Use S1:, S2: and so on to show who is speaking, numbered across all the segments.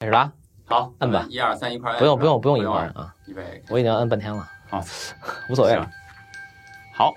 S1: 开始了，
S2: 好，
S1: 摁吧
S2: 嗯一二三，一块儿。
S1: 不用不用不用一会
S2: 块
S1: 儿
S2: 儿，
S1: 啊，
S2: 预备，
S1: 我已经摁半天了，
S2: 好，
S1: 无所谓了
S2: 行。好，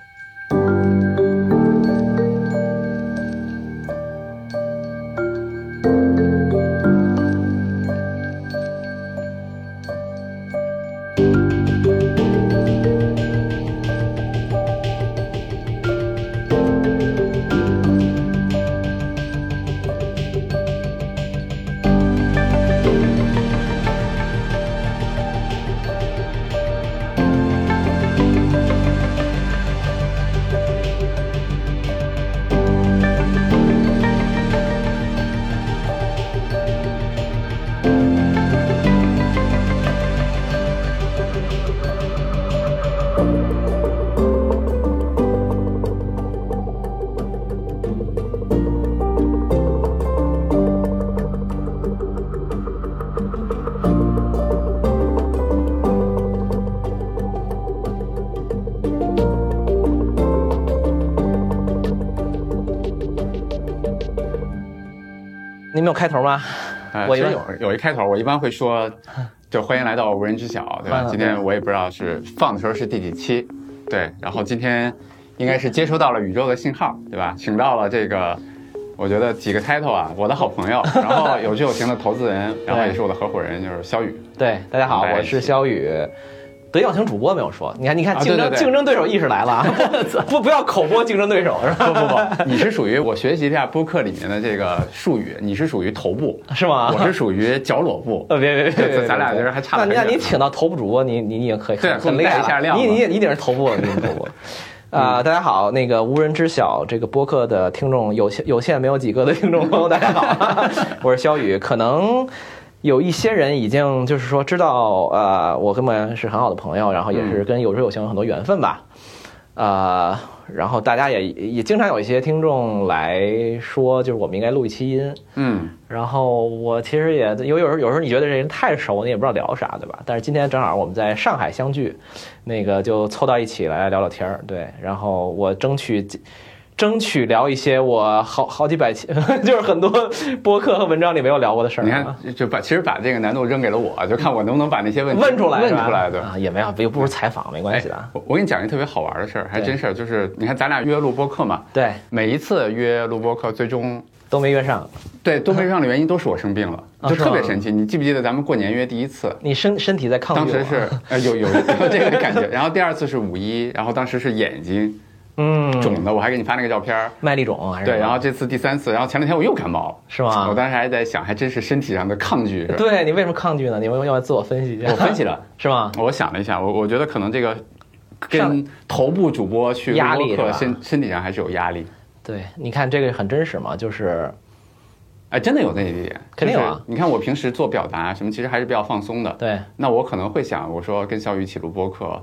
S1: 你们有开头吗？
S2: 呃
S1: 我一
S2: 其实
S1: 般
S2: 有有一开头，我一般 会说，就欢迎来到无人知晓，对
S1: 嗯
S2: 吧？
S1: 嗯
S2: 今天我也不知道是放的时候是第几期，对，然后今天应该是接收到了宇宙的信号，对吧？请到了这个。我觉得几个 title 啊，我的好朋 友，然后有志有情的投资人，然后也是我的合伙人，就是肖宇。
S1: 对，大家好，
S2: 哎
S1: 我是肖宇。德艺忘情主播没有说，你看，你看，
S2: 啊
S1: 竞争、
S2: 对对对
S1: 竞争对手意识来了 啊！不不要口播竞争对手是吧？
S2: 不 不不，你是属于我学习一下播客里面的这个术语，你是属于头部，
S1: 是吗？
S2: 我是属于脚裸部。
S1: 呃，别别别别别，别
S2: 哦咱俩就是还差得
S1: 那你那
S2: 很
S1: 你
S2: 远
S1: 请到头部主播，你你你也可以
S2: 对
S1: 很
S2: 给我
S1: 很
S2: 们
S1: 厉害
S2: 带一下
S1: 了
S2: 量
S1: 你
S2: 嘛嗯
S1: 你也你一定是头部，你是头 部。啊、大家好，那个无人知晓这个播客的听众有限有限没有几个的听众朋友，大家 好，我是肖宇。可能有一些人已经就是说知道，呃，我跟们是很好的朋友，然后也
S2: 嗯
S1: 是跟有志有情有很多缘分吧。呃，然后大家也也经常有一些听众来说，就是我们应该录一期音，
S2: 嗯，
S1: 然后我其实也有有时候有时候你觉得这人太熟，你也不知道聊啥，对吧？但是今天正好我们在上海相聚，那个就凑到一起来聊聊天儿，对。然后我争取争取聊一些我好好几百 期，就是很多播客和文章里没有聊过的事儿
S2: 你
S1: 啊。
S2: 看，就把其实把这个难度扔给了我，就看我能不能把那些问题
S1: 问出来
S2: 问
S1: 是吧
S2: 出来，对。哎
S1: 啊，也没有，又不是采访，没关系的啊。
S2: 我我跟你讲一个特别好玩的事儿，还真事儿，就是你看咱俩约录播课嘛，
S1: 对，
S2: 每一次约录播课，最终
S1: 都没约上。
S2: 对都没上的原因都是我生病了，
S1: 啊
S2: 就是
S1: 吗
S2: 特别神奇。你记不记得咱们过年约第一次？
S1: 你身身体在抗
S2: 当
S1: 拒我。啊
S2: 时是呃有有有这个感觉，然后第二次是五一，然后当时是眼睛
S1: 嗯，
S2: 肿的，我还给你发那个照片儿。
S1: 麦粒肿还是什
S2: 对，
S1: 么
S2: 然后这次第三次，然后前两天我又感冒了，
S1: 是吗
S2: 我当时还在想，还真是身体上的抗拒。是吧
S1: 对你为什么抗拒呢？你们要不要自我分析一下？
S2: 我分析了，
S1: 是吗？
S2: 我想了一下，我我觉得可能这个跟
S1: 上
S2: 头部主播去录
S1: 压力
S2: 播
S1: 是吧
S2: 课，身身体上还是有压力。
S1: 对，你看这个很真实嘛，就是
S2: 哎，真的有那一点，
S1: 肯定有啊
S2: 就是你看我平时做表达什么，其实还是比较放松的。
S1: 对，
S2: 那我可能会想，我说跟小雨一起录播课，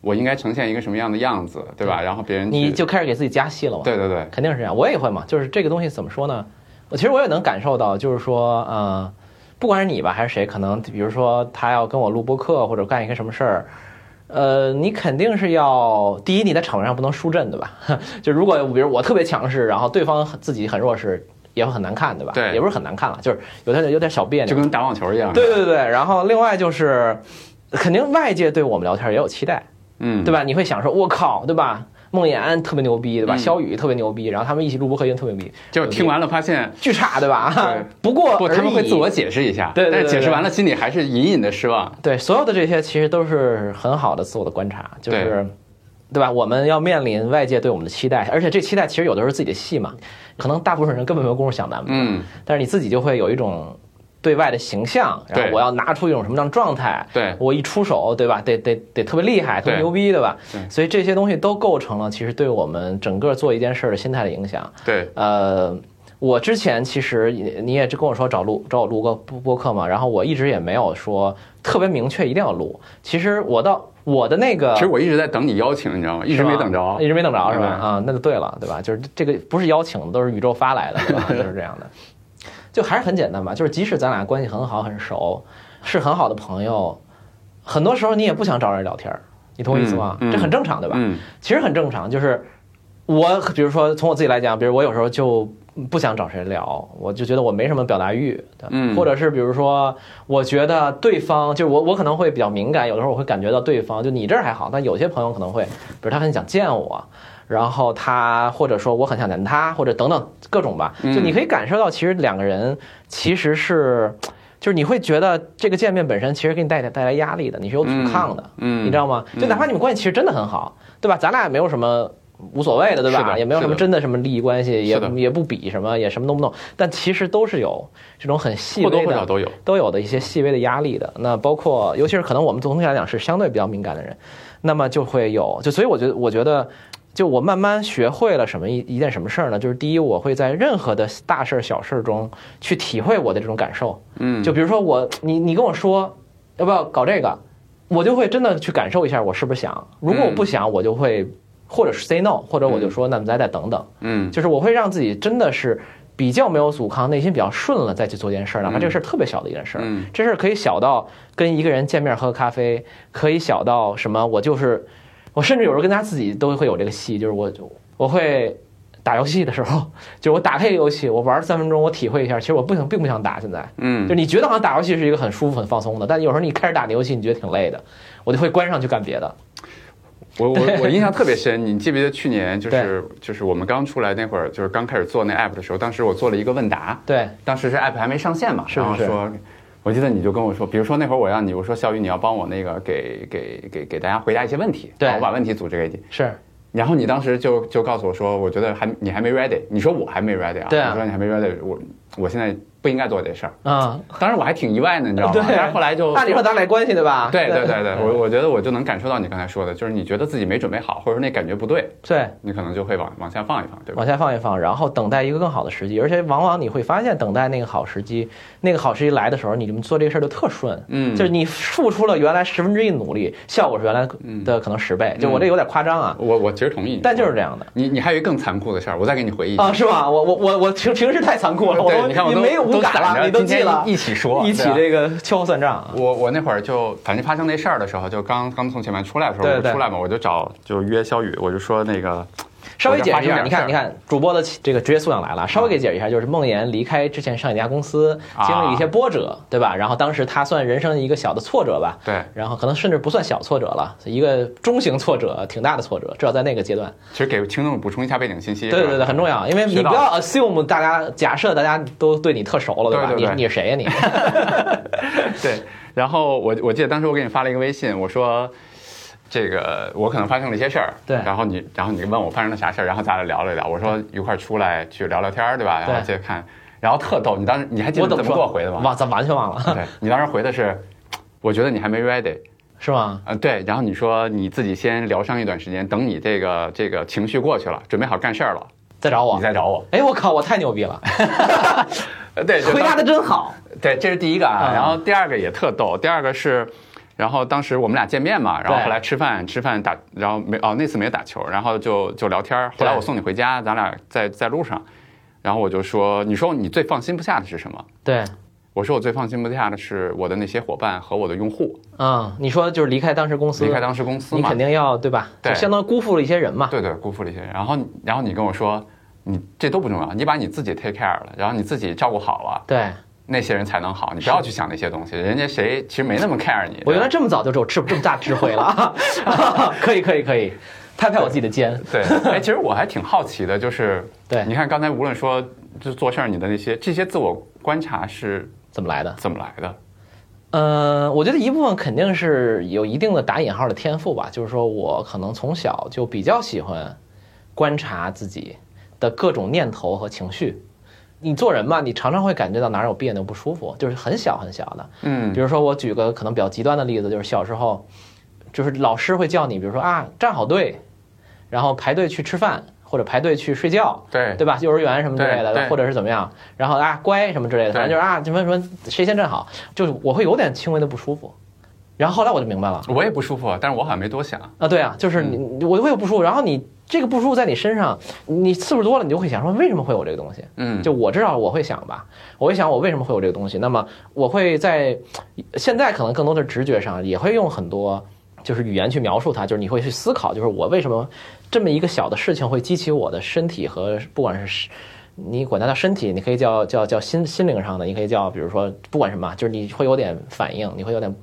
S2: 我应该呈现一个什么样的样子，对吧？然后别人去
S1: 你就开始给自己加戏了嘛。，
S2: 对对对，
S1: 肯定是这样。我也会嘛，就是这个东西怎么说呢？我其实我也能感受到，就是说，呃，不管是你吧还是谁，可能比如说他要跟我录播客或者干一个什么事儿。呃，你肯定是要第一，你在场上不能输阵，对吧？ 就如果比如我特别强势，然后对方很自己很弱势，也会很难看，对吧？
S2: 对
S1: 也不是很难看了，就是有点有点小别扭
S2: 就。跟打网球一样。
S1: 对，对对，然后另外就是，肯定外界对我们聊天也有期待，
S2: 嗯，
S1: 对吧？你会想说，我靠，对吧？孟眼安特别牛逼，对吧？
S2: 嗯
S1: 肖宇特别牛逼，然后他们一起录播客音特别牛逼，
S2: 就是听完了发现。
S1: 巨差，对吧
S2: 对？
S1: 不过
S2: 不，
S1: 而
S2: 他们会
S1: 已
S2: 自我解释一下，
S1: 对对对
S2: 但是解释
S1: 对
S2: 完了，心里还是隐隐的失望。
S1: 对所有的这些其实都是很好的自我的观察，就是
S2: 对
S1: 对吧？我们要面临外界对我们的期待，而且这期待其实有的时候是自己的戏嘛，可能大部分人根本没有功夫想咱们，
S2: 嗯，
S1: 但是你自己就会有一种对外的形象，然后
S2: 对
S1: 我要拿出一种什么样的状态，
S2: 对
S1: 我一出手，对吧？得得得特别厉害，特别
S2: 对
S1: 牛逼，对吧？
S2: 对
S1: 所以这些东西都构成了其实对我们整个做一件事儿的心态的影响。
S2: 对，
S1: 呃，我之前其实也你也跟我说找录找我录个播播客嘛，然后我一直也没有说特别明确一定要录。其实我到我的那个，
S2: 其实我一直在等你邀请，你知道吗？一直
S1: 是吗
S2: 没等着嗯
S1: 一。直没等着是吧？
S2: 明白
S1: 啊，那就对了，对吧？就是这个不是邀请的，都是宇宙发来的， 对吧就是这样的。就还是很简单吧，就是即使咱俩关系很好、很熟，是很好的朋友，很多时候你也不想找人聊天儿，你懂我意思吗？
S2: 嗯嗯
S1: 这很正常，对吧？
S2: 嗯，
S1: 其实很正常，就是我比如说从我自己来讲，比如我有时候就不想找谁聊，我就觉得我没什么表达欲，对
S2: 嗯
S1: 或者是比如说，我觉得对方就是我，我可能会比较敏感，有的时候我会感觉到对方，就你这儿还好，但有些朋友可能会，比如他很想见我，然后他或者说我很想见他，或者等等各种吧，就你可以感受到，其实两个人其实是，就是你会觉得这个见面本身其实给你带来带来压力的，你是有阻抗的，
S2: 嗯，
S1: 你知道吗？就哪怕你们关系其实真的很好，对吧？咱俩也没有什么无所谓的，对
S2: 是
S1: 吧？
S2: 的
S1: 也没有什么
S2: 是的
S1: 真的什么利益关系，也
S2: 是的
S1: 也不比什么，也什么都不弄。但其实都是有这种很细
S2: 或多
S1: 微
S2: 或少
S1: 的。
S2: 都有，
S1: 都有的一些细微的压力的，那包括尤其是可能我们总体来讲是相对比较敏感的人，那么就会有就所以我觉得我觉得就我慢慢学会了什么一一件什么事儿呢？就是第一，我会在任何的大事儿小事儿中去体会我的这种感受，
S2: 嗯，
S1: 就比如说我，你你跟我说要不要搞这个，我就会真的去感受一下我是不是想。如果我不想，我就会或者是 say no，或者我就说那咱再等等。
S2: 嗯
S1: 就是我会让自己真的是比较没有阻抗，内心比较顺了再去做这件事儿，哪怕这个事儿特别小的一件事儿。
S2: 嗯
S1: 这事儿可以小到跟一个人见面喝咖啡，可以小到什么，我就是我甚至有时候跟他自己都会有这个戏，就是我我会打游戏的时候， 就是我打开一个游戏，我玩三分钟，我体会一下，其实我不想并不想打现在。
S2: 嗯
S1: 就你觉得好像打游戏是一个很舒服、很放松的，但有时候你开始打那游戏，你觉得挺累的，我就会关上去干别的。
S2: 我我我印象特别深，你记不记得去年就是就是我们刚出来那会儿，就是刚开始做那 app 的时候，当时我做了一个问答，
S1: 对，
S2: 当时是 app 还没上线嘛，
S1: 是
S2: 然后
S1: 是
S2: 说，我记得你就跟我说，比如说那会儿我让你，我说小雨你要帮我那个给给给给大家回答一些问题，
S1: 对
S2: 然后我把问题组织给你，
S1: 是
S2: 然后你当时就就告诉我说，我觉得还你还没 ready，你说我还没 ready 啊，
S1: 对啊
S2: 你说你还没 ready，我我现在不应该做这事儿，
S1: 啊，
S2: 当时我还挺意外的，你知道吗？
S1: 对
S2: 但是后来 就
S1: 按理说咱俩关系对 吧？
S2: 对对对对，
S1: 嗯
S2: 我我觉得我就能感受到你刚才说的，就是你觉得自己没准备好，或者说那感觉不对，
S1: 对，
S2: 你可能就会往往下放一放，对吧？
S1: 往下放一放，然后等待一个更好的时机。而且往往你会发现，等待那个好时机，那个好时机来的时候，你们做这个事儿就特顺。
S2: 嗯
S1: 就是你付出了原来十分之一努力，效果是原来的可能十
S2: 嗯
S1: 倍。就我这有点夸张啊，
S2: 我我其实同意你，
S1: 但就是这样的。
S2: 你你还有一个更残酷的事儿，我再给你回忆一下。
S1: 啊，是吗？我我我我平平时太残酷了，我
S2: 嗯对，
S1: 都
S2: 你看我
S1: 你
S2: 都
S1: 没有无
S2: 都
S1: 感
S2: 攒
S1: 了，
S2: 着
S1: 你都
S2: 今
S1: 记
S2: 天
S1: 了，
S2: 一起说，
S1: 一起
S2: 对啊
S1: 这个秋后算账啊。
S2: 我我那会儿就反正发生那事儿的时候，就刚刚从前面出来的时候，
S1: 对
S2: 我就
S1: 对
S2: 出来嘛，我就找就约肖宇，我就说那个
S1: 稍微解释一下，
S2: 我这发生点
S1: 你
S2: 事儿
S1: 看，你看，主播的这个职业素养来了。稍微给解释一下，就是梦岩离开之前上一家公司，
S2: 啊
S1: 经历一些波折，对吧？然后当时他算人生一个小的挫折吧，
S2: 对，
S1: 然后可能甚至不算小挫折了，一个中型挫折，挺大的挫折，至少在那个阶段。
S2: 其实给听众补充一下背景信息，
S1: 对
S2: 是吧
S1: 对对，很重要，因为你
S2: 学到
S1: 不
S2: 了
S1: 要 assume 大家假设大家都对你特熟了，吧？
S2: 对对对
S1: 你你是谁呀 你？
S2: 对，然后我我记得当时我给你发了一个微信，我说这个我可能发生了一些事儿，
S1: 对
S2: 然后你然后你问我发生了啥事儿，然后咱俩聊了聊，我说一块儿出来去聊聊天儿，对吧？然后
S1: 对
S2: 接着看，然后特逗，你当时你还记
S1: 我
S2: 得
S1: 怎
S2: 怎
S1: 么
S2: 么给
S1: 说
S2: 我回的吗？
S1: 哇，咱完全忘了，
S2: 对，你当时回的是，我觉得你还没 ready，
S1: 是吗？
S2: 呃，对，然后你说你自己先疗伤一段时间，等你这个这个情绪过去了，准备好干事儿了，
S1: 再找
S2: 你
S1: 我。
S2: 再找我。
S1: 哎，我靠，我太牛逼了，
S2: 呃， 对，就
S1: 回答的真好。
S2: 对，这是第一个啊。
S1: 嗯
S2: 然后第二个也特逗，第二个是，然后当时我们俩见面嘛，然后
S1: 对
S2: 后来吃饭吃饭打，然后没哦那次没打球，然后就就聊天儿。后来
S1: 对
S2: 我送你回家，咱俩在在路上，然后我就说，你说你最放心不下的是什么？
S1: 对，
S2: 我说我最放心不下的是我的那些伙伴和我的用户，
S1: 嗯，你说就是离开当时公司，
S2: 离开当时公司
S1: 你
S2: 嘛
S1: 肯，定要对吧？
S2: 对
S1: 就相当于辜负了一些人嘛。
S2: 对对，辜负了一些人。然后你然后你跟我说，你这都不重要，你把你自己 take care 了，然后你自己照顾好了，
S1: 对，
S2: 那些人才能好。你不要去想那些东西，人家谁其实没那么 care 你。
S1: 我原
S2: 对吧
S1: 来这么早就有这这么大智慧了 啊！可以可以可以，拍拍我自己的肩。
S2: 对，哎，其实我还挺好奇的，就是
S1: 对
S2: 你看刚才无论说就做事儿，你的那些这些自我观察是
S1: 怎么来的？
S2: 怎么来的？
S1: 嗯，我觉得一部分肯定是有一定的打引号的天赋吧，就是说我可能从小就比较喜欢观察自己的各种念头和情绪。你做人嘛，你常常会感觉到哪儿有别扭、不舒服，就是很小很小的。
S2: 嗯
S1: 比如说，我举个可能比较极端的例子，就是小时候，就是老师会叫你，比如说啊，站好队，然后排队去吃饭，或者排队去睡觉，
S2: 对
S1: 对吧？幼儿园什么之类
S2: 对
S1: 的，
S2: 对
S1: 或者是怎么样，然后啊，乖什么之类的，反正就是啊，什么什么谁先站好，就是我会有点轻微的不舒服。然后后来我就明白了
S2: 我也不舒服，但是我好像没多想。
S1: 啊，对啊，就是你
S2: 嗯
S1: 我会有不舒服，然后你这个不舒服在你身上，你次数多了，你就会想说为什么会有这个东西？
S2: 嗯，
S1: 就我知道我会想吧，我会想我为什么会有这个东西。那么我会在现在可能更多的直觉上，也会用很多就是语言去描述它，就是你会去思考，就是我为什么这么一个小的事情会激起我的身体和不管是你管它叫身体，你可以叫叫叫心心灵上的，你可以叫比如说不管什么，就是你会有点反应，你会有点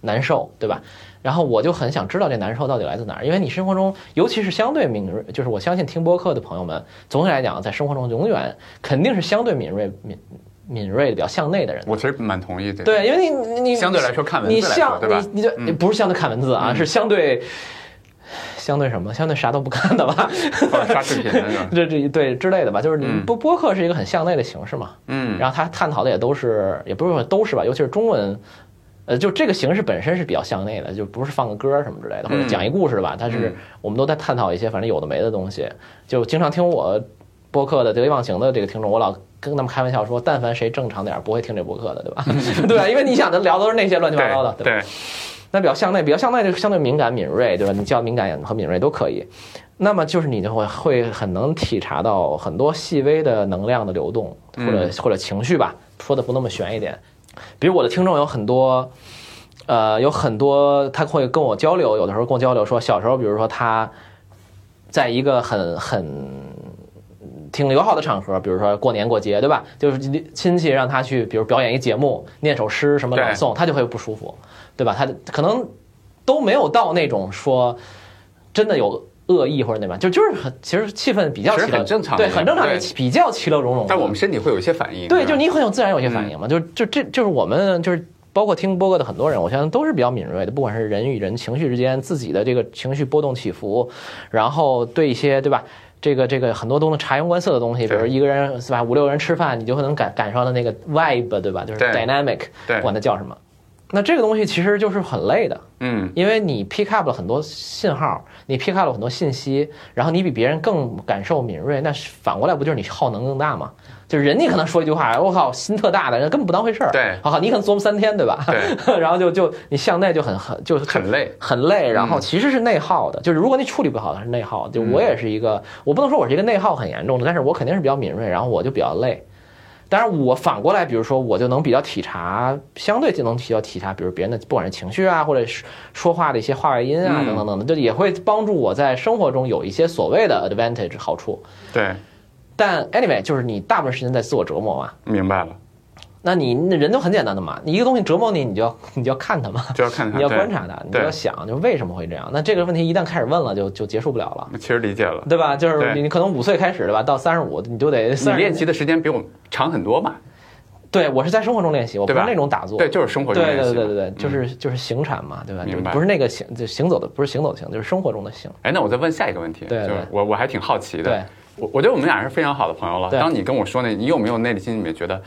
S1: 难受，对吧？然后我就很想知道这难受到底来自哪儿，因为你生活中，尤其是相对敏锐，就是我相信听播客的朋友们，总体来讲，在生活中永远肯定是相对敏锐、敏敏锐的比较向内的人。
S2: 我其实蛮同意这个。
S1: 对，因为你你你
S2: 相对来说看文字
S1: 你
S2: 来
S1: 像
S2: 说，对吧？
S1: 你你就、
S2: 嗯
S1: 不是相对看文字啊，
S2: 嗯
S1: 是相对相对什么？相对啥都不看的吧？
S2: 或者刷视频是吧？
S1: 这这对之类的吧，就是你
S2: 嗯
S1: 播播客是一个很向内的形式嘛，
S2: 嗯，
S1: 然后他探讨的也都是，也不是说都是吧，尤其是中文，呃，就这个形式本身是比较向内的，就不是放个歌儿什么之类的，或者
S2: 嗯
S1: 讲一故事吧。它是
S2: 嗯
S1: 我们都在探讨一些反正有的没的东西。就经常听我播客的得意忘形的这个听众，我老跟他们开玩笑说，但凡谁正常点儿，不会听这播客的，对 吧？对吧？因为你想的聊都是那些乱七八糟的，
S2: 对
S1: 吧？
S2: 对，
S1: 那比较向内，比较向内就是相对敏感、敏锐，对吧？你叫敏感和敏锐都可以。那么就是你就会会很能体察到很多细微的能量的流动，或者、
S2: 嗯
S1: 或者情绪吧，说的不那么玄一点。比如我的听众有很多，呃，有很多他会跟我交流，有的时候跟我交流说，小时候比如说他在一个很很挺友好的场合，比如说过年过节，对吧？就是亲戚让他去，比如表演一节目，念首诗什么朗
S2: 对
S1: 诵，他就会不舒服，对吧？他可能都没有到那种说真的有恶意或者那吧，就就是很其实气氛比较
S2: 其实
S1: 其乐
S2: 很正常
S1: 对，
S2: 的
S1: 很正常，
S2: 对
S1: 也比较其乐融融的。
S2: 但我们身体会有一些反应。
S1: 对，
S2: 是吧嗯
S1: 就你很有自然有些反应嘛，就就这就是我们就是包括听播客的很多人，我相信都是比较敏锐的，不管是人与人情绪之间自己的这个情绪波动起伏，然后对一些对吧？这个这个很多都能察言观色的东西，比
S2: 对
S1: 如一个人是吧，五六人吃饭，你就会能感感受到那个 vibe，对吧？就是
S2: 对
S1: dynamic，
S2: 对
S1: 不管它叫什么。那这个东西其实就是很累的，
S2: 嗯，
S1: 因为你 pick up 了很多信号，你 pick up 了很多信息，然后你比别人更感受敏锐，那是反过来不就是你耗能更大吗？就是人家可能说一句话，我靠，心特大的，人根本不当回事儿。
S2: 对
S1: 好好，你可能琢磨三天，对吧？
S2: 对，
S1: 然后就就你向内就很很就是
S2: 很累。
S1: 很累，然后
S2: 嗯
S1: 其实是内耗的，就是如果你处理不好的是内耗。就我也是一个，我不能说我是一个内耗很严重的，但是我肯定是比较敏锐，然后我就比较累。当然，我反过来，比如说，我就能比较体察，相对就能比较体察，比如别人的不管是情绪啊，或者是说话的一些话外音啊，
S2: 嗯
S1: 等等等等，就也会帮助我在生活中有一些所谓的 advantage 好处。
S2: 对，
S1: 但 anyway，就是你大部分时间在自我折磨嘛，
S2: 明白了，
S1: 那你那人都很简单的嘛，你一个东西折磨你，你就要你就要看它嘛，
S2: 就要看他。
S1: 你要
S2: 嗯对
S1: 观。察它，你就要
S2: 对
S1: 想，就是为什么会这样？那这个问题一旦开始问了，就就结束不了了，
S2: 其实理解了，
S1: 对吧？就是
S2: 对
S1: 你你可能五岁开始，对吧？到三十五，你就得
S2: 你
S1: 三
S2: 练。习的时间比我们长很多嘛？
S1: 对我是在生活中练习，我不
S2: 对
S1: 是
S2: 吧
S1: 那种打坐。
S2: 对，就是生活中
S1: 对
S2: 练习
S1: 对
S2: 嘛。
S1: 对对对，就
S2: 嗯。
S1: 是就是行禅嘛，对吧？就
S2: 明白
S1: 不是那个行，就行走的，不是行走的行，就是生活中的行。
S2: 哎，那我再问下一个问题，
S1: 对对
S2: 就是我我还挺好奇的，
S1: 对，
S2: 我我觉得我们俩是非常好的朋友了。
S1: 对
S2: 当你跟我说那，你有没有内心里面觉得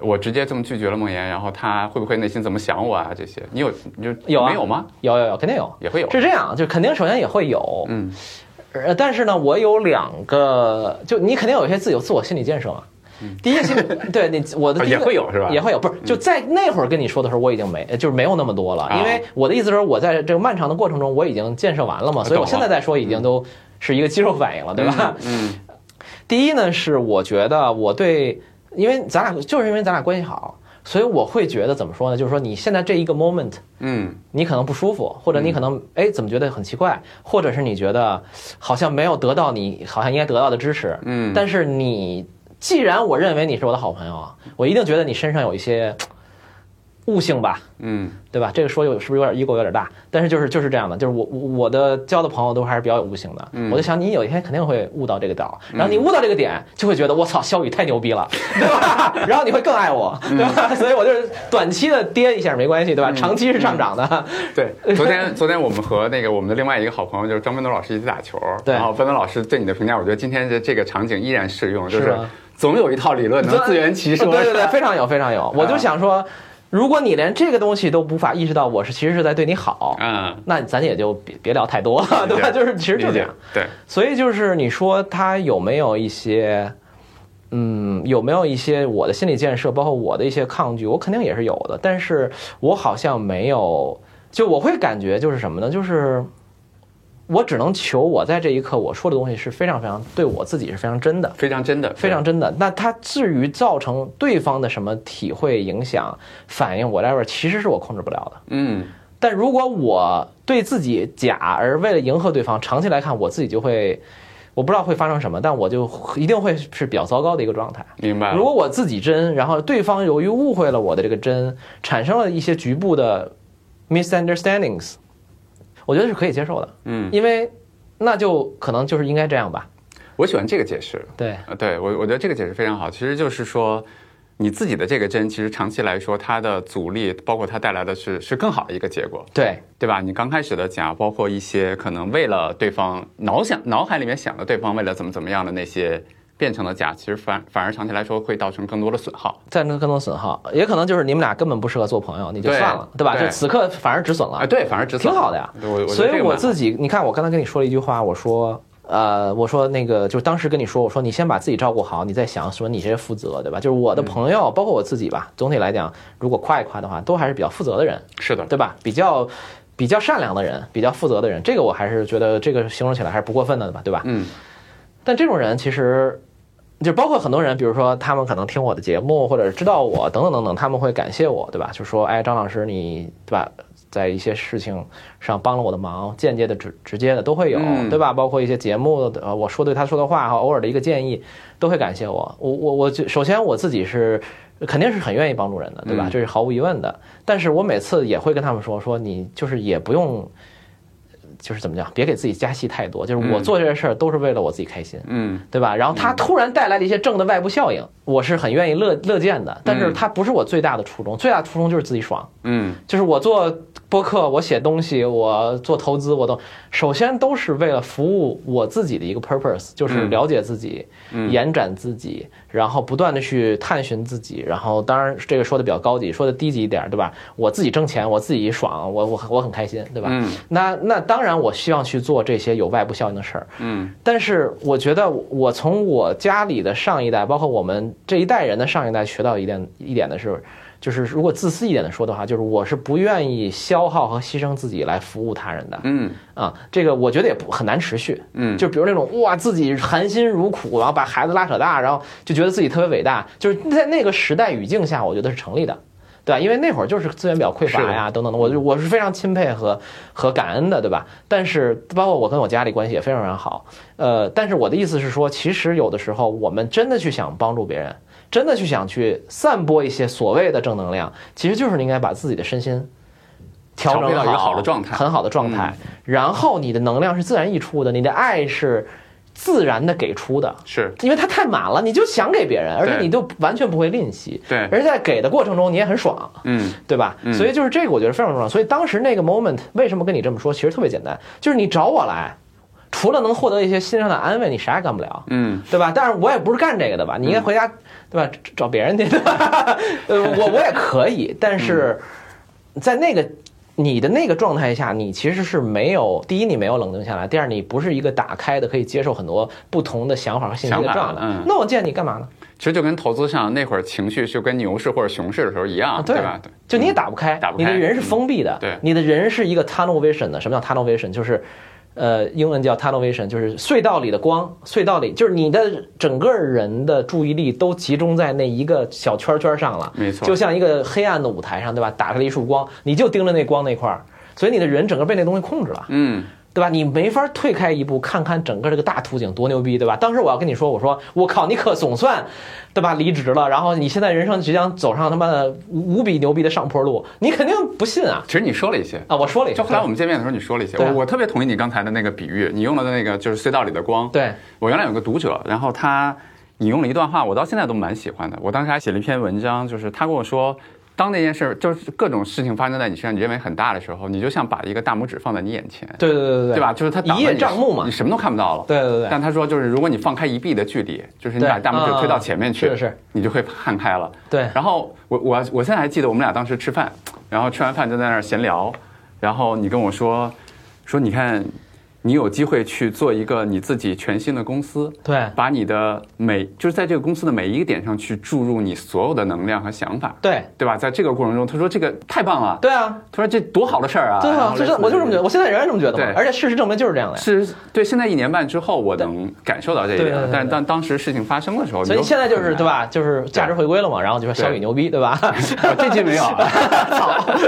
S2: 我直接这么拒绝了梦妍，然后她会不会内心怎么想我啊？这些你有你就
S1: 有啊
S2: 没有吗？
S1: 有有有，肯定有。
S2: 也会有。啊
S1: 是这样，就肯定首先也会有，
S2: 嗯
S1: 呃，但是呢，我有两个，就你肯定有一些自有自我心理建设嘛。第一个心 理，对你我的
S2: 哦
S1: 第一个
S2: 嗯也会有是吧嗯
S1: 也会有，不是就在那会儿跟你说的时候，我已经没，呃就是没有那么多了，
S2: 啊
S1: 因为我的意思是，我在这个漫长的过程中，我已经建设完了嘛，所以我
S2: 啊懂
S1: 现
S2: 了
S1: 在再说已经都是一个肌肉反应了，对吧？
S2: 嗯，
S1: 第一呢，是我觉得我对，因为咱俩就是因为咱俩关系好，所以我会觉得怎么说呢？就是说你现在这一个 moment，
S2: 嗯
S1: 你可能不舒服，或者你可能哎怎么觉得很奇怪，或者是你觉得好像没有得到你好像应该得到的支持，
S2: 嗯，
S1: 但是你既然我认为你是我的好朋友啊，我一定觉得你身上有一些嘖悟性吧，
S2: 嗯
S1: 对吧？这个说有是不是有点 ego 有点大？但是就是就是这样的，就是我我我的交的朋友都还是比较有悟性的，
S2: 嗯
S1: 我就想你有一天肯定会悟到这个点儿，然后你悟到这个点，就会觉得我操，肖宇太牛逼了， 对吧？然后你会更爱我，
S2: 嗯
S1: 对吧？所以我就是短期的跌一下没关系，对吧？长期是上涨的，
S2: 嗯 对，昨天 昨天我们和那个我们的另外一个好朋友就是张奔东老师一起打球，
S1: 对
S2: 然后奔东老师对你的评价，我觉得今天这这个场景依然适用，就是是
S1: 吗
S2: 总有一套理论能自圆其说。
S1: 啊对对
S2: 是
S1: 对，
S2: 吧啊
S1: 非常有非常有。我就想说，如果你连这个东西都无法意识到我是其实是在对你好，
S2: 嗯，
S1: 那咱也就别别聊太多了， 对吧？
S2: 理解
S1: 就是其实就
S2: 理
S1: 这
S2: 解
S1: 样。，
S2: 对，
S1: 所以就是你说他有没有一些，嗯，有没有一些我的心理建设，包括我的一些抗拒，我肯定也是有的，但是我好像没有，就我会感觉就是什么呢？就是。我只能求我在这一刻我说的东西是非常非常对我自己是非常真的，
S2: 非常真的，
S1: 非常真的。那它至于造成对方的什么体会、影响、反应，whatever，其实是我控制不了的。
S2: 嗯
S1: 但如果我对自己假，而为了迎合对方，长期来看，我自己就会我不知道会发生什么，但我就一定会是比较糟糕的一个状态。
S2: 明白
S1: 如
S2: 了，
S1: 果我自己真，然后对方由于误会了我的这个真，产生了一些局部的 misunderstandings，我觉得是可以接受的，
S2: 嗯，
S1: 因为那就可能就是应该这样吧。
S2: 我喜欢这个解释，
S1: 对，
S2: 呃，对我，我觉得这个解释非常好。其实就是说，你自己的这个针，其实长期来说，它的阻力，包括它带来的是是更好的一个结果，
S1: 对，
S2: 对吧？你刚开始的讲，包括一些可能为了对方脑想脑海里面想的对方为了怎么怎么样的那些变成的假，其实反反而长期来说会造成更多的损耗
S1: 造成更多损耗，也可能就是你们俩根本不适合做朋友，你就
S2: 对
S1: 算了，对吧？
S2: 对
S1: 就此刻反而止损了。
S2: 啊。对，反而只
S1: 挺好的呀
S2: 我我觉得
S1: 所
S2: 这
S1: 以
S2: 个
S1: 我
S2: 蛮好
S1: 自己，你看，我刚才跟你说了一句话，我说，呃，我说那个，就是当时跟你说，我说你先把自己照顾好，你再想什么你这些负责，对吧？就是我的朋友，
S2: 嗯
S1: 包括我自己吧，总体来讲，如果夸一夸的话，都还是比较负责的人，
S2: 是的，
S1: 对吧？比较比较善良的人，比较负责的人，这个我还是觉得这个形容起来还是不过分的吧，对吧？
S2: 嗯，
S1: 但这种人其实。就包括很多人，比如说他们可能听我的节目，或者知道我等等等等，他们会感谢我，对吧？就说，哎，张老师你，对吧，在一些事情上帮了我的忙，间接的、直直接的都会有，
S2: 嗯
S1: 对吧？包括一些节目的，呃，我说对他说的话和偶尔的一个建议，都会感谢我。我我我就，首先我自己是肯定是很愿意帮助人的，对吧？
S2: 嗯
S1: 这是毫无疑问的。但是我每次也会跟他们说，说你就是也不用。就是怎么讲，别给自己加戏太多。就是我
S2: 嗯
S1: 做这些事儿都是为了我自己开心，
S2: 嗯，
S1: 对吧？然后它突然带来了一些正的外部效应，我是很愿意乐乐见的。但是它不是我最大的初衷，最大的初衷就是自己爽。
S2: 嗯，
S1: 就是我做播客，我写东西，我做投资，我都首先都是为了服务我自己的一个 purpose，就是
S2: 嗯
S1: 了解自己，延展自己，然后不断的去探寻自己。然后当然这个说的比较高级，说的低级一点，对吧？我自己挣钱，我自己爽，我我我很开心，对吧？
S2: 嗯
S1: 那那当然，我希望去做这些有外部效应的事儿。
S2: 嗯
S1: 但是我觉得我，我从我家里的上一代，包括我们这一代人的上一代，学到一点一点的是，就是如果自私一点的说的话，就是我是不愿意消耗和牺牲自己来服务他人的
S2: 嗯
S1: 啊、这个我觉得也不很难持续。
S2: 嗯，
S1: 就比如那种哇，自己含辛茹苦，然后把孩子拉扯大，然后就觉得自己特别伟大，就是在那个时代语境下，我觉得是成立的，对吧？因为那会儿就是资源比较匮乏呀，等等的，我就我是非常钦佩和和感恩的，对吧？但是包括我跟我家里关系也非常非常好，呃，但是我的意思是说，其实有的时候我们真的去想帮助别人，真的去想去散播一些所谓的正能量，其实就是应该把自己的身心。调整
S2: 调配到一个好的状态嗯
S1: 很好的状态，然后你的能量是自然溢出的，你的爱是自然的给出的，
S2: 是
S1: 因为它太满了，你就想给别人，而且
S2: 对
S1: 你就完全不会吝惜，
S2: 对，
S1: 而在给的过程中你也很爽，
S2: 嗯
S1: 对吧？
S2: 嗯
S1: 所以就是这个，我觉得非常重要。所以当时那个 moment 为什么跟你这么说，其实特别简单，就是你找我来，除了能获得一些心上的安慰，你啥也干不了。
S2: 嗯
S1: 对吧？但是我也不是干这个的吧？你应该回家，对吧？找找别人去，对吧？ 呃，我我也可以，但是
S2: 嗯
S1: 在那个你的那个状态下，你其实是没有第一，你没有冷静下来；第二，你不是一个打开的，可以接受很多不同的想法和信息的
S2: 想法
S1: 状态。
S2: 嗯
S1: 那我见你干嘛呢？
S2: 其实就跟投资上那会儿情绪就跟牛市或者熊市的时候一样，
S1: 啊对
S2: 对吧？对，嗯
S1: 就你也打不开，
S2: 打不
S1: 你的
S2: 开
S1: 人是封闭的，
S2: 嗯对
S1: 你的人是一个 tunnel vision 的。什么叫 tunnel vision？就是，呃，英文叫 tunnel vision，就是隧道里的光，隧道里就是你的整个人的注意力都集中在那一个小圈圈上了，
S2: 没错
S1: 就像一个黑暗的舞台上，对吧？打开了一束光，你就盯着那光那块儿，所以你的人整个被那东西控制了。
S2: 嗯
S1: 对吧？你没法退开一步，看看整个这个大图景多牛逼，对吧？当时我要跟你说，我说我靠，你可总算，对吧？离职了，然后你现在人生即将走上他妈的无无比牛逼的上坡路，你肯定不信啊！
S2: 其实你说了一些，
S1: 啊，我说了一
S2: 就
S1: 下，
S2: 后来我们见面的时候你说了一些，
S1: 对啊
S2: 我我特别同意你刚才的那个比喻，你用了的那个就是隧道里的光。
S1: 对
S2: 我原来有个读者，然后他引用了一段话，我到现在都蛮喜欢的。我当时还写了一篇文章，就是他跟我说，当那件事儿就是各种事情发生在你身上，你认为很大的时候，你就像把一个大拇指放在你眼前，
S1: 对对对对对
S2: 对？吧？就是他挡
S1: 一
S2: 着
S1: 叶
S2: 你
S1: 障目嘛
S2: 你什么都看不到了。
S1: 对对对对
S2: 但他说，就是如果你放开一臂的距离，就是你把
S1: 对
S2: 大拇指推到
S1: 嗯
S2: 前面去，
S1: 是是
S2: 你就会看开了。
S1: 对
S2: 然后我我我现在还记得我们俩当时吃饭，然后吃完饭就在那儿闲聊，然后你跟我说说你看，你有机会去做一个你自己全新的公司，
S1: 对
S2: 把你的每就是在这个公司的每一个点上去注入你所有的能量和想法，
S1: 对
S2: 对吧？在这个过程中，他说这个太棒了，
S1: 对啊，
S2: 他说这多好的事儿啊！
S1: 对啊，就是我就这么觉得，。我现在仍然这么觉得嘛
S2: 对，
S1: 而且事实证明就是这样的呀。
S2: 是对，现在一年半之后，我能感受到这一点
S1: 对对
S2: 了
S1: 对。
S2: 但
S1: 对
S2: 但当时事情发生的时候，
S1: 所以
S2: 你
S1: 现在就是对
S2: 吧？
S1: 吧，就是价值回归了嘛，然后就说小雨
S2: 对
S1: 牛逼，对吧？
S2: 这句没有啊，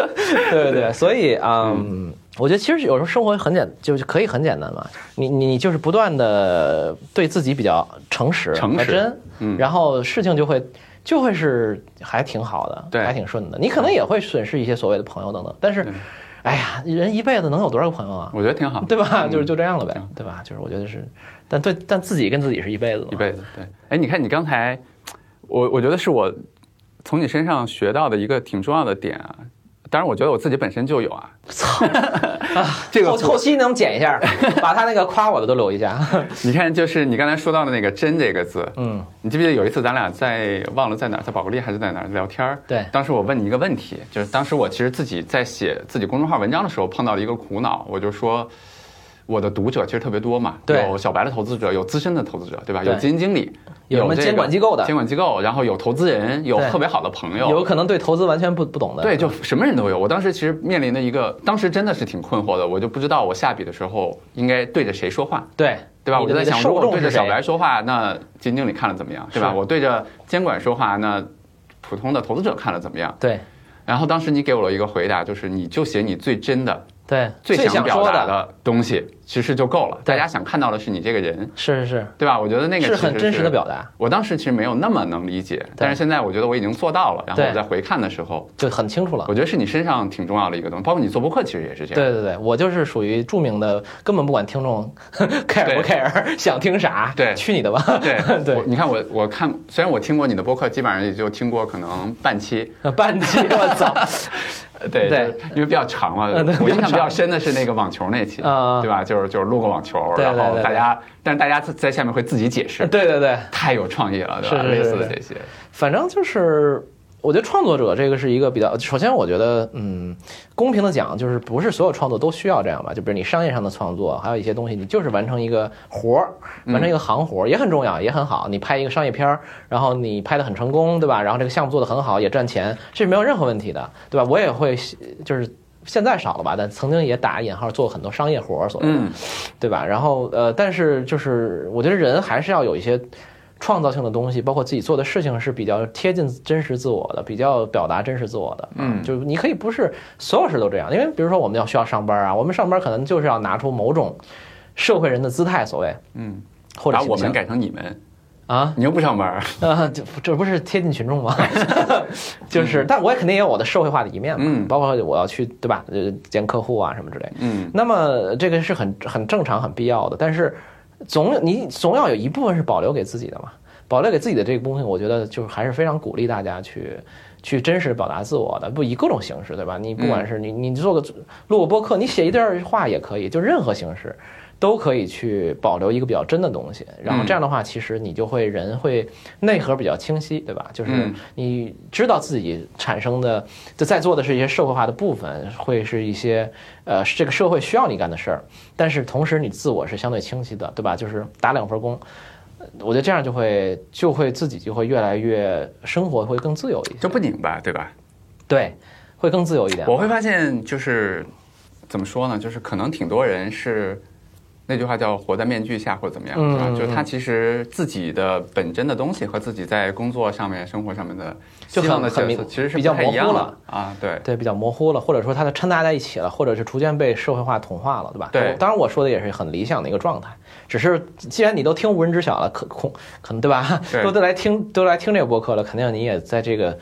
S1: 对对对，所以嗯，我觉得其实有时候生活很简，就是可以很简单嘛。你你你就是不断的对自己比较诚实、
S2: 诚实
S1: 和真，
S2: 嗯
S1: 然后事情就会就会是还挺好的，
S2: 对
S1: 还挺顺的。你可能也会损失一些所谓的朋友等等，但是，哎呀，人一辈子能有多少个朋友啊？
S2: 我觉得挺好，
S1: 对吧？
S2: 嗯
S1: 就是就这样了呗
S2: 行，
S1: 对吧？就是我觉得是，但对，但自己跟自己是一辈子嘛
S2: 一辈子。对，哎，你看你刚才，我我觉得是我从你身上学到的一个挺重要的点啊。当然，我觉得我自己本身就有啊。
S1: 操，啊
S2: 这个
S1: 后后期能剪一 下，把他那个夸我的都留一下。
S2: 你看，就是你刚才说到的那个“真”这个字，
S1: 嗯，
S2: 你记不记得有一次咱俩在忘了在哪儿，在宝格丽还是在哪儿聊天儿？
S1: 对
S2: 当时我问你一个问题，就是当时我其实自己在写自己公众号文章的时候碰到了一个苦恼，我就说。我的读者其实特别多嘛，
S1: 对
S2: 有小白的投资者，有资深的投资者，对吧？
S1: 对
S2: 有基金经理，
S1: 有什么
S2: 这个
S1: 监管机构的
S2: 监管机构，然后有投资人，有
S1: 对
S2: 特别好的朋友，
S1: 有可能对投资完全不不懂的，
S2: 对，就什么人都有。我当时其实面临的一个，当时真的是挺困惑的，我就不知道我下笔的时候应该对着谁说话。
S1: 对
S2: 对吧？
S1: 你
S2: 我
S1: 的
S2: 就在
S1: 你的
S2: 想，如
S1: 受
S2: 果我
S1: 众
S2: 对着
S1: 是
S2: 小
S1: 谁？
S2: 白说话，那基金经理看了怎么样，对吧？
S1: 是
S2: 我对着监管说话，那普通的投资者看了怎么样？
S1: 对
S2: 然后当时你给我了一个回答，就是你就写你最真的、
S1: 对，
S2: 最
S1: 想
S2: 想表
S1: 说
S2: 达的东西，其实就够了。
S1: 对
S2: 大家想看到的是你这个人，
S1: 是是
S2: 对吧？我觉得那
S1: 是，
S2: 个
S1: 是
S2: 其实
S1: 很真实的表达，
S2: 我当时其实没有那么能理解，但是现在我觉得我已经做到了。然后
S1: 对
S2: 我在回看的时候，
S1: 就很清楚了。
S2: 我觉得是你身上挺重要的一个东西，包括你做播客其实也是这样。
S1: 对对对，我就是属于著名的，根本不管听众 care 不 care，想听啥，
S2: 对
S1: 去你的吧。
S2: 对
S1: 对
S2: 我你看我我看，虽然我听过你的播客，基本上也就听过可能半期，
S1: 半期，我操，对
S2: 对就是因为比较长嘛。
S1: 嗯对
S2: 我印象
S1: 比
S2: 比
S1: 较长
S2: 较深的是那个网球那期，
S1: 啊
S2: 对吧？就是就是录个网球，
S1: 对对
S2: 然后
S1: 对呃
S2: 大家，但是大家在在下面会自己解 释
S1: 对，对对，
S2: 太有创意了，对吧？
S1: 是是是
S2: 类似的
S1: 是
S2: 这些，
S1: 反正就是。我觉得嗯创作者这个是一个比较，首先我觉得，嗯，公平的讲，就是不是所有创作都需要这样吧？就比如你商业上的创作，还有一些东西，你就是完成一个活儿，完成一个行活儿也很重要，也很好。你拍一个商业片儿，然后你拍的很成功，对吧？然后这个项目做得很好，也赚钱，这是没有任何问题的，对吧？我也会就是现在少了吧，但曾经也打引号做很多商业活儿，所谓的。
S2: 嗯，
S1: 对吧？然后呃，但是就是我觉得人还是要有一些创造性的东西，包括自己做的事情是比较贴近真实自我的，比较表达真实自我的。啊
S2: 嗯
S1: 就是你可以不是所有事都这样，因为比如说我们要需要上班啊，我们上班可能就是要拿出某种社会人的姿态，所谓
S2: 嗯，
S1: 或者
S2: 把我
S1: 形象
S2: 们改成你们，
S1: 啊。
S2: 你又不上班儿，
S1: 呃，这这不是贴近群众 吗？就是，但我也肯定也有我的社会化的一面嘛，
S2: 嗯
S1: 包括我要去对吧，呃，见客户啊什么之类的。
S2: 嗯，
S1: 那么这个是很很正常、很必要的，但是总你总要有一部分是保留给自己的嘛。保留给自己的这个东西，我觉得就是还是非常鼓励大家去去真实表达自我的，不以各种形式，对吧？你不管是你你做个录个播客，你写一段话也可以，就任何形式都可以去保留一个比较真的东西。然后这样的话，其实你就会人会内核比较清晰，对吧？就是
S2: 嗯
S1: 你知道自己产生的，就在做的是一些社会化的部分，会是一些呃这个社会需要你干的事儿，但是同时你自我是相对清晰的，对吧？就是打两份工。呃我觉得这样就会就会自己就会越来越生活会更自由一些，
S2: 就不拧巴，对吧？
S1: 对，会更自由一点。
S2: 我会发现就是怎么说呢，就是可能挺多人是那句话叫“活在面具下”或者怎么样，
S1: 嗯
S2: 是吧？
S1: 嗯
S2: 就是他其实自己的本真的东西和自己在工作上面、生活上面的
S1: 就
S2: 希望的
S1: 很很
S2: 角色
S1: 明
S2: 其实是
S1: 比较
S2: 不太一样
S1: 模糊
S2: 的啊，对。
S1: 对，比较模糊了，或者说它的掺杂在一起了，或者是逐渐被社会化同化了，对吧？
S2: 对
S1: 当然我说的也是很理想的一个状态，只是既然你都听无人知晓了，可恐可能对吧？
S2: 对
S1: 都都来听都来听这个播客了，肯定你也在这个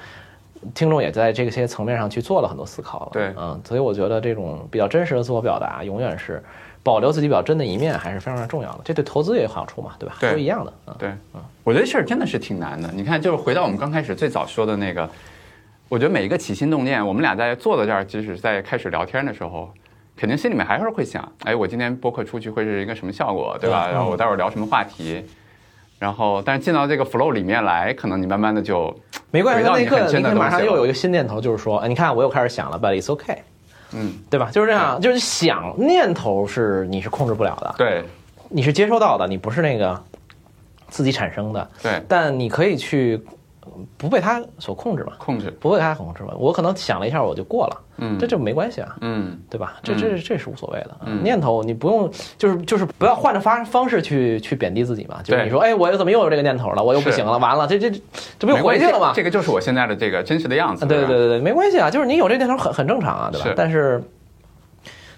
S1: 听众也在这些层面上去做了很多思考了。
S2: 对
S1: 嗯，所以我觉得这种比较真实的自我表达，永远是保留自己比较真的一面，还是非常非常重要的。这对投资也有好处嘛，对吧？
S2: 对
S1: 都一样的啊。
S2: 对，我觉得这事儿真的是挺难的。你看，就是回到我们刚开始最早说的那个，我觉得每一个起心动念，我们俩在坐在这儿，即使在开始聊天的时候，肯定心里面还是会想，哎，我今天播客出去会是一个什么效果，对吧？
S1: 对嗯
S2: 然后我待会儿聊什么话题。然后，但是进到这个 flow 里面来，可能你慢慢的就，
S1: 没关系，
S2: 回到
S1: 那一
S2: 你
S1: 刻
S2: 很真
S1: 你
S2: 的
S1: 马上
S2: 东西
S1: 又
S2: 了
S1: 有一个新念头，就是说，哎你看我又开始想了，but it's okay。
S2: 嗯，
S1: 对吧？就是这样，就是想念头是你是控制不了的，
S2: 对
S1: 你是接收到的，你不是那个自己产生的，
S2: 对，
S1: 但你可以去呃不被它所控制嘛，
S2: 控制，
S1: 不被它控制嘛。我可能想了一下我就过了，
S2: 嗯
S1: 这就没关系啊，
S2: 嗯，
S1: 对吧？这这这是无所谓的、啊
S2: 嗯
S1: 念头，你不用就是就是不要换着方方式去去贬低自己嘛。就是
S2: 对
S1: 你说，哎，我又怎么又有这个念头了？我又不
S2: 是
S1: 行了，完了，这这这这不又
S2: 没
S1: 回
S2: 关
S1: 去
S2: 系
S1: 了吗？
S2: 这个就是我现在的这个真实的样子。
S1: 对对
S2: 吧
S1: 啊对对，没关系啊，就是你有这念头很很正常啊，对吧？
S2: 是
S1: 但是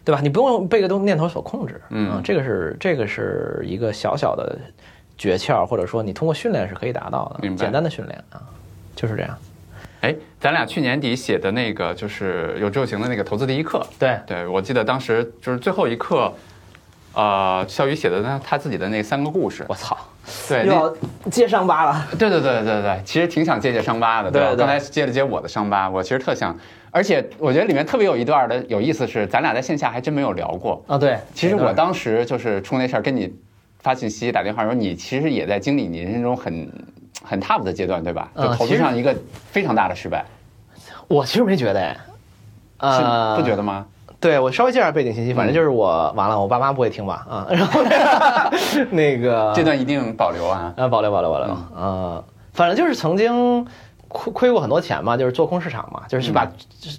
S1: 对吧？你不用被一个东念头所控制，
S2: 嗯
S1: 啊这个是这个是一个小小的诀窍，或者说你通过训练是可以达到的，
S2: 明白
S1: 简单的训练啊，就是这样。
S2: 哎，咱俩去年底写的那个就是有志有行的那个投资第一课，
S1: 对
S2: 对我记得当时就是最后一课，呃，肖宇写的他他自己的那三个故事，
S1: 我操，又
S2: 对，那
S1: 要接伤疤了。
S2: 对对对对对，其实挺想接接伤疤的，吧？
S1: 对对
S2: 刚才接了接我的伤疤，我其实特想，而且我觉得里面特别有一段的有意思是，咱俩在线下还真没有聊过。
S1: 啊，对，
S2: 其实我当时就是出那事儿跟你发信息打电话的时候，你其实也在经历你人生中很很 tough 的阶段，对吧？就
S1: 嗯
S2: 投
S1: 其
S2: 资
S1: 实
S2: 上一个非常大的失败，
S1: 我其实没觉得哎，呃，
S2: 是不觉得吗？
S1: 对我稍微介绍背景信息，反正就是我完了，我爸妈不会听吧啊，然 后那个
S2: 这段一定保留啊。
S1: 啊，保留保留保留，呃，反正就是曾经亏亏过很多钱嘛，就是做空市场嘛，就是把、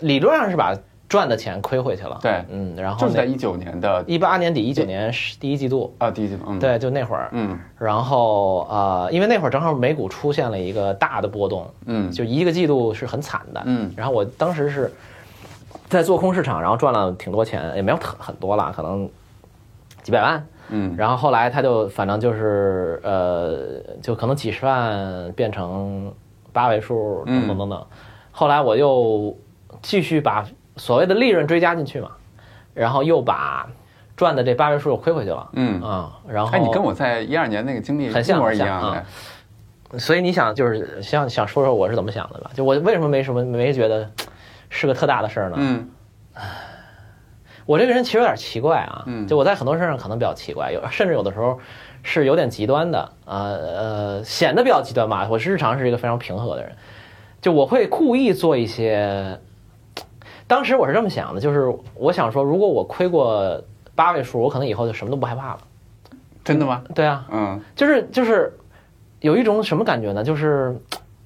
S1: 理论上是把赚的钱亏回去了，
S2: 嗯对
S1: 嗯，然
S2: 就
S1: 后
S2: 是在
S1: 那
S2: 一九年的
S1: 一八年底一九年是第一季度，
S2: 啊，第一季度，嗯，，
S1: 对，就那会儿，
S2: 嗯
S1: 然后呃，因为那会儿正好美股出现了一个大的波动，
S2: 嗯
S1: 就一个季度是很惨的，
S2: 嗯
S1: 然后我当时是在做空市场，然后赚了挺多钱，也没有特很多啦，可能几百万。
S2: 嗯，
S1: 然后后来他就反正就是呃，就可能几十万变成八位数，
S2: 嗯
S1: 等等等等。后来我又继续把所谓的利润追加进去嘛，然后又把赚的这八位数又亏回去了。
S2: 嗯
S1: 啊、然后
S2: 哎，你跟我在一二年那个经历
S1: 很
S2: 一
S1: 像
S2: 模一
S1: 很像
S2: 样
S1: 啊
S2: 的，
S1: 所以你想，就是想想说说我是怎么想的吧？就我为什么没什么没觉得是个特大的事儿呢？
S2: 嗯
S1: 我这个人其实有点奇怪啊，
S2: 嗯
S1: 就我在很多事上可能比较奇怪，有甚至有的时候是有点极端的，呃呃，显得比较极端吧。我是日常是一个非常平和的人，就我会故意做一些。当时我是这么想的，就是我想说，如果我亏过八位数，我可能以后就什么都不害怕了。
S2: 真的吗？
S1: 对啊，
S2: 嗯
S1: 就是就是有一种什么感觉呢？就是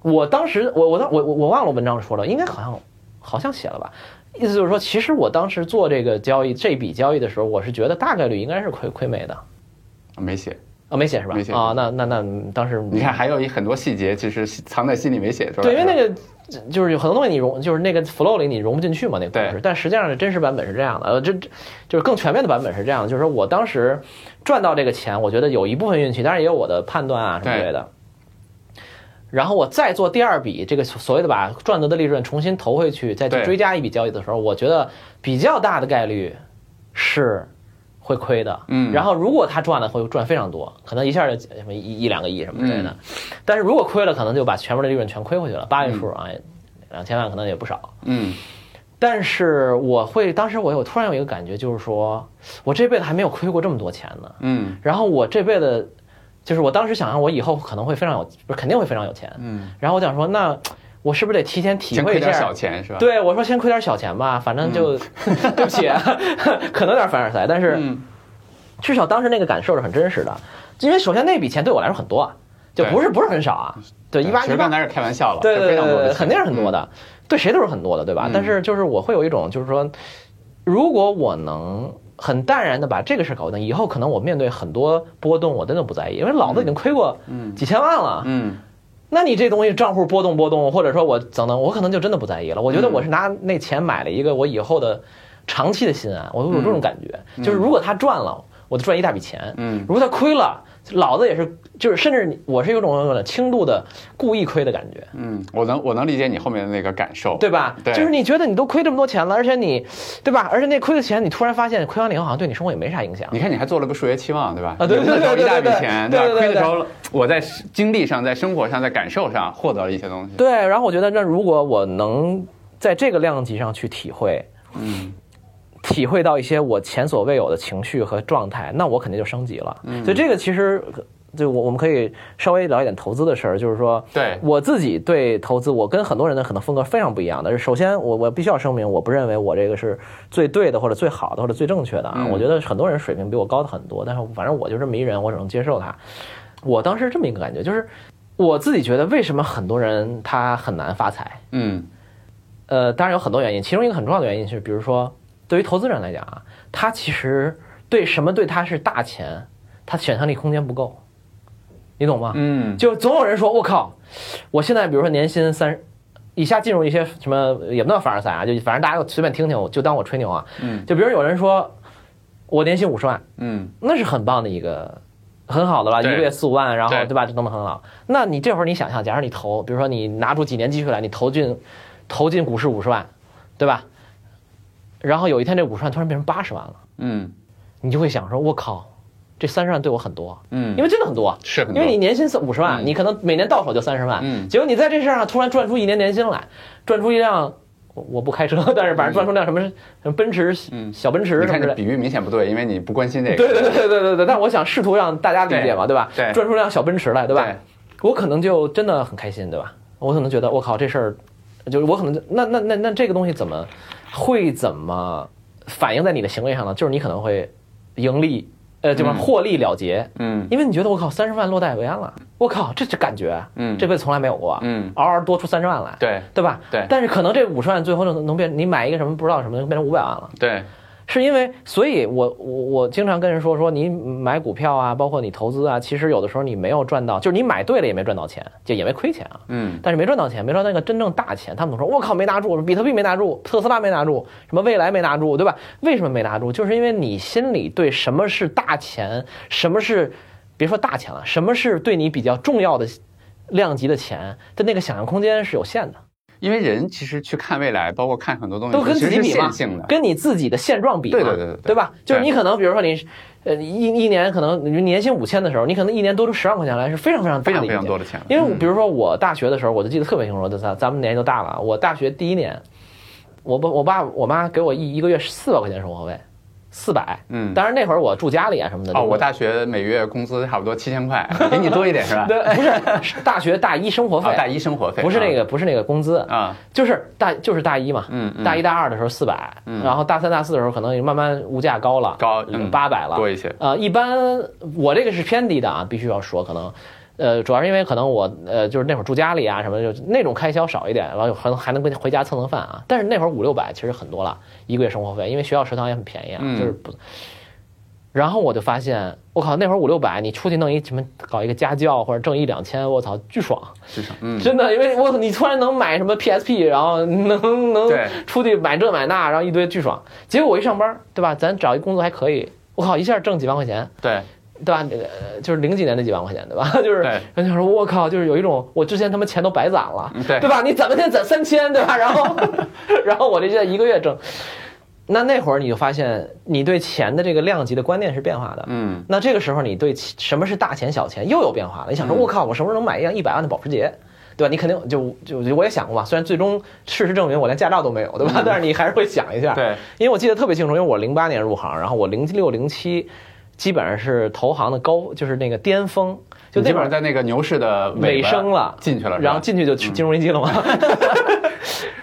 S1: 我当时我我当我我我忘了文章说了，应该好像好像写了吧。意思就是说，其实我当时做这个交易这笔交易的时候，我是觉得大概率应该是亏亏没的
S2: 没写。
S1: 啊，没写是吧？
S2: 没写
S1: 啊，那那那当时
S2: 你看，还有一很多细节，其实藏在心里没写出来。
S1: 对，因为那
S2: 是吧
S1: 个就是有很多东西你融，就是那个 flow 里你融不进去嘛，那个故
S2: 对
S1: 事。但实际上真实版本是这样的，呃，这这就是更全面的版本是这样的，就是说我当时赚到这个钱，我觉得有一部分运气，当然也有我的判断啊什么之类的。然后我再做第二笔，这个所谓的把赚得的利润重新投回去，再去
S2: 对
S1: 追加一笔交易的时候，我觉得比较大的概率是会亏的。
S2: 嗯
S1: 然后如果他赚了，会赚非常多，可能一下就什么一一两个亿什么之类
S2: 嗯
S1: 的。但是如果亏了，可能就把全部的利润全亏回去了，八位数啊，两千万可能也不少。
S2: 嗯
S1: 但是我会，当时我有突然有一个感觉，就是说我这辈子还没有亏过这么多钱呢。
S2: 嗯
S1: 然后我这辈子，就是我当时想象我以后可能会非常有，不是肯定会非常有钱。
S2: 嗯，
S1: 然后我想说，那我是不是得提前体
S2: 先
S1: 会
S2: 亏
S1: 一下
S2: 点小钱是吧？，
S1: 对，我说先亏点小钱吧，反正就、 对不起、啊，可能有点凡尔赛，但是
S2: 嗯
S1: 至少当时那个感受是很真实的。因为首先那笔钱对我来说很多，啊，就
S2: 对嗯
S1: 不是不是很少啊。对，一八
S2: 其
S1: 一
S2: 实
S1: 八
S2: 刚，才是开玩笑了，
S1: 对
S2: 是
S1: 对
S2: 非常
S1: 对
S2: 多的
S1: 对，
S2: 钱，
S1: 肯定是很多的，对谁都是很多的，对吧？
S2: 嗯
S1: 但是就是我会有一种，就是说，如果我能很淡然的把这个事儿搞定，以后可能我面对很多波动，我真的不在意，因为老子已经亏过
S2: 嗯
S1: 几千万了，
S2: 嗯
S1: 那你这东西账户波动波动，或者说我等等，我可能就真的不在意了。我觉得我是拿那钱买了一个我以后的长期的心安，我会有这种感觉。就是如果他赚了，我就赚一大笔钱；
S2: 嗯
S1: 如果他亏了，老子也是，就是甚至你我是有种有种轻度的故意亏的感觉，
S2: 嗯，我能我能理解你后面的那个感受。
S1: 对吧？
S2: 对
S1: 就是你觉得你都亏这么多钱了，而且你，对吧？而且那亏的钱，你突然发现亏完了以后，好像对你生活也没啥影响。
S2: 你看，你还做了个数学期望，对吧？
S1: 啊对对对
S2: 有的时候一大
S1: 对
S2: 笔
S1: 对对
S2: 钱，
S1: 对
S2: 吧？
S1: 对对
S2: 亏的
S1: 对
S2: 时候，我在经历上、在生活上、在感受上获得了一些东西。
S1: 对，然后我觉得，那如果我能在这个量级上去体会，
S2: 嗯
S1: 体会到一些我前所未有的情绪和状态，那我肯定就升级了。嗯、所以这个其实，就我我们可以稍微聊一点投资的事儿，就是说，
S2: 对
S1: 我自己对投资，我跟很多人的可能风格非常不一样的。首先我，我必须要声明，我不认为我这个是最对的，或者最好的，或者最正确的啊。
S2: 嗯
S1: 我觉得很多人水平比我高的很多，但是反正我就这么一人，我只能接受他。我当时这么一个感觉，就是我自己觉得，为什么很多人他很难发财？
S2: 嗯
S1: 呃，当然有很多原因，其中一个很重要的原因是，比如说对于投资人来讲啊，他其实对什么对他是大钱，他想象力空间不够，你懂吗？
S2: 嗯
S1: 就总有人说，我靠，我现在比如说年薪三一下进入一些什么也不算凡尔赛啊，就反正大家就随便听听，我就当我吹牛啊。
S2: 嗯
S1: 就比如有人说，我年薪五十万，
S2: 嗯，
S1: 那是很棒的一个，很好的了，一
S2: 对
S1: 个月四五万，然后
S2: 对
S1: 对吧，就弄得很好。那你这会儿你想想，假如你投，比如说你拿出几年积蓄来，你投进投进股市五十万，对吧？然后有一天这五十万突然变成八十万了，
S2: 嗯
S1: 你就会想说，我靠，这三十万对我很多，
S2: 嗯，
S1: 因为真的很多。
S2: 是很
S1: 因
S2: 多，
S1: 为你年薪五十万，
S2: 嗯
S1: 你可能每年到手就三十万，
S2: 嗯
S1: 结果你在这事儿上突然赚出一年年薪来，赚出一辆我我不开车， 但是反正赚出辆什么什么奔驰、
S2: 嗯
S1: 小奔驰
S2: 你
S1: 什么
S2: 看
S1: 之类
S2: 这
S1: 的。
S2: 比喻明显不对，因为你不关心这个。
S1: 对对对对对对对，但我想试图让大家理解嘛，对吧？
S2: 对
S1: 赚出辆小奔驰来，对吧？
S2: 对
S1: 我可能就真的很开心，对吧？我可能觉得我靠这事儿，就是我可能就那那那那这个东西怎么会怎么反映在你的行为上呢？就是你可能会盈利，呃，就是
S2: 嗯
S1: 获利了结，
S2: 嗯
S1: 因为你觉得我靠三十万落袋为安了，我靠这这感觉，
S2: 嗯
S1: 这辈子从来没有过，
S2: 嗯，
S1: 嗷嗷多出三十万来，
S2: 对
S1: 对吧？
S2: 对
S1: 但是可能这五十万最后就能能变，你买一个什么不知道什么，变成五百万了。
S2: 对，
S1: 是因为，所以我我我经常跟人说说，你买股票啊，包括你投资啊，其实有的时候你没有赚到，就是你买对了也没赚到钱，就也没亏钱啊，
S2: 嗯
S1: 但是没赚到钱，没赚到那个真正大钱。他们总说，我靠，没拿住，比特币没拿住，特斯拉没拿住，什么未来没拿住，对吧？为什么没拿住？就是因为你心里对什么是大钱，什么是别说大钱了，什么是对你比较重要的量级的钱的那个想象空间是有限的。
S2: 因为人其实去看未来，包括看很多东西，
S1: 都跟
S2: 其
S1: 自
S2: 实
S1: 己
S2: 是
S1: 比嘛
S2: 线性，的。
S1: 跟你自己的现状比嘛，
S2: 对对对对对
S1: 对吧？就是
S2: 对
S1: 你可能比如说你，呃，一一年可能你年薪五千的时候，你可能一年多出十万块钱来是非常非常大
S2: 非
S1: 的
S2: 常
S1: 一
S2: 非
S1: 个
S2: 常
S1: 钱
S2: 多的嗯钱了，
S1: 因为我比如说我大学的时候，我就记得特别清楚，咱咱们年纪都大了，我大学第一年，我爸我爸我妈给我一一个月四百块钱生活费，四百。
S2: 嗯，
S1: 当然那会儿我住家里啊什么的。
S2: 哦，我大学每月工资差不多七千块， 比你多一点是吧？
S1: 对不 是是大学大一生活费
S2: 哦，，大一生活费
S1: 不是那个不是那个工资，
S2: 啊，
S1: 就是大就是大一嘛，
S2: 嗯嗯
S1: 大一大二的时候四百、
S2: 嗯
S1: 然后大三大四的时候可能慢慢物价高了，
S2: 高嗯
S1: 八百了，
S2: 多一些
S1: 呃，一般我这个是偏低的啊，必须要说可能。呃，主要是因为可能我呃，就是那会儿住家里啊什么的，就那种开销少一点，然后还能还能跟回家蹭蹭饭啊。但是那会儿五六百其实很多了，一个月生活费，因为学校食堂也很便宜啊，
S2: 嗯
S1: 就是不。然后我就发现，我靠，那会儿五六百，你出去弄一什么搞一个家教或者挣一两千，我操，巨爽。
S2: 至少嗯，
S1: 真的，因为我你突然能买什么 PSP，然后能能
S2: 对
S1: 出去买这买那，然后一堆巨爽。结果我一上班，对吧？咱找一工作还可以，我靠，一下挣几万块钱，
S2: 对
S1: 对吧？呃就是零几年的几万块钱，对吧？就是
S2: 对
S1: 人家说，我靠，就是有一种我之前他妈钱都白攒了，
S2: 嗯对
S1: 对吧？你攒半天攒三千，对吧？然后 然后我这现在一个月挣，那那会儿你就发现你对钱的这个量级的观念是变化的，
S2: 嗯
S1: 那这个时候，你对其什么是大钱小钱又有变化了。你想说，
S2: 嗯
S1: 我靠，我什么时候能买一辆一百万的保时捷，对吧？你肯定就就就我也想过嘛。虽然最终事实证明我连驾照都没有，对吧？但是你还是会想一下。
S2: 嗯对，
S1: 因为我记得特别清楚，因为我零八年入行，然后我零六零七基本上是投行的高，就是那个巅峰，就那
S2: 你基
S1: 会
S2: 本
S1: 儿
S2: 上在那个牛市的
S1: 尾
S2: 巴
S1: 声了
S2: 进去了，是吧嗯
S1: 然后进去就去金融危机了 嘛。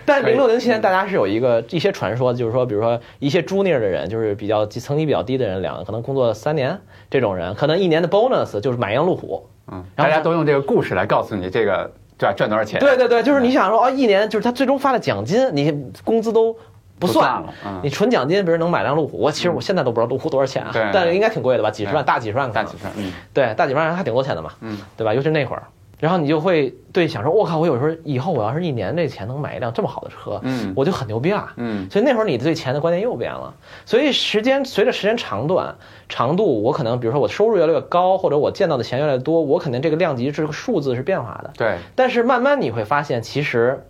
S1: 但
S2: 可以嗯
S1: 零六零七年，大家是有一个一些传说，就是说，比如说一些 junior 的人，就是比较层级比较低的人，两个可能工作三年这种人，可能一年的 bonus 就是买一辆路虎。
S2: 嗯，
S1: 然
S2: 大
S1: 后
S2: 家都用这个故事来告诉你这个对吧啊嗯赚多少钱，
S1: 对对对，就是你想说哦，一年就是他最终发的奖金，你工资都不
S2: 不
S1: 算。
S2: 了，嗯，
S1: 你纯奖金，比如能买辆路虎，我其实我现在都不知道路虎多少钱啊，
S2: 对
S1: 但是应该挺贵的吧，几十万，
S2: 对
S1: 大几十万可
S2: 大
S1: 能，
S2: 几十，嗯
S1: 对，大几万还挺多钱的嘛，
S2: 嗯，
S1: 对吧？尤其是那会儿，然后你就会对想说，我靠，我有时候以后我要是一年这钱能买一辆这么好的车，
S2: 嗯
S1: 我就很牛逼了。
S2: 嗯
S1: 所以那会儿你对钱的观念又变了，所以时间随着时间长短长度，我可能比如说我收入越来越高，或者我见到的钱越来越多，我肯定这个量级这个数字是变化的。
S2: 对，
S1: 但是慢慢你会发现，其实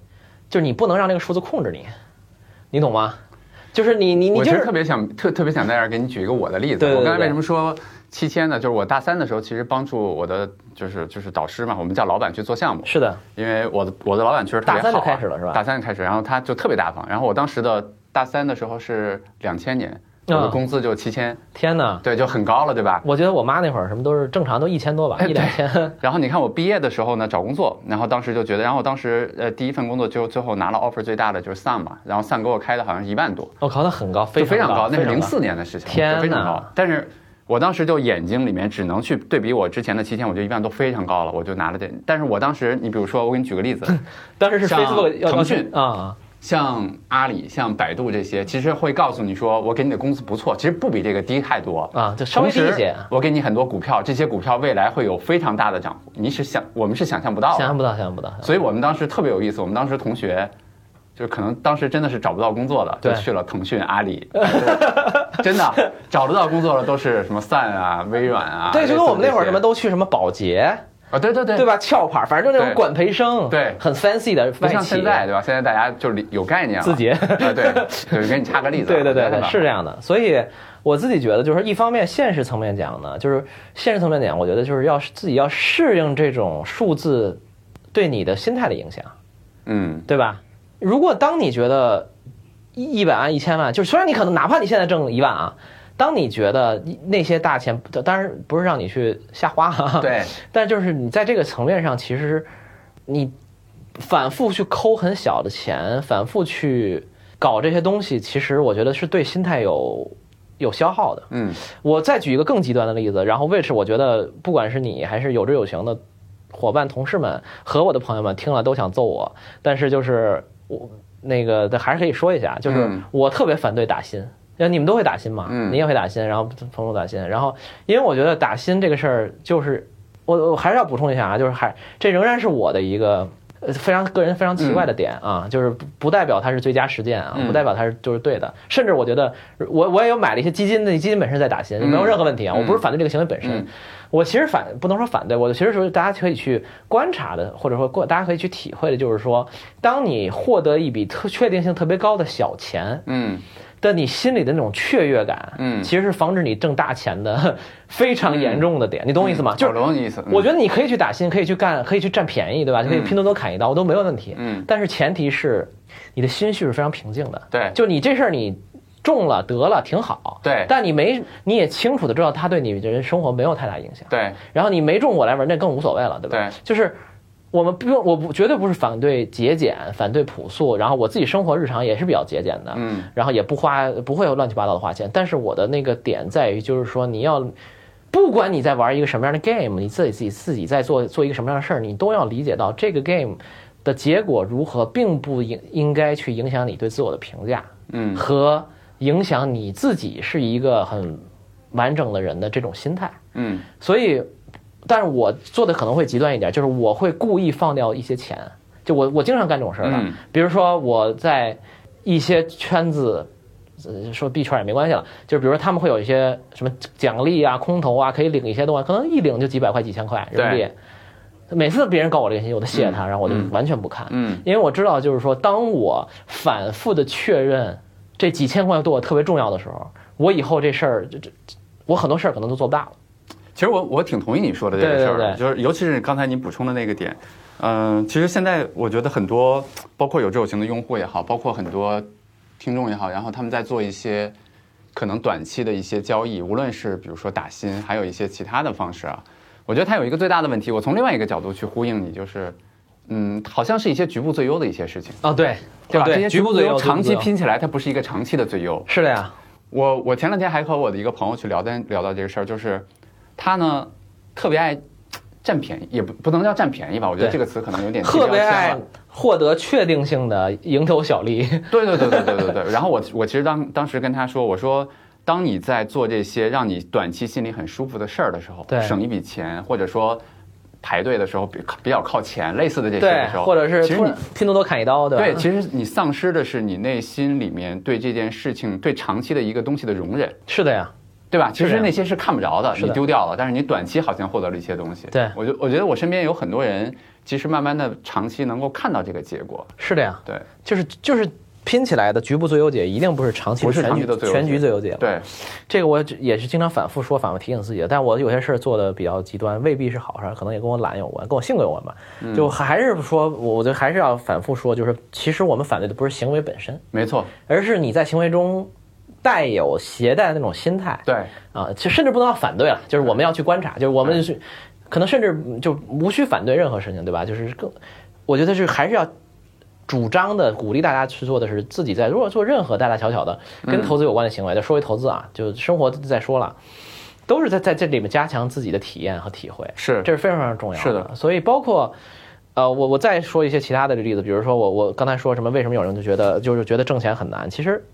S1: 就是你不能让这个数字控制你，你懂吗？就是你你你
S2: 我
S1: 就
S2: 其实
S1: 是
S2: 特别想特特别想在这儿给你举一个我的例子。啊
S1: 对对对
S2: 我刚才为什么说七千呢？就是我大三的时候，其实帮助我的就是就是导师嘛，我们叫老板去做项目，
S1: 是的，
S2: 因为我的我的老板确实特别好
S1: 大
S2: 啊、
S1: 三就开始了是吧
S2: 大三就开始，然后他就特别大方。然后我当时的大三的时候是两千年，我
S1: 嗯
S2: 的工资就七千，
S1: 天哪！
S2: 对，就很高了，对吧？
S1: 我觉得我妈那会儿什么都是正常都一千多吧，
S2: 哎
S1: 一两千。
S2: 然后你看我毕业的时候呢，找工作，然后当时就觉得，然后我当时呃第一份工作就最后拿了 offer 最大的就是 Sun 嘛，然后 Sun 给我开的好像一万多，
S1: 我靠，那哦很高，非
S2: 就非常
S1: 高，
S2: 那是
S1: 非常
S2: 零四年的事情，
S1: 天
S2: 就非常
S1: 哪
S2: 高。但是我当时就眼睛里面只能去对比我之前的七千，我就一万都非 常高了，我就拿了这。但是我当时，你比如说，我给你举个例子，
S1: 当时是
S2: 像
S1: Facebook 要
S2: 腾讯
S1: 要啊，
S2: 像阿里、像百度这些，其实会告诉你说，我给你的工资不错，其实不比这个低太多。
S1: 啊，就稍微低一
S2: 同时
S1: 些，
S2: 我给你很多股票，这些股票未来会有非常大的涨幅，你是想我们是想象不到
S1: 想
S2: 的。
S1: 象不到，想象不到。
S2: 所以我们当时特别有意思，我们当时同学，就是可能当时真的是找不到工作的，就
S1: 对
S2: 去了腾讯、阿里， 百度真的找得到工作的都是什么 Sun 啊、微软啊，
S1: 对，就跟我们那会儿什么
S2: 都
S1: 都去什么保洁，
S2: 啊，对对对，
S1: 对？吧？壳牌，反正就那种
S2: 对
S1: 管培生，
S2: 对
S1: 很 fancy 的
S2: 不
S1: 外
S2: 像
S1: 企，
S2: 现在对吧？现在大家就有概念了，
S1: 字节。
S2: 啊，对，就是给你插个例子啊，
S1: 对对对
S2: 没办
S1: 对，
S2: 法
S1: 是这样的。所以我自己觉得，就是一方面现实层面讲呢，就是现实层面讲，我觉得就是要自己要适应这种数字对你的心态的影响，
S2: 嗯，
S1: 对吧？如果当你觉得一一百万、一千万，就是虽然你可能哪怕你现在挣一万啊，当你觉得那些大钱，当然不是让你去瞎花啊，
S2: 对，
S1: 但就是你在这个层面上，其实你反复去抠很小的钱，反复去搞这些东西，其实我觉得是对心态有有消耗的。
S2: 嗯，
S1: 我再举一个更极端的例子，然后 which 我觉得不管是你还是有志有行的伙伴、同事们和我的朋友们听了都想揍我，但是就是我那个但还是可以说一下，就是
S2: 嗯
S1: 我特别反对打新。那你们都会打新嘛？
S2: 嗯
S1: 你也会打新，然后朋友打新，然后因为我觉得打新这个事儿，就是我我还是要补充一下啊，就是还这仍然是我的一个呃非常个人非常奇怪的点啊，就是不不代表它是最佳实践啊，
S2: 嗯
S1: 不代表它是就是对的，甚至我觉得我我也有买了一些基金的，基金本身在打新，
S2: 嗯
S1: 没有任何问题啊，
S2: 嗯
S1: 我不是反对这个行为本身，
S2: 嗯
S1: 我其实反不能说反对，我其实说大家可以去观察的，或者说过大家可以去体会的，就是说，当你获得一笔特确定性特别高的小钱，
S2: 嗯，
S1: 但你心里的那种雀跃感，
S2: 嗯
S1: 其实是防止你挣大钱的非常严重的点，你懂我意思吗？就是
S2: 我懂你意思。嗯
S1: 我觉得你可以去打新，可以去干，可以去占便宜，对吧？可以拼多多砍一刀都没有问题。
S2: 嗯
S1: 但是前提是你的心绪是非常平静的。
S2: 对
S1: 就你这事儿你中了得了挺好。
S2: 对
S1: 但你没，你也清楚的知道它对你的人生活没有太大影响。
S2: 对，
S1: 然后你没中我来玩，那更无所谓了，对吧？
S2: 对，
S1: 就是我们不用，我不绝对不是反对节俭，反对朴素，然后我自己生活日常也是比较节俭的，
S2: 嗯，
S1: 然后也不花不会有乱七八糟的花钱，但是我的那个点在于就是说你要。不管你在玩一个什么样的 game，你自己自己自己在做做一个什么样的事儿，你都要理解到这个 game 的结果如何，并不应应该去影响你对自我的评价。
S2: 嗯
S1: 和影响你自己是一个很完整的人的这种心态。
S2: 嗯
S1: 所以，但是我做的可能会极端一点，就是我会故意放掉一些钱，就我我经常干这种事儿的
S2: 嗯。
S1: 比如说我在一些圈子。呃说币圈也没关系了，就是比如说他们会有一些什么奖励啊、空投啊，可以领一些东西，可能一领就几百块、几千块人民币。每次别人搞我这个信息，我都谢谢他，然后我就
S2: 嗯
S1: 完全不看。
S2: 嗯
S1: 因为我知道，就是说，当我反复的确认这几千块对我特别重要的时候，我以后这事儿，这这这我很多事儿可能都做不大了。
S2: 其实我我挺同意你说的这个事儿的，
S1: 对对对
S2: 就是尤其是刚才你补充的那个点，嗯、其实现在我觉得很多，包括有志有情的用户也好，包括很多听众也好，然后他们在做一些可能短期的一些交易，无论是比如说打新，还有一些其他的方式啊，我觉得它有一个最大的问题，我从另外一个角度去呼应你，就是，嗯，好像是一些局部最优的一些事情，
S1: 啊，对，
S2: 对吧？这些
S1: 局部最优，
S2: 长期
S1: 局部最优
S2: 拼起来，它不是一个长期的最优，
S1: 是的呀，
S2: 我我前两天还和我的一个朋友去聊天，聊到这个事儿，就是他呢特别爱占便宜，也不不能叫占便宜吧，我觉得
S1: 对
S2: 这个词可能有点贴
S1: 特别
S2: 标签
S1: 爱
S2: 了
S1: 获得确定性的蝇头小利。
S2: 对对对对对对对。然后我我其实当当时跟他说，我说当你在做这些让你短期心里很舒服的事儿的时候，
S1: 对
S2: 省一笔钱，或者说排队的时候比比较靠前，类似的这些
S1: 对
S2: 的时候，，
S1: 或者是
S2: 其实
S1: 突
S2: 你
S1: 然嗯拼多多砍一刀，对吧？
S2: 对，其实你丧失的是你内心里面对这件事情、对长期的一个东西的容忍。
S1: 是的呀，
S2: 对吧？其
S1: 是这
S2: 实
S1: 样
S2: 那些是看不着的，
S1: 是的
S2: 你丢掉了，但是你短期好像获得了一些东西。
S1: 对
S2: 我就我觉得我身边有很多人，其实慢慢的长期能够看到这个结果。
S1: 是的呀，
S2: 对
S1: 就是就是拼起来的局部最优解，一定不是长期
S2: 不
S1: 的
S2: 是
S1: 全
S2: 长期
S1: 局
S2: 的最优
S1: 全
S2: 解
S1: 局最优解。
S2: 对，
S1: 这个我只也是经常反复说、反复提醒自己的，但我有些事儿做的比较极端，未必是好事儿，可能也跟我懒有关，跟我性格有关吧。就还是说，我就还是要反复说，就是其实我们反对的不是行为本身，
S2: 没错，
S1: 而是你在行为中带有携带的那种心态。
S2: 对，
S1: 啊，其实甚至不能叫反对了，就是我们要去观察，就是我们是可能甚至就无需反对任何事情，对吧？就是更，我觉得是还是要主张的鼓励大家去做的是自己在如果做任何大大小小的跟投资有关的行为，就说回投资啊，就生活再说了。都是在在这里面加强自己的体验和体会，
S2: 是
S1: 这是非常非常重要
S2: 是的
S1: 所以包括呃，我我再说一些其他的例子，比如说我我刚才说什么，为什么有人就觉得就是觉得挣钱很难？其实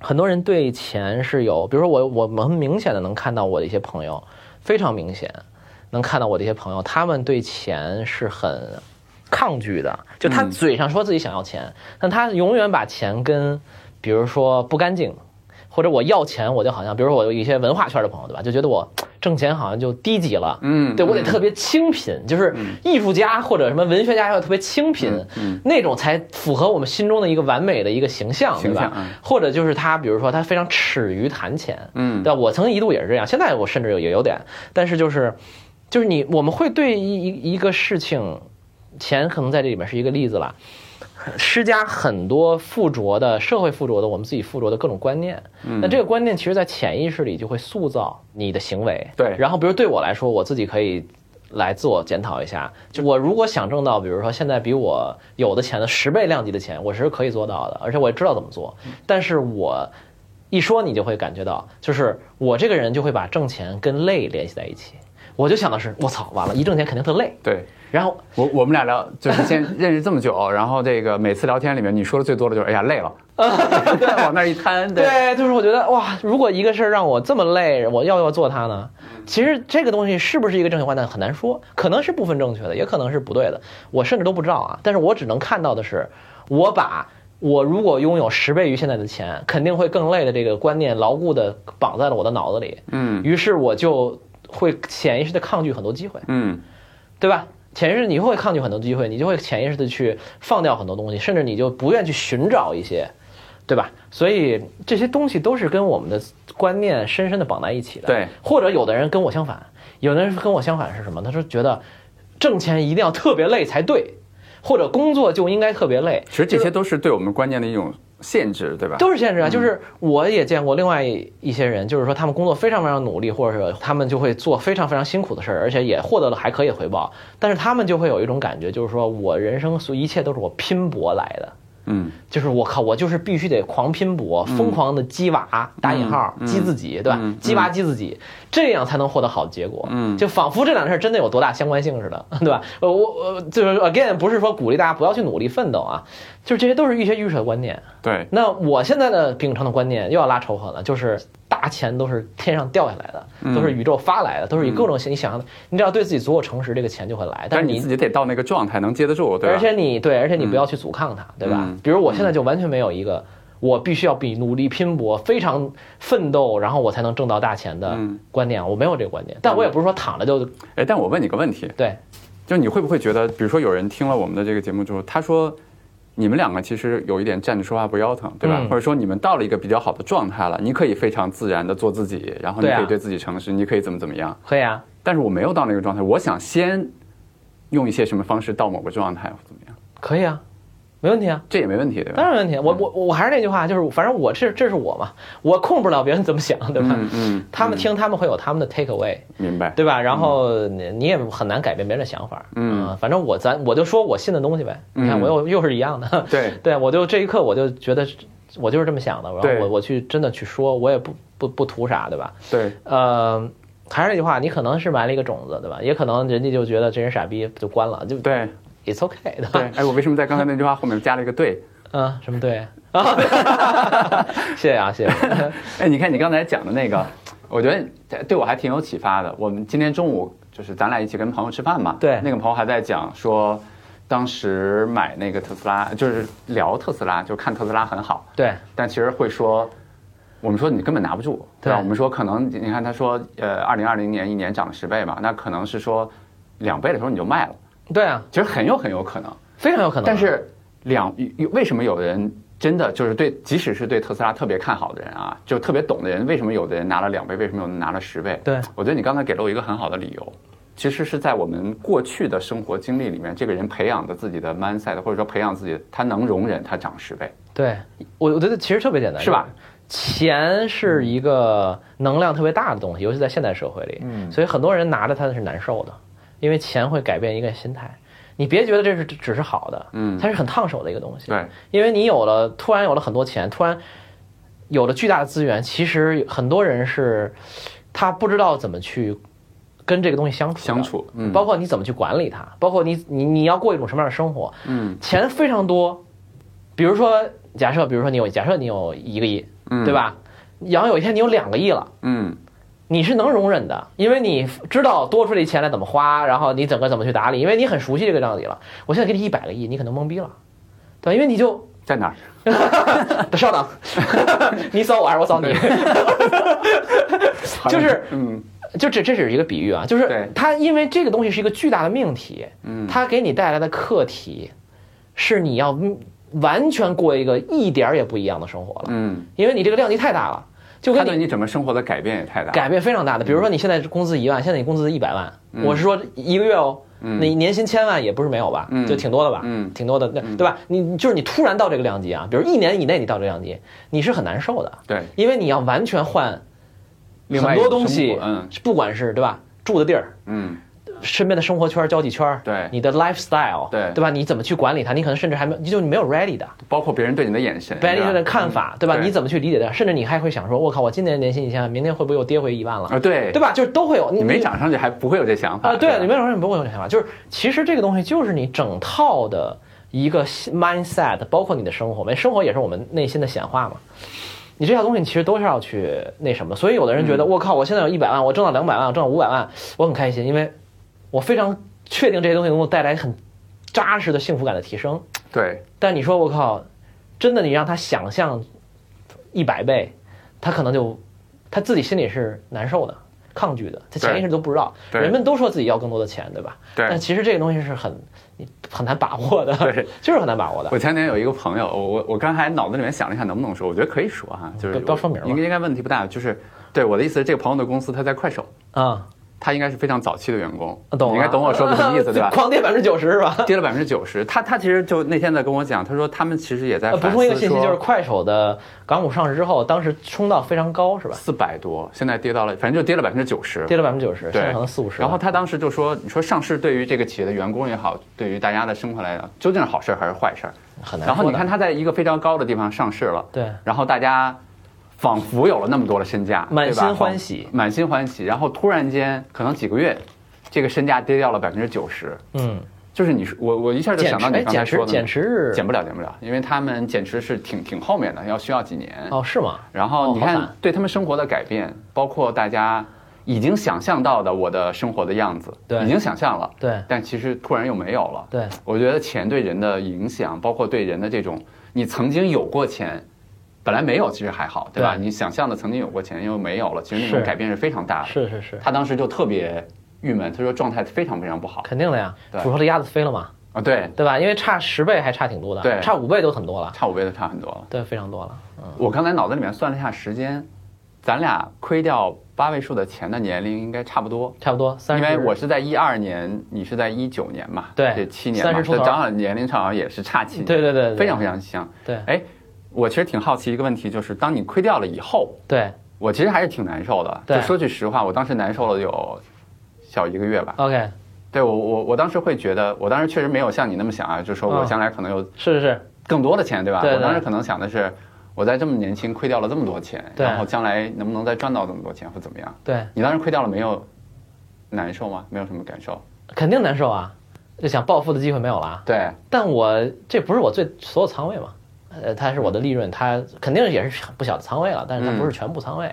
S1: 很多人对钱是有，比如说我我们明显的能看到我的一些朋友，非常明显能看到我的一些朋友，他们对钱是很抗拒的，就他
S2: 嗯
S1: 嘴上说自己想要钱，但他永远把钱跟比如说不干净。或者我要钱，我就好像，比如说我有一些文化圈的朋友，对吧？就觉得我挣钱好像就低级了，
S2: 嗯，
S1: 对我得
S2: 嗯
S1: 特别清贫，就是艺术家或者什么文学家要特别清贫，
S2: 嗯
S1: 那种才符合我们心中的一个完美的一个形象，
S2: 形
S1: 对
S2: 象
S1: 吧？
S2: 嗯
S1: 或者就是他，比如说他非常耻于谈钱，
S2: 嗯，
S1: 对吧，我曾经一度也是这样，现在我甚至有也有点，但是就是就是你我们会对一一一个事情，钱可能在这里面是一个例子啦，施加很多附着的社会附着的我们自己附着的各种观念，那这个观念其实在潜意识里就会塑造你的行为，
S2: 对
S1: 然后比如对我来说，我自己可以。来自我检讨一下，就我如果想挣到，比如说现在比我有的钱的十倍量级的钱，我是可以做到的，而且我也知道怎么做。但是我一说你就会感觉到，就是我这个人就会把挣钱跟累联系在一起。我就想的是，我操，完了，一挣钱肯定特累。
S2: 对。
S1: 然后
S2: 我我们俩聊就是先认识这么久，然后这个每次聊天里面你说的最多的就是哎 呀累了，对，往那儿一摊，对，
S1: 对，就是我觉得哇，如果一个事儿让我这么累，我要不要做它呢？
S2: 嗯
S1: 其实这个东西是不是一个正确化，那很难说，可能是部分正确的，也可能是不对的，我甚至都不知道啊。但是我只能看到的是，我把我如果拥有十倍于现在的钱，肯定会更累的这个观念牢固的绑在了我的脑子里，
S2: 嗯
S1: 于是我就会潜意识的抗拒很多机会。
S2: 嗯
S1: 对吧？潜意识你会抗拒很多机会，你就会潜意识的去放掉很多东西，甚至你就不愿去寻找一些，对吧？所以这些东西都是跟我们的观念深深的绑在一起的。
S2: 对，
S1: 或者有的人跟我相反，有的人跟我相反是什么？他说觉得挣钱一定要特别累才对，或者工作就应该特别累，
S2: 其实这些都是对我们观念的一种限制，对吧？
S1: 都是限
S2: 嗯
S1: 制啊。就是我也见过另外一些人，就是说他们工作非常非常努力，或者是他们就会做非常非常辛苦的事儿，而且也获得了还可以的回报，但是他们就会有一种感觉，就是说我人生所一切都是我拼搏来的。
S2: 嗯
S1: 就是我靠，我就是必须得狂拼搏，疯狂的鸡娃打引号
S2: 嗯
S1: 鸡自己，对吧
S2: 嗯？
S1: 鸡娃鸡自己，这样才能获得好结果。
S2: 嗯
S1: 就仿佛这两件事真的有多大相关性似的， 对吧？呃，我我就是 again 不是说鼓励大家不要去努力奋斗啊，就是这些都是一些预设的观念。
S2: 对，
S1: 那我现在的秉承的观念又要拉仇恨了，就是大钱都是天上掉下来
S2: 嗯
S1: 的，都是宇宙发来的，都是以各种形你想象的，你只要对自己足够诚实，这个钱就会来。
S2: 但
S1: 但
S2: 是
S1: 是
S2: 你
S1: 你
S2: 自己得到那个状态能接得住，对吧？
S1: 而且你对，而且你不要去阻抗它，对吧
S2: 嗯？
S1: 比如我现在就完全没有一个，我必须要比努力拼搏、非常奋斗，然后我才能挣到大钱的
S2: 嗯
S1: 观念，我没有这个观念。但我也不是说躺着就
S2: 哎，但我问你个问题，
S1: 对，
S2: 就是你会不会觉得，比如说有人听了我们的这个节目之后，他说你们两个其实有一点站着说话不腰疼，对吧？
S1: 嗯
S2: 或者说你们到了一个比较好的状态了，你可以非常自然的做自己，然后你
S1: 对啊
S2: 可以对自己诚实，你可以怎么怎么样。
S1: 可以啊。
S2: 但是我没有到那个状态，我想先用一些什么方式到某个状态或怎么样，
S1: 可以啊，没问题啊，
S2: 这也没问题，对吧
S1: 当？然没问题。我我我还是那句话，就是反正我这这是我嘛，我控制不了别人怎么想，对吧？
S2: 嗯嗯，
S1: 他们听，他们会有他们的 take away，
S2: 明白。
S1: 对吧？然后你你也很难改变别人的想法，
S2: 嗯
S1: 呃反正我咱我就说我信的东西呗。你看
S2: 嗯
S1: 我又又是一样 的，
S2: 对
S1: 对我就这一刻我就觉得我就是这么想的，然
S2: 对
S1: 后我我去真的去说，我也不不不图啥，对吧？
S2: 对，
S1: 呃，还是那句话，你可能是埋了一个种子，对吧？也可能人家就觉得这人傻逼就关了，就
S2: 对
S1: ，it's okay，对
S2: 对
S1: 吧？，
S2: 哎，我为什么在刚才那句话后面加了一个对？
S1: 嗯，什么对啊？ 谢谢啊，谢谢。
S2: 哎，你看你刚才讲的那个，我觉得对我还挺有启发的。我们今天中午就是咱俩一起跟朋友吃饭嘛，
S1: 对
S2: 那个朋友还在讲说，当时买那个特斯拉，就是聊特斯拉，就看特斯拉很好，
S1: 对，
S2: 但其实会说，我们说你根本拿不住，
S1: 对
S2: 吧？我们说可能你看他说，呃，二零二零年一年涨了十倍嘛，那可能是说两倍的时候你就卖了，
S1: 对啊，
S2: 其实很有很有可能。
S1: 非常有可能啊。
S2: 但是两有为什么有的人真的就是对，即使是对特斯拉特别看好的人啊，就特别懂的人，为什么有的人拿了两倍，为什么有的人拿了十倍？
S1: 对
S2: 我觉得你刚才给了我一个很好的理由，其实是在我们过去的生活经历里面，这个人培养的自己的 mindset，或者说培养自己，他能容忍他涨十倍。
S1: 对，我我觉得其实特别简单，
S2: 是吧？
S1: 钱是一个能量特别大的东西，尤其在现代社会里，嗯，所以很多人拿着它是难受的，因为钱会改变一个心态。你别觉得这是只是好的，
S2: 嗯
S1: 它是很烫手的一个东西，
S2: 对，
S1: 因为你有了突然有了很多钱，突然有了巨大的资源，其实很多人是他不知道怎么去跟这个东西相处的
S2: 相处嗯
S1: 包括你怎么去管理它，包括你你你要过一种什么样的生活，
S2: 嗯
S1: 钱非常多，比如说假设，比如说你有假设你有一个亿，
S2: 嗯，
S1: 对？吧？然后有一天你有两个亿了。
S2: 嗯，
S1: 你是能容忍的，因为你知道多出来钱来怎么花，然后你整个怎么去打理，因为你很熟悉这个账底了。我现在给你一百个亿，你可能懵逼了，对吧，因为你就
S2: 在哪儿？
S1: 稍等， 你扫我还是我扫你？
S2: 好像
S1: 就是
S2: 嗯
S1: 就这这只是一个比喻啊，就是
S2: 对
S1: 它因为这个东西是一个巨大的命题，
S2: 嗯，
S1: 它给你带来的课题是你要完全过一个一点儿也不一样的生活了，
S2: 嗯，
S1: 因为你这个量级太大了，就
S2: 他
S1: 跟
S2: 对
S1: 你
S2: 你整个生活的改变也太大。
S1: 改变非常大的。比如说你现在工资一万，现在你工资一百万，
S2: 嗯
S1: 我是说一个月哦，
S2: 嗯
S1: 你年薪千万也不是没有吧，
S2: 嗯
S1: 就挺多的吧，
S2: 嗯
S1: 挺多的，对对吧？你就是你突然到这个量级啊，比如一年以内你到这个量级，你是很难受的，
S2: 对，
S1: 因为你要完全换
S2: 另外
S1: 很
S2: 一
S1: 多
S2: 种
S1: 东
S2: 生
S1: 西
S2: 活，嗯
S1: 不管是对吧，住的地儿。
S2: 嗯
S1: 身边的生活圈、交际圈，
S2: 对
S1: 你的 lifestyle，
S2: 对
S1: 对吧？你怎么去管理它？你可能甚至还没有，就你没有 ready 的，
S2: 包括别人对你的眼神，
S1: 别人
S2: 对吧嗯
S1: 的看法，对吧？
S2: 对
S1: 你怎么去理解它？甚至你还会想说，我靠，我今年年薪一千万，明年会不会又跌回一万了？
S2: 啊，对
S1: 对，吧？就是都会有，
S2: 你
S1: 你
S2: 没涨上去还不会有这想法
S1: 啊，对，你没
S2: 吧
S1: 有人不会有这想法，就是其实这个东西就是你整套的一个 mindset，包括你的生活，没生活也是我们内心的显化嘛。你这套东西其实都是要去那什么，所以有的人觉
S2: 嗯
S1: 得我靠，我现在有一百万，我挣到两百万，我挣到五百万，我很开心，因为我非常确定这些东西能够带来很扎实的幸福感的提升。
S2: 对，
S1: 但你说我靠，真的你让他想象一百倍，他可能就他自己心里是难受的、抗拒的，他潜意识都不知道。
S2: 对
S1: 人们都说自己要更多的钱，对吧？
S2: 对
S1: 但其实这个东西是很你很难把握的，
S2: 对，
S1: 就是很难把握的。
S2: 我前两天有一个朋友，我我我刚才脑子里面想了一下能不能说，我觉得可以说哈，就是
S1: 不不要说名了
S2: 应该应该问题不大。就是对我的意思是，这个朋友的公司他在快手，
S1: 啊，
S2: 他应该是非常早期的员工，
S1: 懂了
S2: 你应该懂我说的什 么意思对吧？
S1: 狂跌百分之九十是吧？
S2: 跌了百分之九十，他他其实就那天在跟我讲，他说他们其实也在
S1: 呃补
S2: 哎反
S1: 充一个
S2: 思
S1: 信息，就是
S2: 说
S1: 快手的港股上市之后，当时冲到非常高，是吧？
S2: 四百多，现在跌到了，反正就跌了百分之九十
S1: 跌。了百分之九十，现
S2: 对
S1: 在可能四五十。
S2: 然后他当时就说：“你说上市对于这个企业的员工也好，对于大家的生活来讲，究竟是好事儿还是坏事儿？
S1: 很难说的。
S2: 然后你看他在一个非常高的地方上市了，
S1: 对
S2: 然后大家仿佛有了那么多的身价，
S1: 满心
S2: 对吧
S1: 欢喜
S2: 仿满心欢喜。然后突然间，可能几个月，这个身价跌掉了百分之九十。
S1: 嗯，
S2: 就是你说我我一下就
S1: 减
S2: 想
S1: 持
S2: 到你
S1: 哎
S2: 刚才
S1: 减
S2: 说
S1: 持
S2: 的，
S1: 减持日
S2: 减不了，减不了，因为他们减持是挺挺后面的，要需要几年。
S1: 哦是吗？
S2: 然后你
S1: 哦好
S2: 看
S1: 惨
S2: 对他们生活的改变，包括大家已经想象到的我的生活的样子，
S1: 对
S2: 已经想象了，
S1: 对
S2: 但其实突然又没有了。
S1: 对，
S2: 我觉得钱对人的影响，包括对人的这种，你曾经有过钱，本来没有其实还好，对吧？
S1: 对
S2: 你想象的曾经有过钱又没有了，其实那
S1: 是
S2: 种改变是非常大的。
S1: 是是是，
S2: 他当时就特别郁闷，他说状态非常非常不好
S1: 肯定的呀。
S2: 对
S1: 煮熟的鸭子飞了嘛，
S2: 啊，对，
S1: 对吧？因为差十倍还差挺多的，
S2: 对
S1: 差五倍都很多了，
S2: 差五倍都差很多了。
S1: 对，非常多了。嗯，
S2: 我刚才脑子里面算了一下时间，咱俩亏掉八位数的钱的年龄应该差不多，
S1: 差不多三
S2: 因
S1: 十。
S2: 为我是在一二年，你是在一九年嘛，
S1: 对
S2: 这七年
S1: 三
S2: 嘛，
S1: 十出
S2: 这
S1: 头
S2: 正好年龄上好像也是差七年，
S1: 对对对对
S2: 非常非常像。
S1: 对
S2: 哎，我其实挺好奇一个问题，就是当你亏掉了以后，
S1: 对
S2: 我其实还是挺难受的。
S1: 对
S2: 就说句实话，我当时难受了有小一个月吧。
S1: ，OK，
S2: 对我我我当时会觉得，我当时确实没有像你那么想啊，就说
S1: 嗯
S2: 我将来可能有
S1: 是是是，
S2: 更多的钱，对吧？
S1: 对对
S2: 我当时可能想的是，我在这么年轻亏掉了这么多钱，
S1: 对
S2: 然后将来能不能再赚到这么多钱或怎么样？
S1: 对，
S2: 你当时亏掉了没有难受吗？没有什么感受？
S1: 肯定难受啊，就想暴富的机会没有了啊。
S2: 对
S1: 但我这不是我最所有仓位嘛，呃，它是我的利润，它肯定也是不小的仓位了，但是它
S2: 嗯
S1: 不是全部仓位。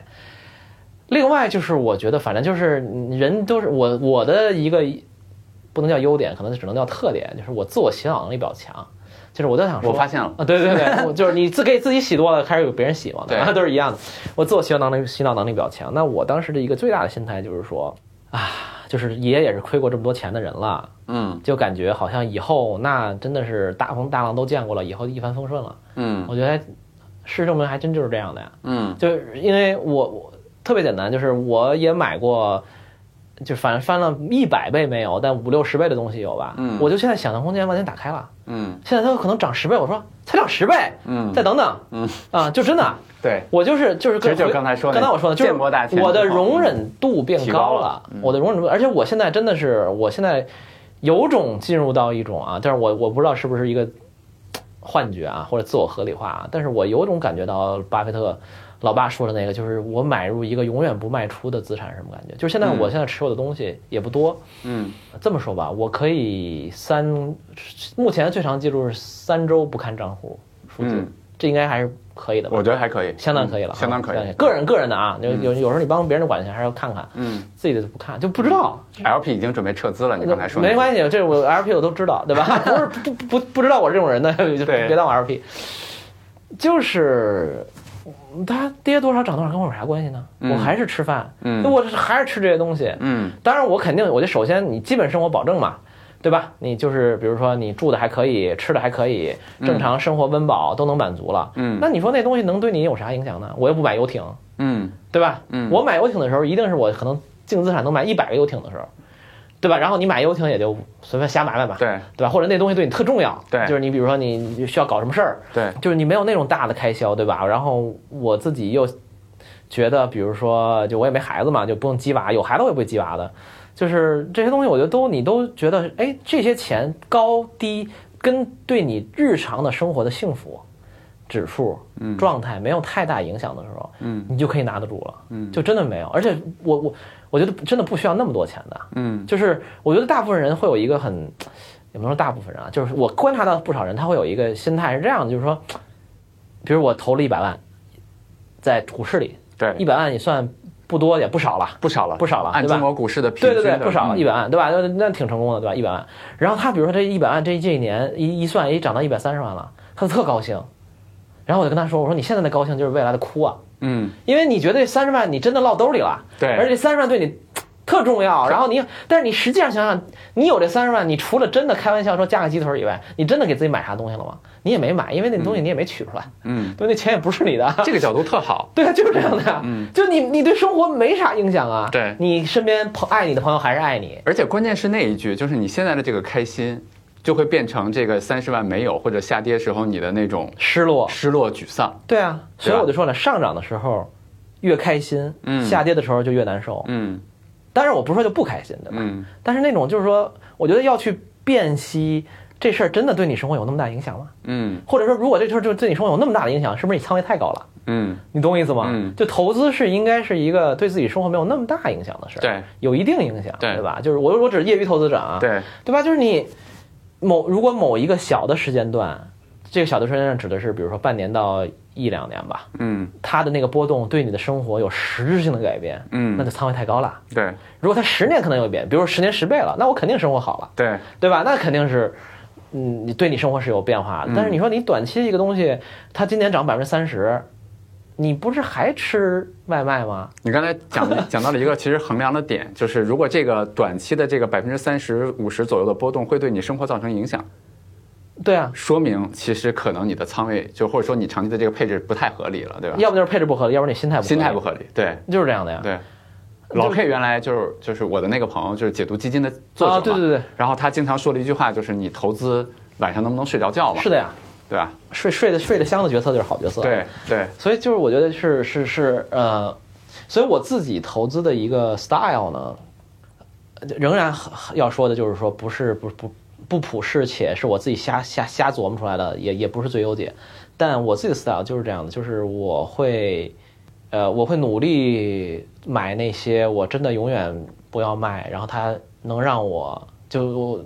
S1: 另外就是我觉得，反正就是人都是我我的一个不能叫优点，可能只能叫特点，就是我自我洗脑能力比较强。就是我就想说，
S2: 我发现了
S1: 啊，对对对，我就是你自给自己洗多了，开始有别人洗嘛，
S2: 对
S1: 都是一样的。我自我洗脑能力洗脑能力比较强，那我当时的一个最大的心态就是说，啊，就是爷也是亏过这么多钱的人了，
S2: 嗯
S1: 就感觉好像以后那真的是大风大浪都见过了，以后一帆风顺了。
S2: 嗯
S1: 我觉得还事实证明还真就是这样的呀，
S2: 嗯
S1: 就是因为我我特别简单，就是我也买过。就反正翻了一百倍没有，但五六十倍的东西有吧？
S2: 嗯
S1: 我就现在想象空间完全打开了。
S2: 嗯
S1: 现在它有可能涨十倍，我说才涨十 倍，
S2: 嗯
S1: 再等等，
S2: 嗯
S1: 啊，就真的，
S2: 对，
S1: 我就是就是
S2: 其
S1: 跟
S2: 实就是
S1: 回
S2: 刚才说的
S1: 刚才我说的，就是
S2: 见过大钱
S1: 我的
S2: 之后
S1: 容忍度变
S2: 提
S1: 高
S2: 高
S1: 了
S2: 了，嗯
S1: 我的容忍度，而且我现在真的是，我现在有种进入到一种啊，但是我我不知道是不是一个幻觉啊，或者自我合理化啊。但是我有种感觉到巴菲特老爸说的那个，就是我买入一个永远不卖出的资产是什么感觉？就是现在
S2: 嗯
S1: 我现在持有的东西也不多，
S2: 嗯
S1: 这么说吧，我可以三，目前最长记录是三周不看账户数字，
S2: 嗯，
S1: 这应该还是可以的吧
S2: 我？觉得还可以，
S1: 相当可以了啊，
S2: 相当可以。
S1: 个人个人的啊，有有有时候你帮别人管钱还是要看看，
S2: 嗯
S1: 自己的不看就不知道，
S2: ，LP 已经准备撤资了，你刚才说那个
S1: 没关系，这我 LP 我都知道，对 吧？不是不不不知道我这种人的，就
S2: 对
S1: 别当我 LP。就是嗯它跌多少涨多少跟我有啥关系呢？
S2: 嗯
S1: 我还是吃饭，
S2: 嗯
S1: 那我是还是吃这些东西。
S2: 嗯
S1: 当然，我肯定，我觉得首先你基本生活保证嘛，对吧？你就是比如说你住的还可以，吃的还可以，正常生活温饱都能满足了。
S2: 嗯
S1: 那你说那东西能对你有啥影响呢？我又不买游艇，
S2: 嗯
S1: 对吧？
S2: 嗯
S1: 我买游艇的时候，一定是我可能净资产能买一百个游艇的时候，对吧？然后你买游艇也就随便瞎买买吧，
S2: 对
S1: 对吧？或者那东西对你特重要，
S2: 对
S1: 就是你比如说你你需要搞什么事儿，
S2: 对
S1: 就是你没有那种大的开销，对吧？然后我自己又觉得，比如说，就我也没孩子嘛，就不用鸡娃，有孩子我也不会鸡娃的。就是这些东西，我觉得都你都觉得，哎，这些钱高低跟对你日常的生活的幸福指数、状态没有太大影响的时候，
S2: 嗯
S1: 你就可以拿得住了。
S2: 嗯
S1: 就真的没有，而且我我我觉得真的不需要那么多钱的。
S2: 嗯
S1: 就是我觉得大部分人会有一个很，也不能说大部分人啊，就是我观察到不少人，他会有一个心态是这样的，就是说，比如我投了一百万，在股市里，一
S2: 对，
S1: 百万也算不多也不少了，
S2: 不少了，
S1: 不少了
S2: 按
S1: 对吧
S2: 中国股市的平
S1: 对
S2: 均
S1: 对对，
S2: 的
S1: 不少了，
S2: 嗯
S1: 一百万，对吧？那那挺成功的，对吧？一百万。然后他比如说这一百万，这这一年一一算，哎，涨到一百三十万了，他就特高兴。然后我就跟他说，我说你现在的高兴就是未来的哭啊，
S2: 嗯
S1: 因为你觉得这三十万你真的落兜里了，
S2: 对
S1: 而且这三十万对你嘖特重要。然后你，但是你实际上想想，你有这三十万，你除了真的开玩笑说加个鸡腿以外，你真的给自己买啥东西了吗？你也没买，因为那东西你也没取出来，
S2: 嗯，
S1: 对，那钱也不是你的。
S2: 这个角度特好，
S1: 对啊，就是这样的呀，
S2: 嗯
S1: 就你你对生活没啥影响啊，
S2: 对
S1: 你身边朋爱你的朋友还是爱你，
S2: 而且关键是那一句，就是你现在的这个开心，就会变成这个三十万没有或者下跌时候你的那种
S1: 失落，
S2: 失落、沮丧。
S1: 对啊，所以
S2: 对啊
S1: 我就说了，上涨的时候越开心，
S2: 嗯
S1: 下跌的时候就越难受。
S2: 嗯
S1: 当然我不是说就不开心，对吧？
S2: 嗯
S1: 但是那种就是说，我觉得要去辨析这事儿真的对你生活有那么大影响吗？
S2: 嗯
S1: 或者说，如果这事儿就对你生活有那么大的影响，是不是你仓位太高了？
S2: 嗯，
S1: 你懂我意思吗？
S2: 嗯
S1: 就投资是应该是一个对自己生活没有那么大影响的事儿，
S2: 对，
S1: 有一定影响，
S2: 对
S1: 吧？就是我我只是业余投资者啊，
S2: 对，
S1: 对吧？就是你某如果某一个小的时间段，这个小的时间段指的是比如说半年到一两年吧，
S2: 嗯
S1: 它的那个波动对你的生活有实质性的改变，那
S2: 嗯
S1: 就，仓位太高了。
S2: 对
S1: 如果它十年可能有变，比如说十年十倍了，那我肯定生活好了，
S2: 对
S1: 对吧？那肯定是，嗯，你对你生活是有变化的。
S2: 嗯
S1: 但是你说你短期一个东西，它今年涨百分之三十，你不是还吃外卖吗？
S2: 你刚才 讲讲到了一个其实衡量的点，就是如果这个短期的这个百分之三十五十左右的波动会对你生活造成影响，
S1: 对啊，
S2: 说明其实可能你的仓位就或者说你长期的这个配置不太合理了，对吧？
S1: 要不就是配置不合理，要不然你心态不合理
S2: 啊心态不合理，对
S1: 就是这样的呀。
S2: 对。老 K 原来就是就是我的那个朋友，就是解读基金的作者嘛
S1: 啊，对对对，
S2: 然后他经常说的一句话就是你投资晚上能不能睡着觉嘛？
S1: 是的呀，
S2: 对吧？
S1: 睡睡得睡得香的决策就是好决策。
S2: 对对，
S1: 所以就是我觉得是是是呃，所以我自己投资的一个 style 呢，仍然要说的就是说不是不不不普世，且是我自己瞎瞎瞎琢磨出来的，也也不是最优解。但呃我自己的 style 就是这样的，就是我会呃我会努力买那些我真的永远不要卖，然后它能让我就我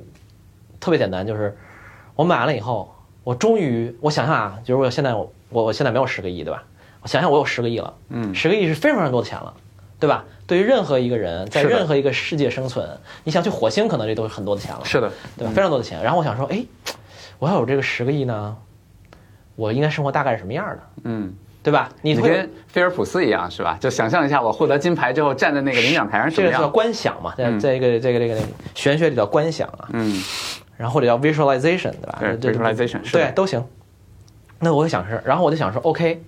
S1: 特别简单，就是我买完了以后，我终于我想想啊，就是我现在我我我现在没有十个亿，对吧？我想想我有十个亿了，
S2: 嗯
S1: 十个亿是非常非常多的钱了，对吧？对于任何一个人，在
S2: 是的
S1: 任何一个世界生存，你想去火星，可能这都是很多的钱了，
S2: 是的，
S1: 对吧？非常多的钱。然后我想说，哎，我要有这个十个亿呢，我应该生活大概是什么样的，
S2: 嗯，
S1: 对吧？你
S2: 你
S1: 会有
S2: 跟菲尔普斯一样是吧？就想象一下我获得金牌之后站在那个领奖台上什
S1: 这
S2: 么
S1: 个叫
S2: 样？
S1: 观想嘛，在
S2: 嗯
S1: 在这个这个这个这个玄学里叫观想啊，
S2: 嗯
S1: 然后或者叫 visualization，对吧？
S2: 对
S1: 这这
S2: visualization，是的
S1: 对都行。那我就想是，然后我就想说，OK，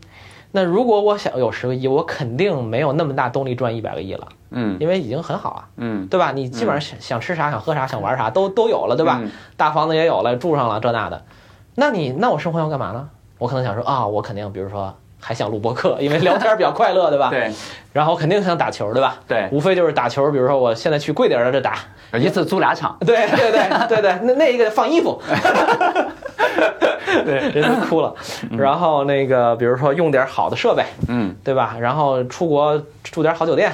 S1: 那如果我想有十个亿，我肯定没有那么大动力赚一百个亿了，
S2: 嗯
S1: 因为已经很好啊，
S2: 嗯，
S1: 对吧？你基本上想、想吃啥、想喝啥、想玩啥都都有了，对吧？
S2: 嗯
S1: 大房子也有了，住上了这那的，那你那我生活要干嘛呢？我可能想说啊，我肯定比如说还想录播客，因为聊天比较快乐，对吧？。
S2: 对
S1: 然后肯定想打球，对吧？
S2: 对，
S1: 无非就是打球，比如说我现在去贵点儿的这打，
S2: 一次租俩场，
S1: 对对对对对，那那一个放衣服，对，人 都哭了。 然后那个，比如说用点好的设备，
S2: 嗯，
S1: 对吧？然后出国住点好酒店，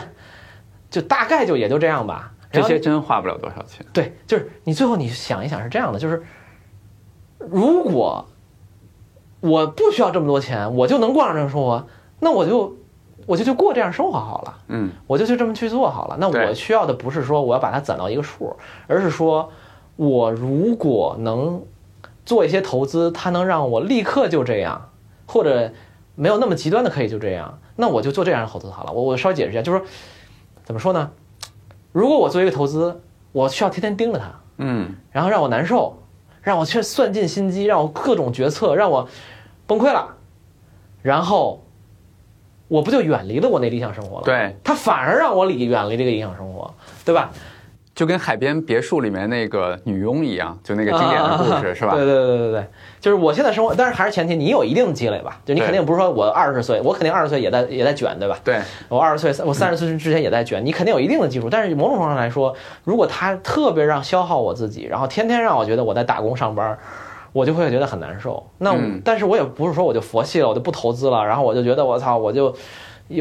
S1: 就大概就也就这样吧。
S2: 这
S1: 然后
S2: 些真花不了多少钱。
S1: 对，就是你最后你想一想是这样的，就是如果我不需要这么多钱，我就能过上这种生活，那我就我就去过这样生活好了，
S2: 嗯，
S1: 我就去这么去做好了。那
S2: 对
S1: 我需要的不是说我要把它攒到一个数，而是说我如果能做一些投资，它能让我立刻就这样，或者没有那么极端的可以就这样，那我就做这样的投资好了。我我稍微解释一下，就是说怎么说呢？如果我做一个投资，我需要天天盯着它，
S2: 嗯，
S1: 然后让我难受，让我去算尽心机，让我各种决策，让我崩溃了，然后我不就远离了我那理想生活了？，
S2: 对，
S1: 他反而让我离远离这个理想生活，对吧？
S2: 就跟海边别墅里面那个女佣一样，就那个经典的故事、是吧？
S1: 对对对对对，就是我现在生活，但是还是前提你有一定的积累吧，就你
S2: 对
S1: 肯定不是说我二十岁，我肯定二十岁也在也在卷，对吧？
S2: 对
S1: 我二十岁，我三十岁之前也在卷，你肯定有一定的基础。但是某种程度上来说，如果他特别让消耗我自己，然后天天让我觉得我在打工上班，我就会觉得很难受。那我、
S2: 嗯
S1: 但是我也不是说我就佛系了，我就不投资了，然后我就觉得我操，我就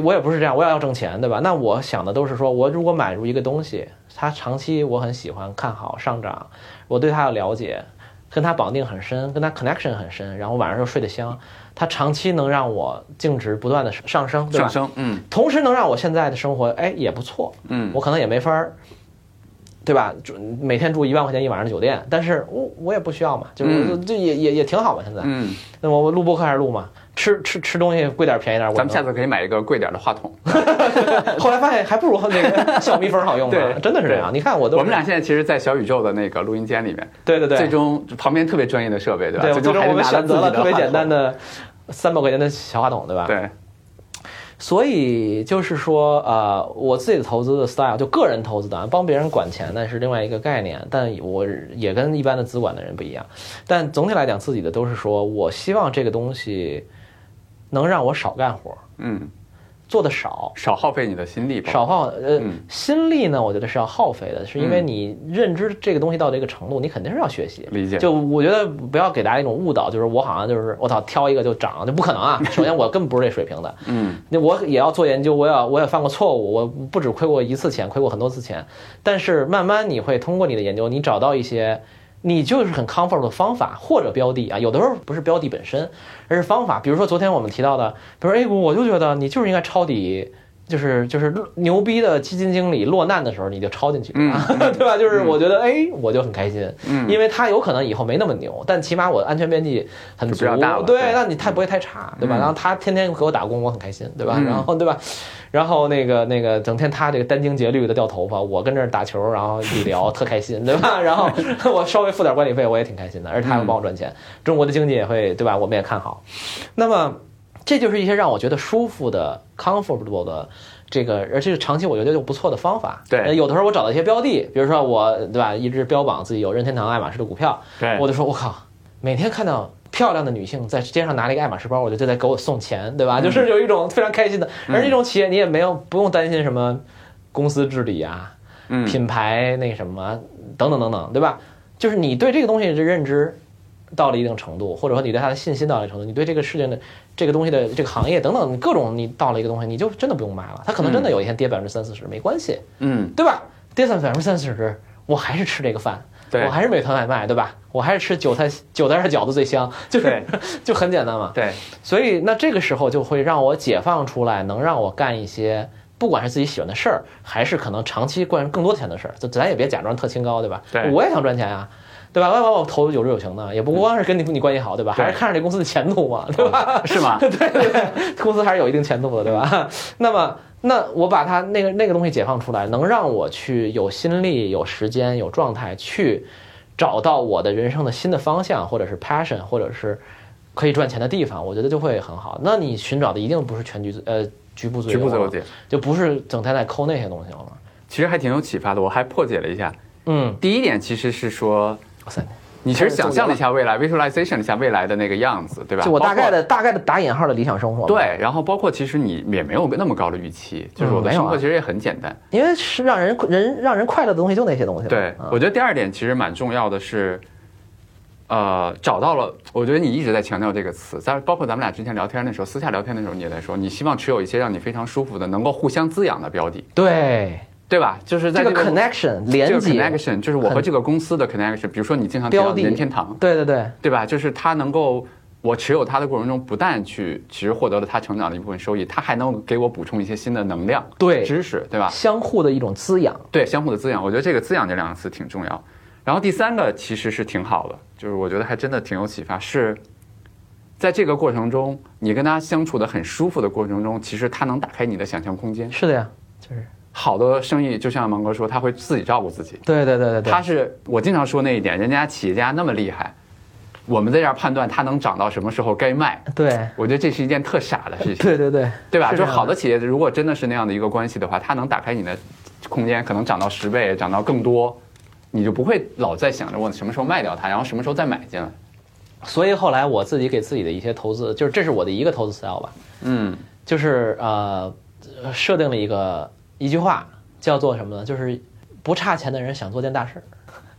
S1: 我也不是这样，我也要挣钱，对吧？那我想的都是说，我如果买入一个东西，它长期我很喜欢、看好、上涨，我对它有了解，跟它绑定很深，跟它 connection 很深，然后晚上又睡得香，它长期能让我净值不断的上升，对吧
S2: 上？升，嗯
S1: 同时能让我现在的生活，哎，也不错。
S2: 嗯，
S1: 我可能也没法儿，对吧？住每天住一万块钱一晚上的酒店，但是我我也不需要嘛，就是我
S2: 嗯
S1: 这也也也挺好嘛。现在，
S2: 嗯，
S1: 那我我录播客还是录嘛？吃吃吃东西贵点儿便宜点儿，我
S2: 咱们
S1: 能
S2: 下次可以买一个贵点的话筒。
S1: 后来发现还不如那 个小蜜蜂好用呢
S2: 对，
S1: 真的是这样。你看我都
S2: 我们俩现在其实，在小宇宙的那个录音间里面，
S1: 对对对，
S2: 最终旁边特别专业的设备，对吧？
S1: 对
S2: 最
S1: 最终
S2: 还
S1: 我
S2: 是
S1: 们
S2: 拿到
S1: 选
S2: 自己
S1: 择了特别简单
S2: 的
S1: 的三百块钱的小话筒，对吧？
S2: 话筒。。对，
S1: 所以就是说，呃，我自己的投资的 style 就个人投资的，帮别人管钱那是另外一个概念，但我也跟一般的资管的人不一样。但总体来讲，自己的都是说我希望这个东西能让我少干活，
S2: 嗯，
S1: 做的少，
S2: 少耗费你的心力吧。
S1: 少耗呃、
S2: 嗯
S1: 心力呢，我觉得是要耗费的，是因为
S2: 嗯
S1: 你认知这个东西到这个程度，你肯定是要学习。
S2: 理解
S1: 就我觉得不要给大家一种误导，就是我好像就是我操挑一个就涨，就不可能啊！首先我根本不是这水平的，
S2: 嗯，
S1: 那我也要做研究，我也要我也犯过错误，我不止亏过一次钱，亏过很多次钱。但是慢慢你会通过你的研究，你找到一些你就是很 comfort 的方法或者标的啊，有的时候不是标的本身，而是方法。比如说昨天我们提到的，比如说 A 股，我就觉得你就是应该抄底。就是就是牛逼的基金经理落难的时候，你就抄进去，啊
S2: 嗯
S1: 对吧？就是我觉得，哎，我就很开心，
S2: 嗯
S1: 因为他有可能以后没那么牛，但起码我安全边际很
S2: 就比
S1: 足
S2: 较大了，对
S1: 对，哎那你太不会太差，对吧？
S2: 嗯
S1: 然后他天天给我打工，我很开心，对吧？
S2: 嗯
S1: 然后对吧？然后那个那个，整天他这个殚精竭虑的掉头发，我跟这儿打球，然后理疗特开心，对 吧？然后我稍微付点管理费，我也挺开心
S2: 嗯
S1: 的，而且他还帮我赚钱，中国的经济也会对吧？我们也看好，那么这就是一些让我觉得舒服的 comfortable 的。这个，而且是长期我觉得就不错的方法。
S2: 对
S1: 呃有的时候我找到一些标的，比如说我对吧，一直标榜自己有任天堂、爱马仕的股票，
S2: 对，
S1: 我就说我靠，每天看到漂亮的女性在街上拿了一个爱马仕包，我就就在给我送钱，对
S2: 嗯
S1: 吧？就是有一种非常开心的，而这种企业你也没有不用担心什么公司治理啊、
S2: 嗯
S1: 品牌那什么等等等等，对吧？就是你对这个东西的认知到了一定程度，或者说你对它的信心到了一定程度，你对这个事情的这个东西的这个行业等等各种你到了一个东西，你就真的不用买了。它可能真的有一天跌百分之三四十没关系，
S2: 嗯，
S1: 对吧？跌三百分之三四十，我还是吃这个饭，
S2: 对
S1: 我还是美团外卖，对吧？我还是吃韭菜韭菜馅饺子最香，就是
S2: 对
S1: 就很简单嘛。
S2: 对，
S1: 所以那这个时候就会让我解放出来，能让我干一些。不管是自己喜欢的事儿，还是可能长期赚更多钱的事儿，就咱也别假装特清高，对吧？
S2: 对嗯
S1: 我也想赚钱啊，对吧？万万我投有志有情的，也不光是跟你你关系好，对吧？
S2: 对
S1: 还是看着这公司的前途嘛，对吧？
S2: 是吗？
S1: 对对对， 公司还是有一定前途的，对吧？ 那么，那我把它那个那个东西解放出来，能让我去有心力、有时间、有状态去找到我的人生的新的方向，或者是 passion，或者是可以赚钱的地方，我觉得就会很好。那你寻找的一定不是全局呃局部自
S2: 局
S1: 由，
S2: 部自由解，
S1: 就不是整天在抠那些东西了。
S2: 其实还挺有启发的。我还破解了一下，
S1: 嗯，
S2: 第一点其实是说，
S1: 哇塞，
S2: 你其实想象了一下未来，visualization 了一下未来的那个样子，对吧？
S1: 就我大概
S2: 包括
S1: 的大概的打引号的理想生活。，
S2: 对，然后包括其实你也没有那么高的预期，就是我
S1: 嗯
S2: 的
S1: 没有
S2: 生活
S1: 啊
S2: 其实也很简单。
S1: 因为是让人人让人快乐的东西就那些东西嘛。
S2: 对
S1: 嗯，
S2: 我觉得第二点其实蛮重要的是，呃，找到了，我觉得你一直在强调这个词，但是包括咱们俩之前聊天的时候，私下聊天的时候，你也在说，你希望持有一些让你非常舒服的、能够互相滋养的标的，
S1: 嗯
S3: 对，
S2: 对吧？就是在
S3: 这
S2: 这
S3: 个
S2: 个
S3: connection
S2: 这
S3: 连
S2: 个
S3: 接，
S2: connection，就是我和
S3: 很
S2: 这个公司的 connection，比如说你经常提
S3: 标
S2: 到
S3: 的
S2: 任天堂，啊
S3: 对对对，
S2: 对吧？就是它能够。我持有它的过程中，不但去其实获得了它成长的一部分收益，它还能给我补充一些新的能量、
S3: 对
S2: 知识，对吧？
S3: 相互的一种滋养，
S2: 对，相互的滋养，我觉得这个“滋养”这两个词挺重要。然后第三个其实是挺好的，就是我觉得还真的挺有启发，是在这个过程中，你跟他相处的很舒服的过程中，其实他能打开你的想象空间。
S3: 是的呀，就是
S2: 好的生意，就像芒哥说，他会自己照顾自己。
S3: 对对对对对，
S2: 他是我经常说那一点，人家企业家那么厉害，我们在这儿判断他能涨到什么时候该卖，
S3: 对
S2: 我觉得这是一件特傻的事情。
S3: 对对对，
S2: 对吧？
S3: 是
S2: 就
S3: 这
S2: 是
S3: 样
S2: 好的企业，如果真的是那样的一个关系的话，它能打开你的空间，可能涨到十倍，涨到更多，你就不会老在想着我什么时候卖掉它，然后什么时候再买进来。
S1: 所以后来我自己给自己的一些投资，就是这是我的一个投资 style 吧，
S2: 嗯，
S1: 就是呃，设定了一个一句话，叫做什么呢？就是不差钱的人想做件大事儿，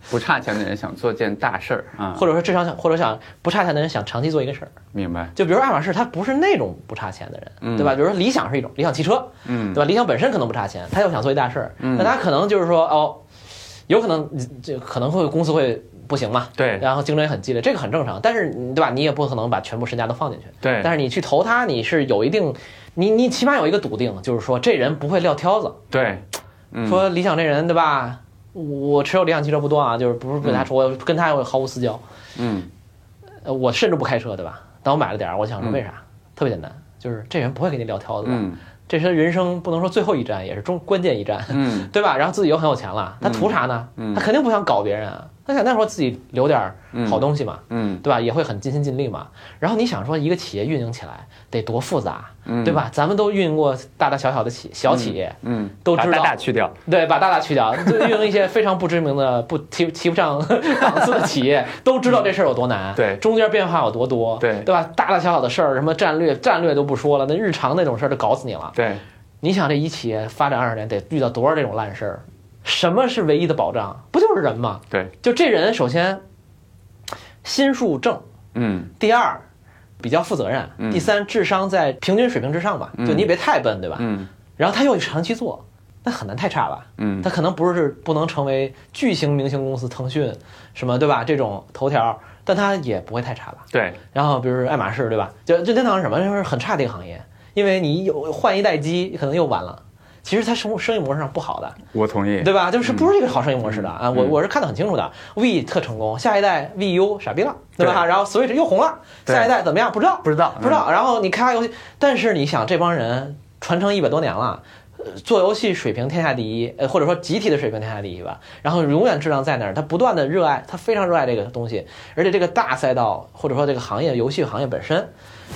S2: 不差钱的人想做件大事儿啊，
S1: 或者说至少想，或者想不差钱的人想长期做一个事儿。
S2: 明白？
S1: 就比如爱马仕，它不是那种不差钱的人，对吧？比如说理想是一种理想汽车，
S2: 嗯
S1: 对吧？理想本身可能不差钱，他又想做一大事儿，那他可能就是说哦，有可能这可能会公司会不行嘛，
S2: 对
S1: 然后竞争也很激烈，这个很正常。但是你对吧？你也不可能把全部身家都放进去，
S2: 对
S1: 但是你去投他，你是有一定，你你起码有一个笃定，就是说这人不会撂挑子。
S2: 对，嗯
S1: 说理想这人对吧？我持有理想汽车不多啊，就是不是跟他说，我跟他毫无私交。
S2: 嗯，
S1: 呃，我甚至不开车，对吧？但我买了点儿，我想说
S2: 嗯
S1: 为啥？特别简单，就是这人不会给你撂挑子的，
S2: 嗯
S1: 这是人生不能说最后一站，也是中关键一站，
S2: 嗯
S1: 对吧？然后自己又很有钱了，他图啥呢？
S2: 嗯
S1: 他肯定不想搞别人啊，他想那时候自己留点儿好东西嘛，
S2: 嗯，
S1: 对吧？也会很尽心尽力嘛。然后你想说一个企业运营起来得多复杂，
S2: 嗯
S1: 对吧？咱们都运营过大大小小的企小企业，
S2: 嗯，
S1: 都
S2: 把
S1: 知道
S2: 大大去掉，
S1: 对，把大大去掉，就运营一些非常不知名的、不提提不上 档次的企业，都知道这事儿有多难，
S2: 嗯对
S1: 中间变化有多多，
S2: 对
S1: 对吧？大大小小的事儿，什么战略战略都不说了，那日常那种事儿都搞死你了。
S2: 对，
S1: 你想这一企业发展二十年，得遇到多少这种烂事儿？什么是唯一的保障？不就是人吗？
S2: 对，
S1: 就这人，首先心术正，
S2: 嗯
S1: 第二比较负责任，
S2: 嗯
S1: 第三智商在平均水平之上吧，就你别太笨，对吧？
S2: 嗯
S1: 然后他又长期做，那很难太差吧？
S2: 嗯
S1: 他可能不是不能成为巨型明星公司腾讯什么对吧？这种头条，但他也不会太差吧？
S2: 对，
S1: 然后比如说爱马仕对吧？就任天堂是什么就是很差的一个行业，因为你有换一代机可能又晚了。其实它生生意模式上不好的，
S2: 我同意。
S1: 对吧？就是不是一个好生意模式的
S2: 嗯
S1: 啊！我我是看得很清楚的。V 特成功，下一代 VU 傻逼了，对吧？
S2: 对
S1: 然后 Switch 又红了，
S2: 对
S1: 下一代怎么样？不知道，
S2: 不知道嗯
S1: 不知道。然后你开发游戏，但是你想这帮人传承一百多年了。呃做游戏水平天下第一，呃，或者说集体的水平天下第一吧。然后永远质量在那儿，他不断的热爱，他非常热爱这个东西，而且这个大赛道或者说这个行业，游戏行业本身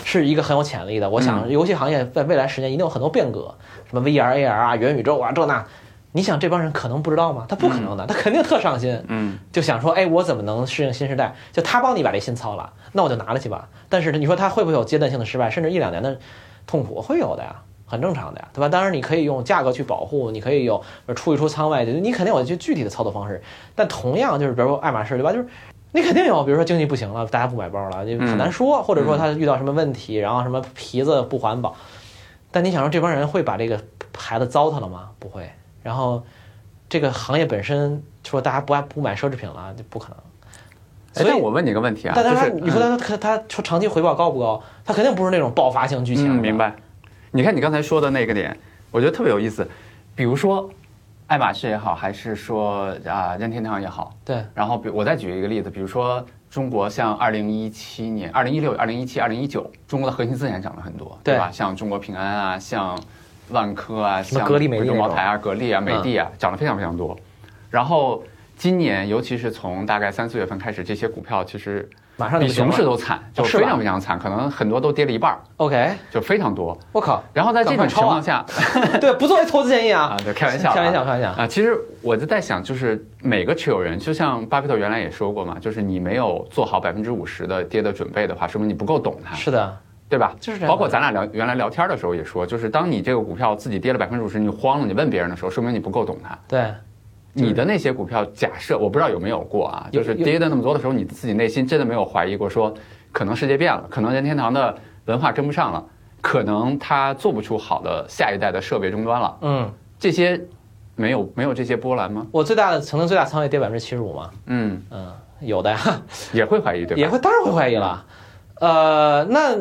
S1: 是一个很有潜力的。我想游戏行业在未来十年一定有很多变革，什么 VR、AR 啊、元宇宙啊这那。你想这帮人可能不知道吗？他不可能的，他肯定特上心。
S2: 嗯，
S1: 就想说，哎，我怎么能适应新时代？就他帮你把这心操了，那我就拿了去吧。但是你说他会不会有阶段性的失败，甚至一两年的痛苦？会有的呀，很正常的呀，对吧？当然你可以用价格去保护，你可以有呃出一出仓位，你肯定有一些具体的操作方式。但同样就是，比如说爱马仕，对吧？就是你肯定有，比如说经济不行了，大家不买包了，就很难说，或者说他遇到什么问题，然后什么皮子不环保。但你想说这帮人会把这个孩子糟蹋了吗？不会。然后这个行业本身说大家不爱不买奢侈品了，就不可能。
S2: 哎，
S1: 所以
S2: 但我问你个问题啊，
S1: 但
S2: 就
S1: 他
S2: 是
S1: 你说他他他说长期回报高不高？他肯定不是那种爆发性巨
S2: 嗯，
S1: 强。
S2: 明。白。你看你刚才说的那个点，我觉得特别有意思。比如说，爱马仕也好，还是说啊任天堂也好，
S1: 对，
S2: 然后比我再举一个例子，比如说中国像二零一七年、二零一六、二零一七、二零一九，中国的核心资产涨了很多，
S1: 对
S2: 吧？像中国平安啊，像万科啊，
S1: 什么
S2: 像
S1: 格力美的
S2: 贵州
S1: 那
S2: 茅
S1: 种嗯
S2: 台啊、格力啊、美的啊，涨了非常非常多。然后今年，尤其是从大概三四月份开始，这些股票其实
S1: 马上就
S2: 比
S1: 不行了哦
S2: 熊市都惨，就是非
S1: 吧
S2: 常非常惨，可能很多都跌了一半儿，
S1: OK，
S2: 就非常多。
S1: 我靠，
S2: 然后在这种情况下，
S1: 对，不作为投资建议啊
S2: 啊，，对，开玩笑啊，
S1: 开玩笑，开玩笑。
S2: 啊。其实我就在想，就是每个持有人，就像巴菲特原来也说过嘛，就是你没有做好百分之五十的跌的准备的话，说明你不够懂它，
S1: 是的，
S2: 对吧？
S1: 就是这样的
S2: 包括咱俩聊原来聊天的时候也说，就是当你这个股票自己跌了百分之五十，你慌了，你问别人的时候，说明你不够懂它。
S1: 对，
S2: 你的那些股票，假设我不知道有没有过啊，
S4: 有
S2: 就是
S4: 有
S2: 跌的那么多的时候，你自己内心真的没有怀疑过说，可能世界变了，可能任天堂的文化跟不上了，可能它做不出好的下一代的设备终端了，
S1: 嗯，
S2: 这些没有没有这些波澜吗？
S1: 我最大的曾经最大仓位跌百分之七十五嘛，
S2: 嗯，
S1: 嗯，有的呀，
S2: 也会怀疑对
S1: 也
S2: 吧？
S1: 会当然会怀疑了，呃，那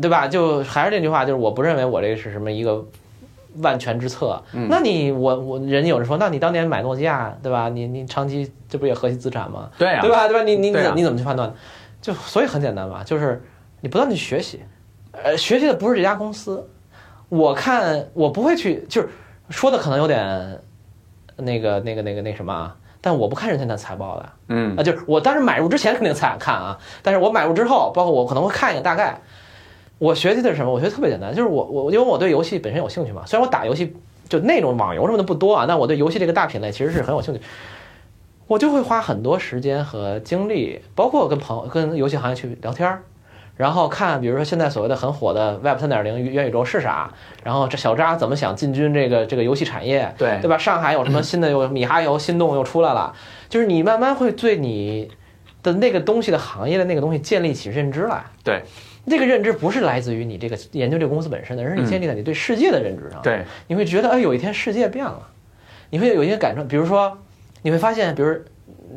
S1: 对吧？就还是那句话，就是我不认为我这个是什么一个万全之策。
S2: 嗯
S1: 那你我我人家有人说，那你当年买诺基亚对吧？你你长期这不也核心资产吗？
S2: 对啊
S1: 对，吧？对吧？你你你
S2: 对啊
S1: 你怎么去判断？就所以很简单嘛，就是你不断去学习，呃，学习的不是这家公司。我看我不会去，就是说的可能有点那个那个那个那什么啊，但我不看任天堂财报的
S2: 嗯
S1: 啊，就是我当时买入之前肯定才看啊，但是我买入之后，包括我可能会看一眼大概。我学习的是什么？我觉得特别简单，就是我我因为我对游戏本身有兴趣嘛，虽然我打游戏就那种网游什么的不多啊，但我对游戏这个大品类其实是很有兴趣。我就会花很多时间和精力，包括跟朋友、跟游戏行业去聊天儿，然后看，比如说现在所谓的很火的 Web 三点零元宇宙是啥，然后这小扎怎么想进军这个这个游戏产业，
S2: 对
S1: 对吧？上海有什么新的有米哈游、心动又出来了，就是你慢慢会对你的那个东西的行业的那个东西建立起认知来。
S2: 对，
S1: 这个认知不是来自于你这个研究这个公司本身的，而是你建立在你对世界的认知上。
S2: 对，
S1: 你会觉得，哎，有一天世界变了，你会有一些感受，比如说，你会发现，比如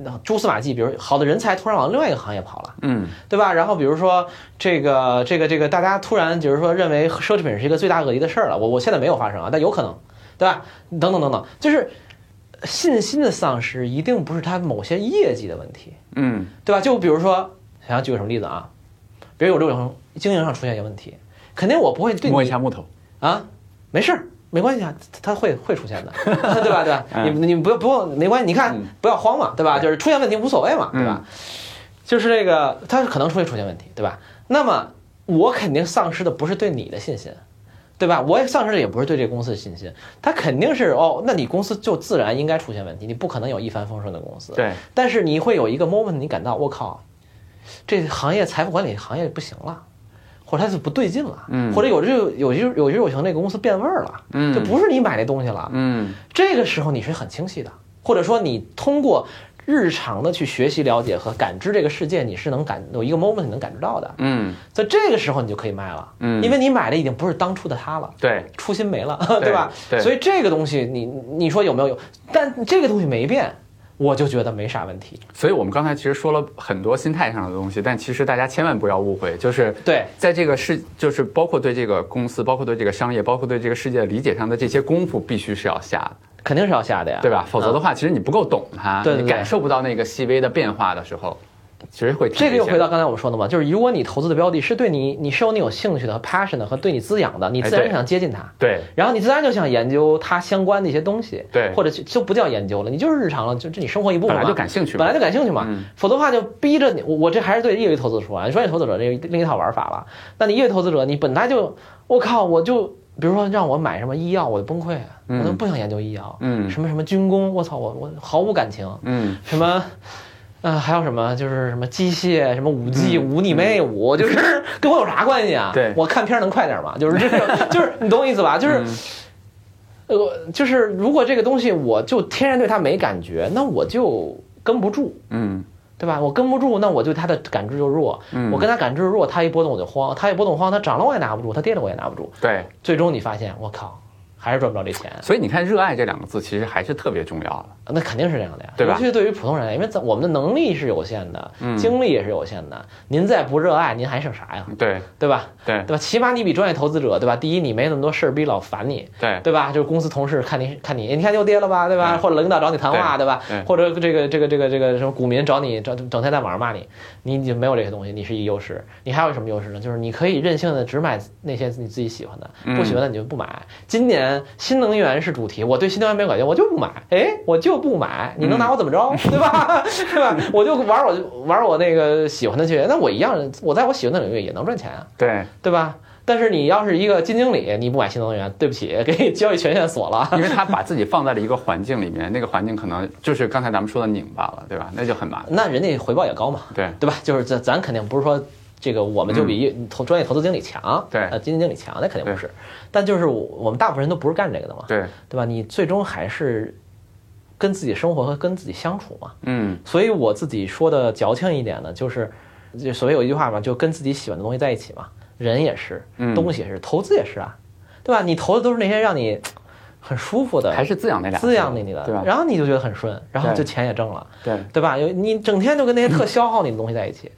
S1: 嗯蛛丝马迹，比如好的人才突然往另外一个行业跑了，
S2: 嗯
S1: 对吧？然后比如说这个这个这个，大家突然就是说认为奢侈品是一个罪大恶极的事儿了，我我现在没有发生啊，但有可能，对吧？等等等等，就是信心的丧失一定不是它某些业绩的问题，
S2: 嗯
S1: 对吧？就比如说，想要举个什么例子啊？比如有这种经营上出现一些问题，肯定我不会对你
S2: 摸一下木头，
S1: 啊，没事儿，没关系啊，它它会会出现的，对吧？对吧？你
S2: 嗯
S1: 你不要不用没关系，你看
S2: 嗯
S1: 不要慌嘛，对吧？就是出现问题无所谓嘛，
S2: 嗯
S1: 对吧？ 就是这个，它可能会出现问题，对吧？那么我肯定丧失的不是对你的信心。对吧？我也丧失的也不是对这个公司的信心，它肯定是哦，那你公司就自然应该出现问题，你不可能有一帆风顺的公司。
S2: 对，
S1: 但是你会有一个 moment，你感到我靠，这行业财富管理行业不行了，或者它是不对劲了，
S2: 嗯
S1: 或者有这有有有有有型这个公司变味儿了，
S2: 嗯
S1: 就不是你买那东西了，
S2: 嗯
S1: 这个时候你是很清晰的，或者说你通过日常的去学习、了解和感知这个世界，你是能感有一个 moment 你能感知到的，
S2: 嗯，
S1: 在这个时候你就可以卖了，
S2: 嗯
S1: 因为你买的已经不是当初的它了。
S2: 对，
S1: 初心没了，
S2: 对
S1: 吧？
S2: 对
S1: 所以这个东西你你说有没有有？但这个东西没变，我就觉得没啥问题。
S2: 所以我们刚才其实说了很多心态上的东西，但其实大家千万不要误会，就是
S1: 对
S2: 在这个世，就是包括对这个公司，包括对这个商业，包括对这个世界的理解上的这些功夫，必须是要下的，
S1: 肯定是要下的呀，
S2: 对吧？否则
S1: 嗯
S2: 的话，其实你不够懂它，
S1: 对对
S2: 你
S1: 对
S2: 感受不到那个细微的变化的时候，其实会挺
S1: 这个又
S2: 危险的
S1: 回到刚才我们说的嘛，就是如果你投资的标的是对你，你是有你有兴趣的和 passion 的和对你滋养的，你自然
S2: 哎
S1: 就
S2: 对
S1: 想接近它，
S2: 对
S1: 然后你自然就想研究它相关的一些东西，
S2: 对
S1: 或者就就不叫研究了，你就是日常了，就这你生活一部分嘛，
S2: 本来就感兴趣嘛
S1: 本来就感兴趣嘛，
S2: 嗯
S1: 否则的话就逼着你，我我这还是对业余投资者说啊，专业投资者这另一套玩法了，那你业余投资者你本来就，我靠，我就比如说让我买什么医药，我就崩溃，啊我都
S2: 嗯
S1: 不想研究医药，
S2: 嗯
S1: 什么什么军工，我操，我我毫无感情，
S2: 嗯，
S1: 什么，呃，还有什么就是什么机械，什么五 G 五你妹 五，就是跟我有啥关系啊？
S2: 嗯对嗯
S1: 我看片儿能快点吗？就是这 个，就是你懂我意思吧？就是。呃，就是如果这个东西我就天然对它没感觉，那我就跟不住，
S2: 嗯
S1: 对吧？我跟不住，那我对它的感知就弱。
S2: 嗯
S1: 我跟它感知弱，它一波动我就慌，它一波动慌，它涨了我也拿不住，它跌了我也拿不住。
S2: 对，
S1: 最终你发现，我靠，还是赚不着这钱。
S2: 所以你看“热爱”这两个字，其实还是特别重要的。
S1: 那肯定是这样的呀，
S2: 对吧
S1: 尤其是对于普通人，因为咱我们的能力是有限的，
S2: 嗯
S1: 精力也是有限的。您再不热爱，您还剩啥呀？
S2: 对
S1: 对吧？
S2: 对
S1: 对吧？起码你比专业投资者，对吧？第一，你没那么多事儿逼老烦你，
S2: 对
S1: 对吧？就是公司同事看你看你，哎你看又跌了吧，对吧？
S2: 对
S1: 或者领导找你谈话，
S2: 对嗯
S1: 对吧
S2: 对？
S1: 或者这个这个这个这个什么股民找你整整天在网上骂你，你你没有这些东西，你是一优势。你还有什么优势呢？就是你可以任性的只买那些你自己喜欢的，
S2: 嗯
S1: 不喜欢的你就不买。今年新能源是主题，我对新能源没有感觉，我就不买。哎，我就不买，你能拿我怎么
S2: 嗯
S1: 着？对吧？ 对吧？我就玩我就玩我那个喜欢的去，那我一样，我在我喜欢的领域也能赚钱啊。
S2: 对，
S1: 对吧？但是你要是一个基金经理，你不买新能源，对不起， 给你交易权限锁了。
S2: 因为他把自己放在了一个环境里面，那个环境可能就是刚才咱们说的拧巴了，对吧？那就很麻烦。
S1: 那人家回报也高嘛，
S2: 对
S1: 对吧？就是咱咱肯定不是说这个我们就比投专业投资经理强，
S2: 嗯对
S1: 呃，基金经理强，那肯定不是。但就是我我们大部分人都不是干这个的嘛，
S2: 对
S1: 对吧？你最终还是。跟自己生活和跟自己相处嘛。
S2: 嗯
S1: 所以我自己说的矫情一点呢，就是就所谓有一句话嘛，就跟自己喜欢的东西在一起嘛。人也是，
S2: 嗯
S1: 东西也是，投资也是啊，对吧？你投的都是那些让你很舒服的，
S2: 还是滋养那俩字
S1: 滋养你的，
S2: 对吧？
S1: 然后你就觉得很顺，然后
S2: 对
S1: 就钱也挣了，
S2: 对，
S1: 对吧？有你整天就跟那些特消耗你的东西在一起，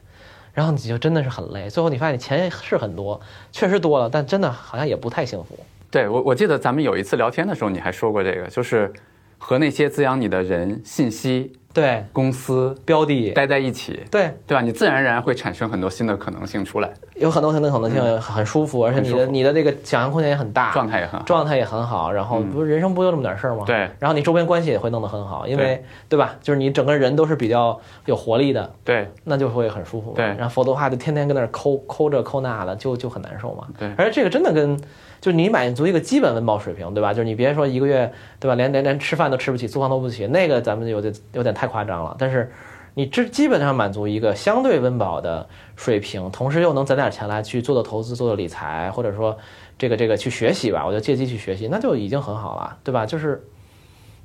S1: 然后你就真的是很累。最后你发现你钱是很多，确实多了，但真的好像也不太幸福。
S2: 对我我记得咱们有一次聊天的时候，你还说过这个，就是和那些滋养你的人、信息、
S1: 对，
S2: 公司
S1: 标的，
S2: 待在一起，
S1: 对，
S2: 对吧？你自然而然会产生很多新的可能性出来，
S1: 有很多很多可能性，很舒服，而且你
S2: 嗯很舒
S1: 的
S2: 服
S1: 你的这个想象空间也很大，
S2: 状态也很好。
S1: 状态也很好，然后
S2: 嗯
S1: 不是人生不就这么点事儿吗？
S2: 对。
S1: 然后你周边关系也会弄得很好，因为对吧？就是你整个人都是比较有活力的，
S2: 对
S1: 那就会很舒服嘛。
S2: 对
S1: 然后否则的话就天天跟那儿抠抠这抠那的，就就很难受嘛。
S2: 对
S1: 而且这个真的跟就是你满足一个基本温饱水平，对吧？就是你别说一个月，对吧？连连连吃饭都吃不起，租房都不起，那个咱们有点有点太夸张了。但是你这基本上满足一个相对温饱的水平，同时又能攒点钱来去做做投资、做做理财，或者说这个这个去学习吧，我就借机去学习，那就已经很好了，对吧？就是。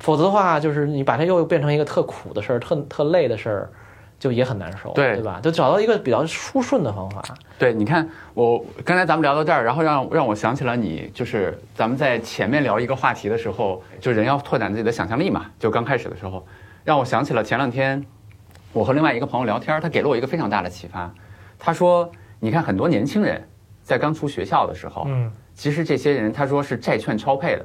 S1: 否则的话，就是你把它又变成一个特苦的事儿、特特累的事儿，就也很难受，
S2: 对
S1: 吧？就找到一个比较舒顺的方法，
S2: 对，你看我刚才咱们聊到这儿，然后让让我想起了你，就是咱们在前面聊一个话题的时候，就人要拓展自己的想象力嘛，就刚开始的时候，让我想起了前两天我和另外一个朋友聊天，他给了我一个非常大的启发。他说，你看很多年轻人在刚出学校的时候，
S1: 嗯
S2: 其实这些人他说是债券超配的。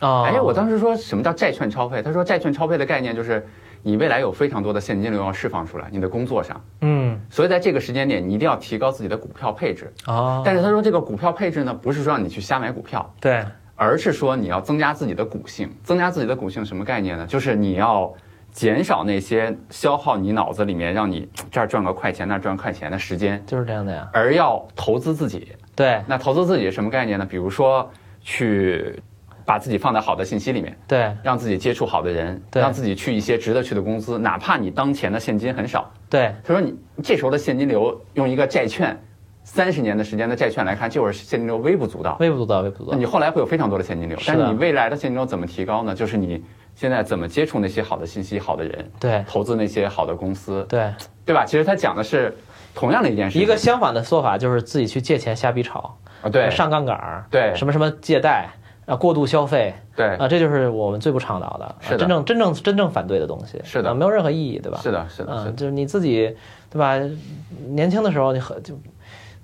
S1: 啊，
S2: 哎，我当时说什么叫债券超配？他说债券超配的概念就是你未来有非常多的现金流要释放出来，你的工作上，
S1: 嗯
S2: 所以在这个时间点你一定要提高自己的股票配置。
S1: 啊，
S2: 但是他说这个股票配置呢，不是说让你去瞎买股票，
S1: 对
S2: 而是说你要增加自己的股性。增加自己的股性什么概念呢？就是你要减少那些消耗你脑子里面让你这儿赚个快钱那儿赚快钱的时间，
S1: 就是这样的呀，
S2: 而要投资自己。
S1: 对
S2: 那投资自己是什么概念呢？比如说去把自己放在好的信息里面。
S1: 对
S2: 让自己接触好的人，
S1: 对
S2: 让自己去一些值得去的公司，哪怕你当前的现金很少，
S1: 对
S2: 他说你这时候的现金流用一个债券，三十年的时间的债券来看，这会儿现金流微不足道。
S1: 微不足道，微不足
S2: 那
S1: 道，
S2: 你后来会有非常多的现金流，
S1: 是的啊
S2: 但是你未来的现金流怎么提高呢？就是你现在怎么接触那些好的信息、好的人，
S1: 对
S2: 投资那些好的公司，
S1: 对，
S2: 对吧？其实他讲的是同样的一件事情，
S1: 一个相反的做法就是自己去借钱瞎逼炒，
S2: 啊，对
S1: 上杠杆儿，
S2: 对
S1: 什么什么借贷啊，过度消费
S2: 对，
S1: 啊，这就是我们最不倡导的，啊
S2: 是的
S1: 真正真正真正反对的东西，
S2: 是的
S1: 啊没有任何意义，对吧？
S2: 是的，是的，
S1: 嗯，
S2: 是的，
S1: 就是你自己，对吧？年轻的时候你很就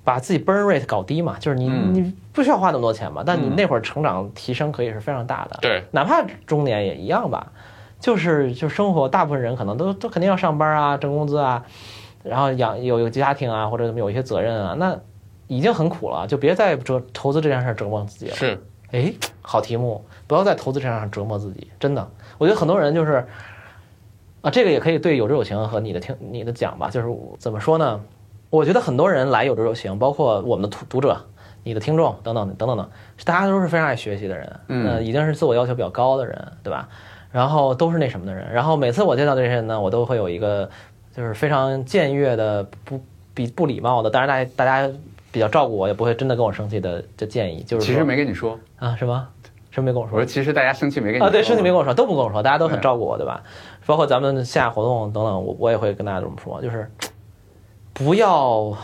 S1: 把自己 burn rate 搞低嘛，就是你、
S2: 嗯
S1: 你不需要花那么多钱嘛，但你
S2: 嗯
S1: 那会儿成长提升可以是非常大的，
S2: 对，
S1: 哪怕中年也一样吧。就是就生活，大部分人可能都都肯定要上班啊，挣工资啊，然后养有有家庭啊，或者有一些责任啊，那已经很苦了，就别再折投资这件事儿折磨自己了。
S2: 是，
S1: 哎，好题目，不要在投资这上折磨自己，真的，我觉得很多人就是，啊，这个也可以对有志有情和你的听你的讲吧，就是我怎么说呢？我觉得很多人来有志有情，包括我们的读读者、你的听众等等等等等，大家都是非常爱学习的人，
S2: 嗯
S1: 呃一定是自我要求比较高的人，对吧？然后都是那什么的人，然后每次我见到这些人呢，我都会有一个就是非常僭越的不比不礼貌的，当然大家大家比较照顾我，也不会真的跟我生气的这建议，就是
S2: 其
S1: 说
S2: 实没跟你说，
S1: 啊，什么？什么没跟我
S2: 我说
S1: 说？
S2: 其实大家生气没跟你说嗯
S1: 啊，对，身体没跟我说，都不跟我说，大家都很
S2: 对
S1: 照顾我，对吧？包括咱们线下活动等等，我我也会跟大家这么说，就是不要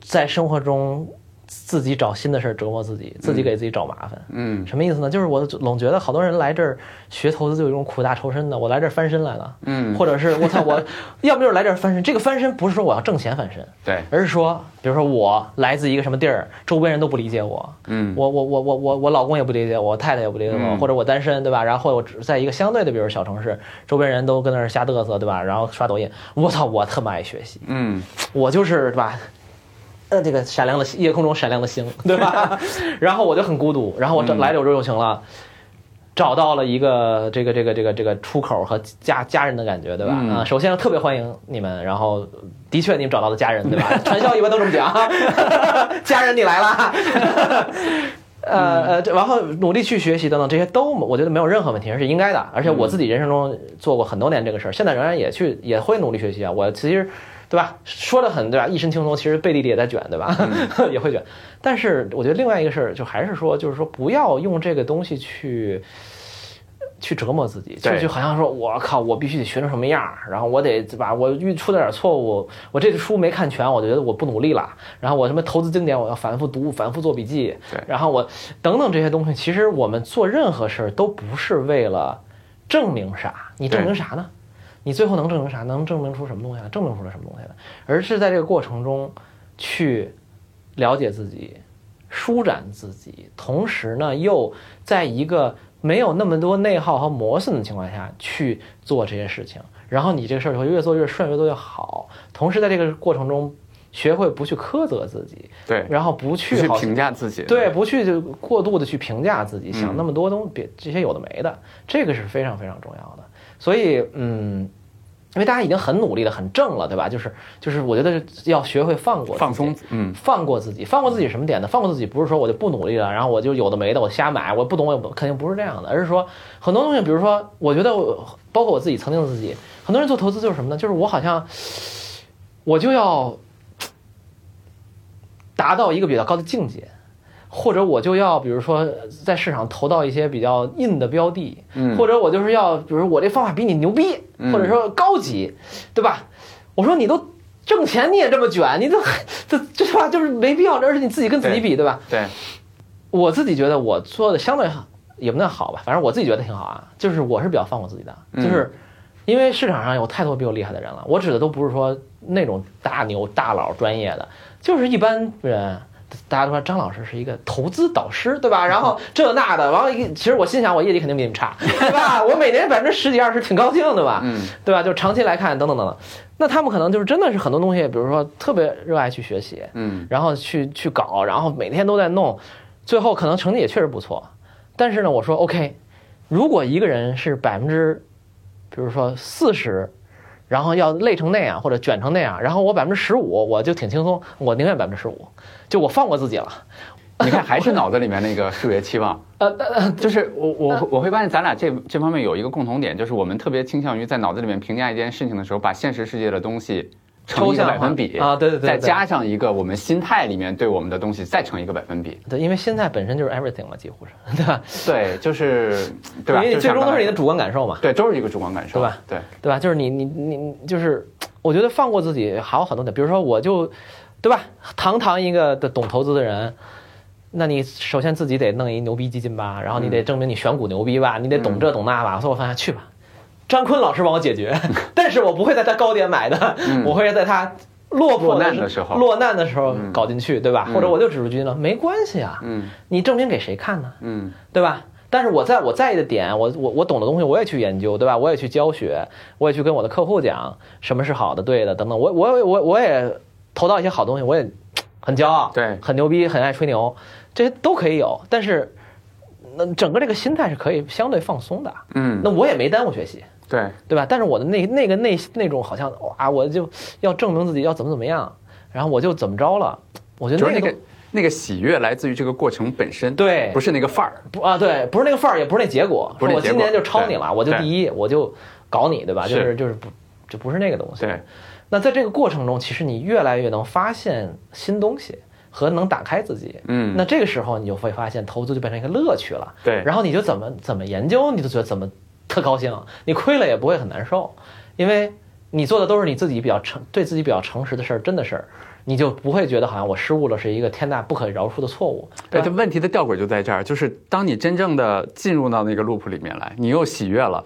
S1: 在生活中自己找新的事儿折磨自己，自己给自己找麻烦。
S2: 嗯
S1: 什么意思呢？就是我总觉得好多人来这儿学投资就有一种苦大仇深的，我来这儿翻身来了，
S2: 嗯，
S1: 或者是我操我，要不就是来这儿翻身。这个翻身不是说我要挣钱翻身，
S2: 对，
S1: 而是说，比如说我来自一个什么地儿，周边人都不理解我，
S2: 嗯
S1: 我我我我我我老公也不理解我，太太也不理解我，
S2: 嗯
S1: 或者我单身对吧？然后我只在一个相对的，比如小城市，周边人都跟那儿瞎嘚瑟对吧？然后刷抖音，我操，我特么爱学习，
S2: 嗯
S1: 我就是对吧？呃，这个闪亮的星夜空中闪亮的星，对 吧？然后我就很孤独，然后我这
S2: 嗯
S1: 来柳州有情了，找到了一个这个这个这个这个出口和家家人的感觉，对吧？
S2: 嗯
S1: 啊，首先特别欢迎你们，然后的确你们找到了家人，对吧？传销一般都这么讲， 家人你来了。呃呃，这然后努力去学习等等，这些都我觉得没有任何问题，而是应该的。而且我自己人生中做过很多年这个事儿，现在仍然也去也会努力学习啊。我其实对吧，说的很对吧，一身轻松，其实背地里也在卷，对吧？ 也会卷。但是我觉得另外一个事儿，就还是说，就是说不要用这个东西去去折磨自己，就
S2: 对
S1: 就好像说，我靠，我必须得学成什么样儿，然后我得对吧？我遇出了点错误，我这书没看全，我觉得我不努力了，然后我什么投资经典，我要反复读，反复做笔记，
S2: 对
S1: 然后我等等这些东西，其实我们做任何事儿都不是为了证明啥，你证明啥呢？你最后能证明啥？能证明出什么东西来？证明出了什么东西来？而是在这个过程中去了解自己，舒展自己，同时呢，又在一个没有那么多内耗和磨损的情况下去做这些事情，然后你这个事儿就会越做越顺，越做越好。同时，在这个过程中，学会不去苛责自己，
S2: 对，
S1: 然后不
S2: 不去
S1: 去好
S2: 评价自己，
S1: 对，不去就过度的去评价自己，想
S2: 嗯
S1: 那么多东别这些有的没的，这个是非常非常重要的。所以，嗯，因为大家已经很努力了，很正了，对吧？就是就是，我觉得是要学会放过自己
S2: 放松，嗯，
S1: 放过自己，放过自己什么点呢？放过自己不是说我就不努力了，然后我就有的没的我瞎买，我不懂我也不肯定不是这样的，而是说很多东西，比如说我觉得我包括我自己曾经的自己，很多人做投资就是什么呢？就是我好像我就要达到一个比较高的境界。或者我就要，比如说在市场投到一些比较硬的标的，
S2: 嗯
S1: 或者我就是要，比如我这方法比你牛逼，
S2: 嗯
S1: 或者说高级，对吧？我说你都挣钱你也这么卷，你都这这话就是没必要，而且你自己跟自己比，对吧？
S2: 对，
S1: 我自己觉得我做的相对好也不算好吧，反正我自己觉得挺好啊。就是我是比较放过自己的，
S2: 嗯
S1: 就是因为市场上有太多比我厉害的人了。我指的都不是说那种大牛大佬专业的，就是一般人。大家都说张老师是一个投资导师，对吧？然后这那的，然后一其实我心想，我业绩肯定比你们差，对吧？我每年百分之十几二十，挺高兴的吧？
S2: 嗯，
S1: 对吧？就长期来看，等等等等。那他们可能就是真的是很多东西，比如说特别热爱去学习，
S2: 嗯，
S1: 然后去去搞，然后每天都在弄，最后可能成绩也确实不错。但是呢，我说 OK，如果一个人是百分之，比如说四十，然后要累成那样或者卷成那样，然后我百分之十五，我就挺轻松，我宁愿百分之十五，就我放过自己了。
S2: 你看还是脑子里面那个数学期望，
S1: 呃，但呃
S2: 就是我我我会发现咱俩这这方面有一个共同点，就是我们特别倾向于在脑子里面评价一件事情的时候，把现实世界的东西乘
S1: 抽
S2: 一个
S1: 象化
S2: 百分比
S1: 啊对对对
S2: 再
S1: 对
S2: 加上一个我们心态里面对我们的东西再乘一个百分比，
S1: 对，因为心态本身就是 everything 嘛，几乎是，对吧？
S2: 对，就是对吧？
S1: 因为
S2: 就
S1: 最
S2: 像
S1: 终都
S2: 刚
S1: 是
S2: 才
S1: 你的主观感受嘛。
S2: 对，都是一个主观感受，
S1: 对吧？
S2: 对，
S1: 对吧？就是你你你你就是，我觉得放过自己还有很多点，比如说我就，对吧？堂堂一个的懂投资的人，那你首先自己得弄一牛逼基金吧，然后
S2: 嗯
S1: 你得证明你选股牛逼吧，你得懂这懂那吧。所以我发现去吧，张坤老师帮我解 决，但是我不会在他高点买的，我会在他。落魄
S2: 嗯落难的时候
S1: 落难的时候
S2: 嗯
S1: 搞进去，对吧？
S2: 嗯
S1: 或者我就指数基金了，没关系啊。
S2: 嗯
S1: 你证明给谁看呢？
S2: 嗯
S1: 对吧？但是我在我在意的点，我我我懂的东西，我也去研究，对吧？我也去教学，我也去跟我的客户讲什么是好的、对的等等。我我我我也投到一些好东西，我也嘖很骄傲，
S2: 对
S1: 很牛逼，很爱吹牛，这些都可以有。但是，那整个这个心态是可以相对放松的。
S2: 嗯，
S1: 那我也没耽误学习，
S2: 对，
S1: 对吧？但是我的那那个内那种好像啊，我就要证明自己要怎么怎么样，然后我就怎么着了。我觉得
S2: 就是那
S1: 个
S2: 个那个喜悦来自于这个过程本身，
S1: 对
S2: 不是那个范儿，
S1: 不啊，对，不是那个范儿，也不是那结果。
S2: 不是那
S1: 说我
S2: 结果
S1: 今年就超你了，
S2: 对
S1: 我就第一，我就搞你，对吧？
S2: 是
S1: 就是就是不，就不是那个东西。
S2: 对。
S1: 那在这个过程中，其实你越来越能发现新东西和能打开自己。
S2: 嗯
S1: 那这个时候你就会发现，投资就变成一个乐趣了。
S2: 对
S1: 然后你就怎么怎么研究，你就觉得怎么特高兴，你亏了也不会很难受，因为你做的都是你自己比较诚，对自己比较诚实的事儿，真的事儿，你就不会觉得好像我失误了是一个天大不可饶恕的错误。
S2: 哎，
S1: 吧
S2: 这问题的吊诡就在这儿，就是当你真正的进入到那个 loop 里面来，你又喜悦了，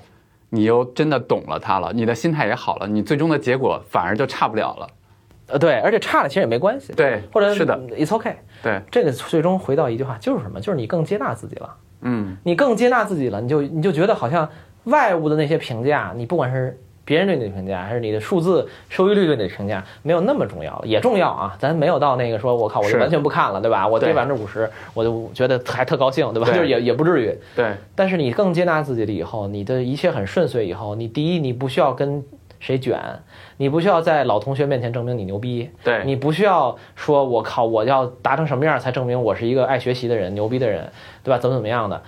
S2: 你又真的懂了它了，你的心态也好了，你最终的结果反而就差不了了。
S1: 呃，对，而且差了其实也没关系。
S2: 对
S1: 或者
S2: 是的
S1: ，it's okay。
S2: 对，
S1: 这个最终回到一句话，就是什么？就是你更接纳自己了，
S2: 嗯，
S1: 你更接纳自己了，你就你就觉得好像外物的那些评价，你不管是别人对你的评价，还是你的数字收益率对你的评价，没有那么重要了，也重要啊。咱没有到那个说我靠，我
S2: 是
S1: 就完全不看了，对吧？我
S2: 对
S1: 跌百分之五十，我就觉得还特高兴，对吧？
S2: 对
S1: 就是也也不至于。
S2: 对，
S1: 但是你更接纳自己了以后，你的一切很顺遂以后，你第一，你不需要跟谁卷，你不需要在老同学面前证明你牛逼，
S2: 对
S1: 你不需要说我靠，我要达成什么样才证明我是一个爱学习的人、牛逼的人，对吧？怎么怎么样的。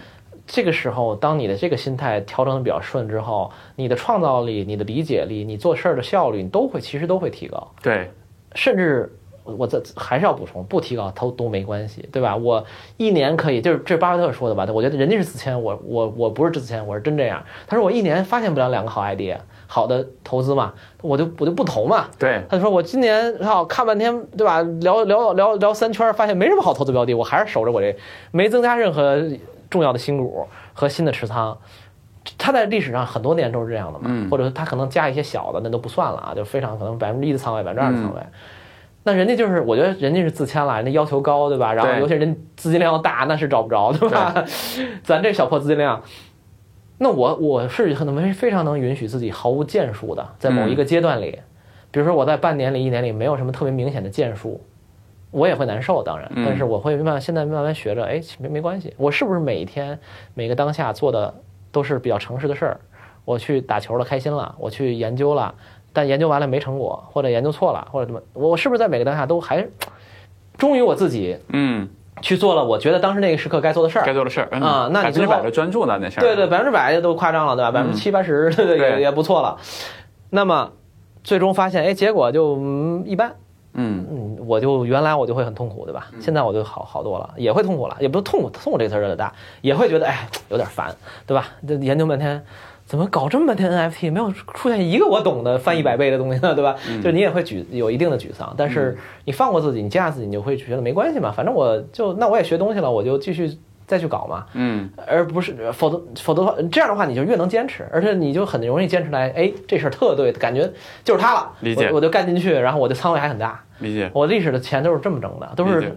S1: 这个时候，当你的这个心态调整的比较顺之后，你的创造力、你的理解力、你做事儿的效率，你都会其实都会提高，
S2: 对，
S1: 甚至我这还是要补充，不提高都都没关系，对吧？我一年可以，就是这是巴菲特说的吧？我觉得人家是自谦，我我我不是自谦，我是真这样。他说我一年发现不了两个好 idea，好的投资嘛，我就我就不投嘛。
S2: 对，
S1: 他就说我今年靠看半天，对吧？聊聊聊聊三圈，发现没什么好投资标的，我还是守着我这，没增加任何重要的新股和新的持仓。他在历史上很多年都是这样的嘛，
S2: 嗯
S1: 或者他可能加一些小的，那都不算了啊，就非常可能百分之一的仓位，百分之二的
S2: 嗯
S1: 仓位。那人家就是，我觉得人家是自谦了，人家要求高，对吧？然后
S2: 对
S1: 尤其人资金量又大，那是找不着，对吧？咱这小破资金量，那我我是很能非常能允许自己毫无建树的，在某一个阶段里，比如说我在半年里、一年里没有什么特别明显的建树，我也会难受，当然，
S2: 嗯
S1: 但是我会慢慢现在慢慢学着，哎，其实没没关系，我是不是每一天每个当下做的都是比较诚实的事儿？我去打球了，开心了；我去研究了，但研究完了没成果，或者研究错了，或者怎么，我我是不是在每个当下都还忠于我自己
S2: 嗯，
S1: 去做了我觉得当时那个时刻该做的事儿
S2: 该？做的事儿嗯
S1: 啊那你
S2: 百分
S1: 最
S2: 之
S1: 后
S2: 百的专注了那事儿，
S1: 对对，，百分之百都夸张了，对吧？百分之七八十也
S2: 对
S1: 也不错了。那么最终发现，哎，结果就嗯一般。
S2: 嗯，
S1: 嗯，我就原来我就会很痛苦，对吧？现在我就好好多了，也会痛苦了，也不是痛苦，痛苦这个词儿有点大，也会觉得哎有点烦，对吧？这研究半天，怎么搞这么半天 NFT，没有出现一个我懂的翻一百倍的东西呢，对吧？就你也会沮有一定的沮丧，但是你放过自己，你接纳自己，你就会觉得没关系嘛，反正我就那我也学东西了，我就继续再去搞嘛，
S2: 嗯，
S1: 而不是否则否则的话这样的话你就越能坚持，而且你就很容易坚持来，哎，这事儿特对，感觉就是它了，
S2: 理解
S1: 我，我就干进去，然后我的仓位还很大。
S2: 理解，
S1: 我历史的钱都是这么挣的，都
S2: 理
S1: 是
S2: 解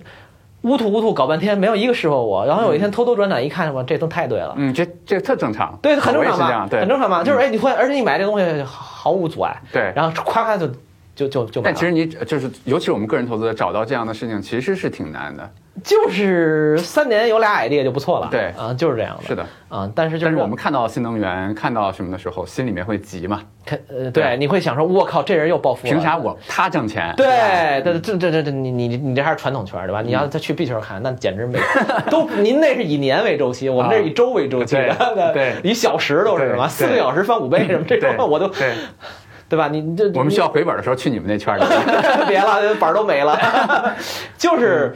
S1: 乌土乌土搞半天，没有一个适合我。然后有一天偷偷转转一看，哇，这都太对了，
S2: 嗯，这这特正常，
S1: 对，很正
S2: 我也
S1: 常
S2: 是这
S1: 吧
S2: 样，？对，嗯
S1: 很正常吧？就是哎，你会，而且你买这东西毫无阻碍，
S2: 对。
S1: 然后夸夸就就就就买
S2: 但
S1: 了。
S2: 其实你就是，尤其是我们个人投资者，找到这样的事情其实是挺难的。
S1: 就是三年有俩 idea 就不错了，
S2: 对
S1: 啊，就是这样的，
S2: 是的，
S1: 啊，但是就
S2: 但
S1: 是
S2: 是我们看到新能源、看到什么的时候，心里面会急嘛？
S1: 看呃，
S2: 对啊
S1: 对，你会想说，我靠，这人又暴富了，
S2: 凭啥我他挣钱？嗯
S1: 对，这这这这这你你你这还是传统圈儿对吧？你要再去 B 圈儿看，那简直没都。您那是以年为周期，我们这是以周为周期的，
S2: 啊对
S1: 以小时都是什么
S2: 对
S1: 四个小时翻五倍什么这
S2: 对，
S1: 种，我都
S2: 对。
S1: 对吧？你你这
S2: 我们需要回本的时候去你们那圈里。
S1: 别了，板儿都没了， 就是。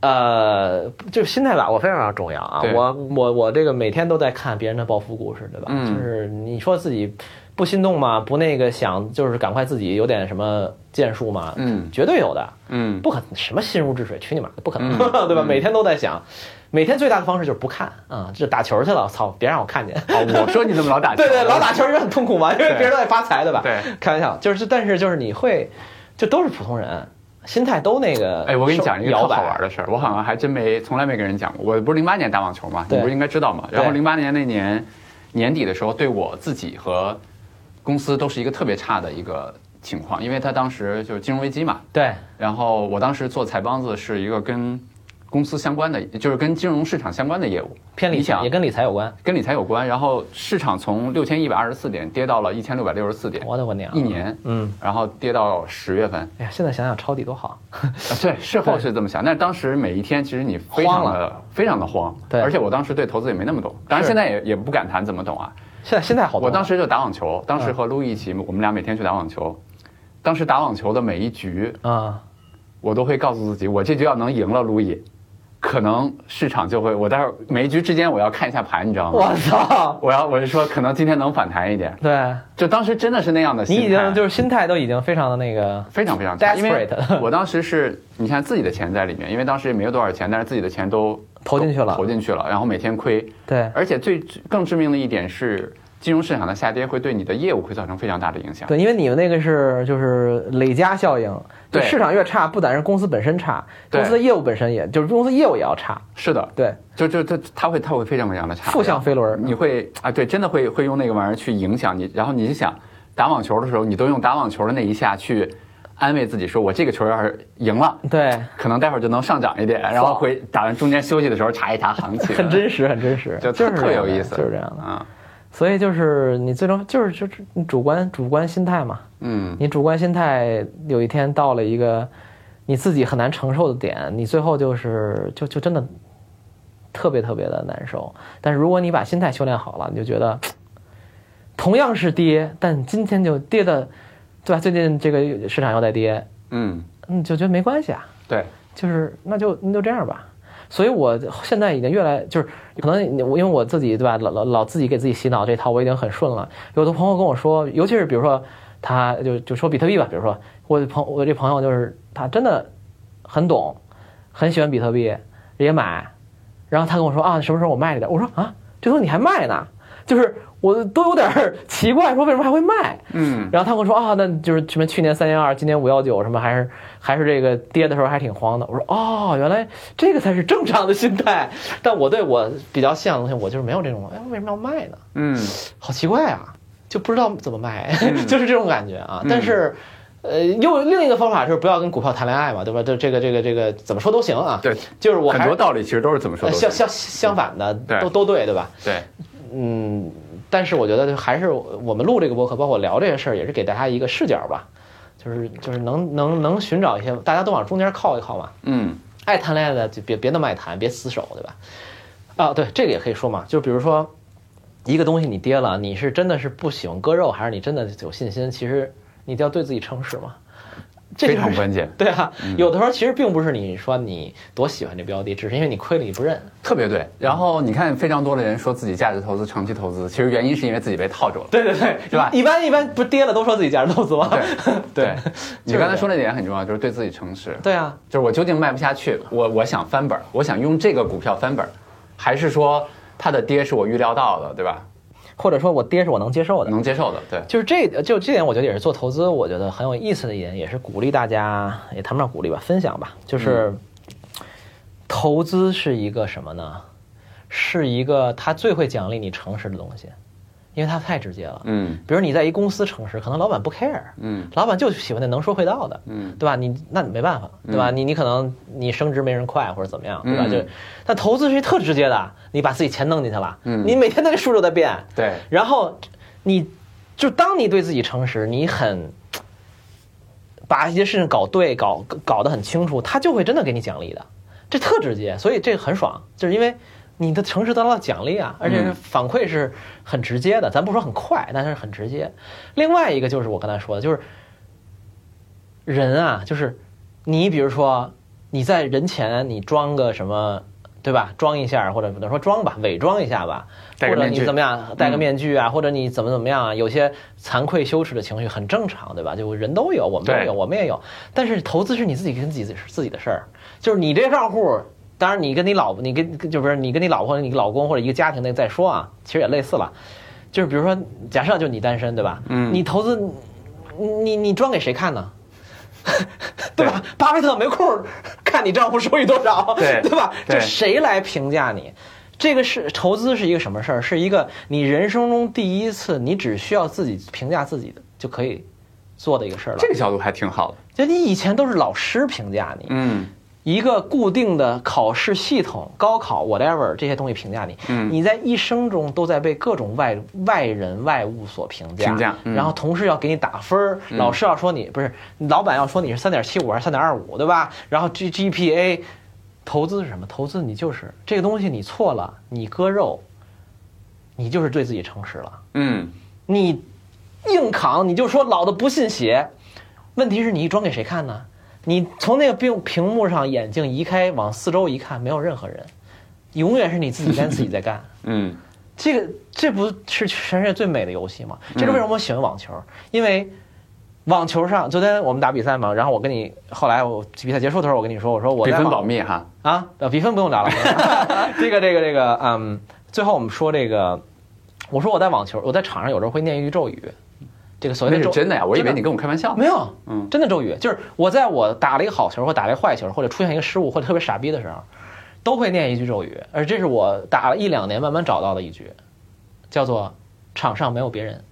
S1: 呃，就是心态把握非常非常重要啊！
S2: 嗯对
S1: 我我我这个每天都在看别人的暴富故事，对吧？
S2: 嗯
S1: 就是你说自己不心动嘛，不那个想，就是赶快自己有点什么建树嘛，
S2: 嗯
S1: 绝对有的。
S2: 嗯，
S1: 不可能什么心如止水，去你妈的，不可能，
S2: 嗯
S1: 对吧？
S2: 嗯
S1: 每天都在想，每天最大的方式就是不看啊，这、打球去了，操，别让我看见。
S2: 哦，我说你怎么老打球？
S1: 对对，老打球就很痛苦嘛，因为
S2: 对
S1: 别人都在发财，对吧？
S2: 对，
S1: 开玩笑，就是但是就是你会，就都是普通人，心态都那个。
S2: 哎，我跟你讲一个
S1: 摇
S2: 特
S1: 摆
S2: 好玩的事儿，我好像还真没从来没跟人讲过。我不是零八年打网球嘛，你
S1: 对
S2: 不是应该知道嘛？然后
S1: 对
S2: 零八年那年年底的时候，对我自己和公司都是一个特别差的一个情况，因为他当时就是金融危机嘛。
S1: 对
S2: 然后我当时做财帮子是一个跟公司相关的，就是跟金融市场相关的业务，
S1: 偏理
S2: 你
S1: 财
S2: 想
S1: 也跟理财有关。
S2: 跟理财有关。然后市场从六千一百二十四点跌到了一千六百六十四点，
S1: 我的我娘！
S2: 一年，
S1: 嗯，
S2: 然后跌到十月份。
S1: 哎呀，现在想想抄底多好。
S2: 啊，对，事后是这么想，但是当时每一天其实你非常
S1: 慌
S2: 的非常的慌，
S1: 对
S2: 而且我当时对投资也没那么懂，当然
S1: 是
S2: 现在也也不敢谈怎么懂啊。
S1: 现在现在好嗯多了。
S2: 我当时就打网球，当时和陆毅一起，我们俩每天去打网球。当时打网球的每一局，
S1: 啊，
S2: 我都会告诉自己，我这局要能赢了陆毅，可能市场就会，我待会儿每一局之间我要看一下盘，你知道吗？
S1: 我操！
S2: 我要我是说，可能今天能反弹一点。
S1: 对
S2: 就当时真的是那样的
S1: 你
S2: 心态，
S1: 已经就是心态都已经非常的那个，
S2: 非常非常差，因为
S1: Desperate
S2: 我当时是你看自己的钱在里面，因为当时也没有多少钱，但是自己的钱都
S1: 投进去了
S2: 投进去了，然后每天亏，
S1: 对
S2: 而且最更致命的一点是，金融市场的下跌会对你的业务会造成非常大的影响。
S1: 对，因为你们那个是就是累加效应，就
S2: 对
S1: 市场越差，不但是公司本身差，
S2: 对
S1: 公司的业务本身也就是公司业务也要差，
S2: 是的，
S1: 对，
S2: 就就它它会它会非常非常的差，
S1: 负向飞轮儿
S2: 你会啊，对，真的会会用那个玩意儿去影响你。然后你想打网球的时候，你都用打网球的那一下去安慰自己，说我这个球要是赢了。
S1: 对，
S2: 可能待会儿就能上涨一点，然后回打完中间休息的时候查一查行 情，
S1: 很真实，很真实，
S2: 就是特
S1: 这样
S2: 有
S1: 的
S2: 意思
S1: 就是这样的。
S2: 啊，
S1: 所以就是你最终就是就是你主观主观心态嘛，
S2: 嗯，
S1: 你主观心态有一天到了一个你自己很难承受的点，你最后就是就就真的特别特别的难受。但是如果你把心态修炼好了，你就觉得同样是跌，但今天就跌的，对吧？最近这个市场又在跌，
S2: 嗯，
S1: 嗯，就觉得没关系啊，
S2: 对，
S1: 就是那就那就这样吧。所以我现在已经越来就是可能我因为我自己对吧，老老老自己给自己洗脑这套我已经很顺了。有的朋友跟我说，尤其是比如说他就就说比特币吧，比如说我的朋我这朋友就是他真的很懂，很喜欢比特币，也买，然后他跟我说啊什么时候我卖了点，我说啊这东西你还卖呢，就是我都有点儿奇怪，说为什么还会卖？
S2: 嗯，
S1: 然后他跟我说啊，那就是什么去年三幺二，今年五幺九，什么还是还是这个跌的时候还挺慌的。我说哦，原来这个才是正常的心态。但我对我比较信仰的东西，我就是没有这种，哎，为什么要卖呢？
S2: 嗯，
S1: 好奇怪啊，就不知道怎么卖，
S2: 嗯
S1: 就是这种感觉啊。
S2: 嗯
S1: 但是，呃，又另一个方法就是不要跟股票谈恋爱嘛，对吧？这这个这个这个怎么说都行啊。
S2: 对，
S1: 就是我
S2: 很
S1: 还
S2: 多
S1: 是
S2: 道理其实都是怎么说
S1: 呃
S2: 都
S1: 相
S2: 是
S1: 相相反的
S2: 对
S1: 都都对，对吧？
S2: 对，
S1: 嗯，但是我觉得还是我们录这个播客，包括聊这些事儿，也是给大家一个视角吧，就是就是能能能寻找一些，大家都往中间靠一靠嘛。
S2: 嗯
S1: 爱谈恋爱的就别别那么爱谈，别死守，对吧？啊，对，这个也可以说嘛，就比如说一个东西你跌了，你是真的是不喜欢割肉，还是你真的有信心？其实你就要对自己诚实嘛。这
S2: 非
S1: 就是
S2: 常关键， 嗯
S1: 对啊，有的时候其实并不是你说你多喜欢这标的，只是因为你亏了你不认。
S2: 特别对。然后你看，非常多的人说自己价值投资、长期投资，其实原因是因为自己被套住了。
S1: 对对对，
S2: 是吧
S1: 一般一般不跌了都说自己价值投资吗？
S2: 对， 你
S1: 就是
S2: 刚才
S1: 这
S2: 说那点很重要，就是对自己诚实。
S1: 对啊，
S2: 就是我究竟卖不下去，我我想翻本儿，我想用这个股票翻本儿，还是说它的跌是我预料到的，对吧？
S1: 或者说我跌是我能接受的。
S2: 能接受的，对，
S1: 就是这，就这点，我觉得也是做投资，我觉得很有意思的一点，也是鼓励大家，也谈不上鼓励吧，分享吧。就是、
S2: 嗯
S1: 投资是一个什么呢？是一个他最会奖励你诚实的东西，因为它太直接了。
S2: 嗯
S1: 比如你在一公司诚实，可能老板不 care，
S2: 嗯
S1: 老板就喜欢那能说会道的，
S2: 嗯，
S1: 对吧？你那你没办法，对吧？你你可能你升职没人快或者怎么样，对吧？
S2: 嗯
S1: 就但投资是特直接的，你把自己钱弄进去了，
S2: 嗯
S1: 你每天那个数都在变，
S2: 对，
S1: 然后你就当你对自己诚实，你很把一些事情搞对、搞搞得很清楚，他就会真的给你奖励的，这特直接，所以这很爽，就是因为。你的诚实得到了奖励啊，而且是反馈是很直接的，咱不说很快，但是很直接。另外一个就是我刚才说的，就是人啊，就是你比如说你在人前你装个什么，对吧？装一下，或者不能说装吧，伪装一下吧，
S2: 戴
S1: 或
S2: 个
S1: 者
S2: 面具嗯
S1: 你怎么样，戴个面具啊，或者你怎么怎么样啊，有些惭愧羞耻的情绪很正常，对吧？就人都有，我们都
S2: 对
S1: 有，我们也有。但是投资是你自己跟自己的自己的事儿，就是你这账户。当然，你跟你老婆，你跟就不是你跟你老婆、你老公或者一个家庭那再说啊，其实也类似了。就是比如说，假设就你单身对吧？
S2: 嗯
S1: 你投资，你你你装给谁看呢？ 对吧？巴菲特没空儿看你账户收益多少，
S2: 对
S1: 对吧？
S2: 对
S1: 这谁来评价你？这个是投资是一个什么事儿？是一个你人生中第一次，你只需要自己评价自己的就可以做的一个事儿了
S2: 这。个角度还挺好的，
S1: 就你以前都是老师评价你，
S2: 嗯
S1: 一个固定的考试系统，高考 whatever 这些东西评价你，
S2: 嗯
S1: 你在一生中都在被各种外外人外物所评价，
S2: 评价嗯
S1: 然后同事要给你打分儿，老师要说你不是，老板要说你是三点七五还是三点二五，对吧？然后 G G P A，投资是什么？投资你就是这个东西，你错了，你割肉，你就是对自己诚实了。
S2: 嗯，
S1: 你硬扛，你就说老子不信邪。问题是你装给谁看呢？你从那个屏屏幕上眼睛移开，往四周一看，没有任何人，永远是你自己跟自己在干。
S2: 嗯
S1: 这个这不是全世界最美的游戏吗？这是为什么我喜欢网球，因为网球上昨天我们打比赛嘛，然后我跟你后来我比赛结束的时候，我跟你说，我说我
S2: 比
S1: 在
S2: 分
S1: 网
S2: 保密哈，
S1: 啊，呃，比分不用 打了。这个这个这个，嗯，最后我们说这个，我说我在网球，我在场上有时候会念一句咒语，这个所谓
S2: 那
S1: 的
S2: 是
S1: 咒
S2: 真的呀，我以为
S1: 真的
S2: 你跟我开玩笑。
S1: 没有，
S2: 嗯
S1: 真的咒语就是我在我打了一个好球或打了一个坏球，或者出现一个失误或者特别傻逼的时候，都会念一句咒语，而这是我打了一两年慢慢找到的一句，叫做“场上没有别人”，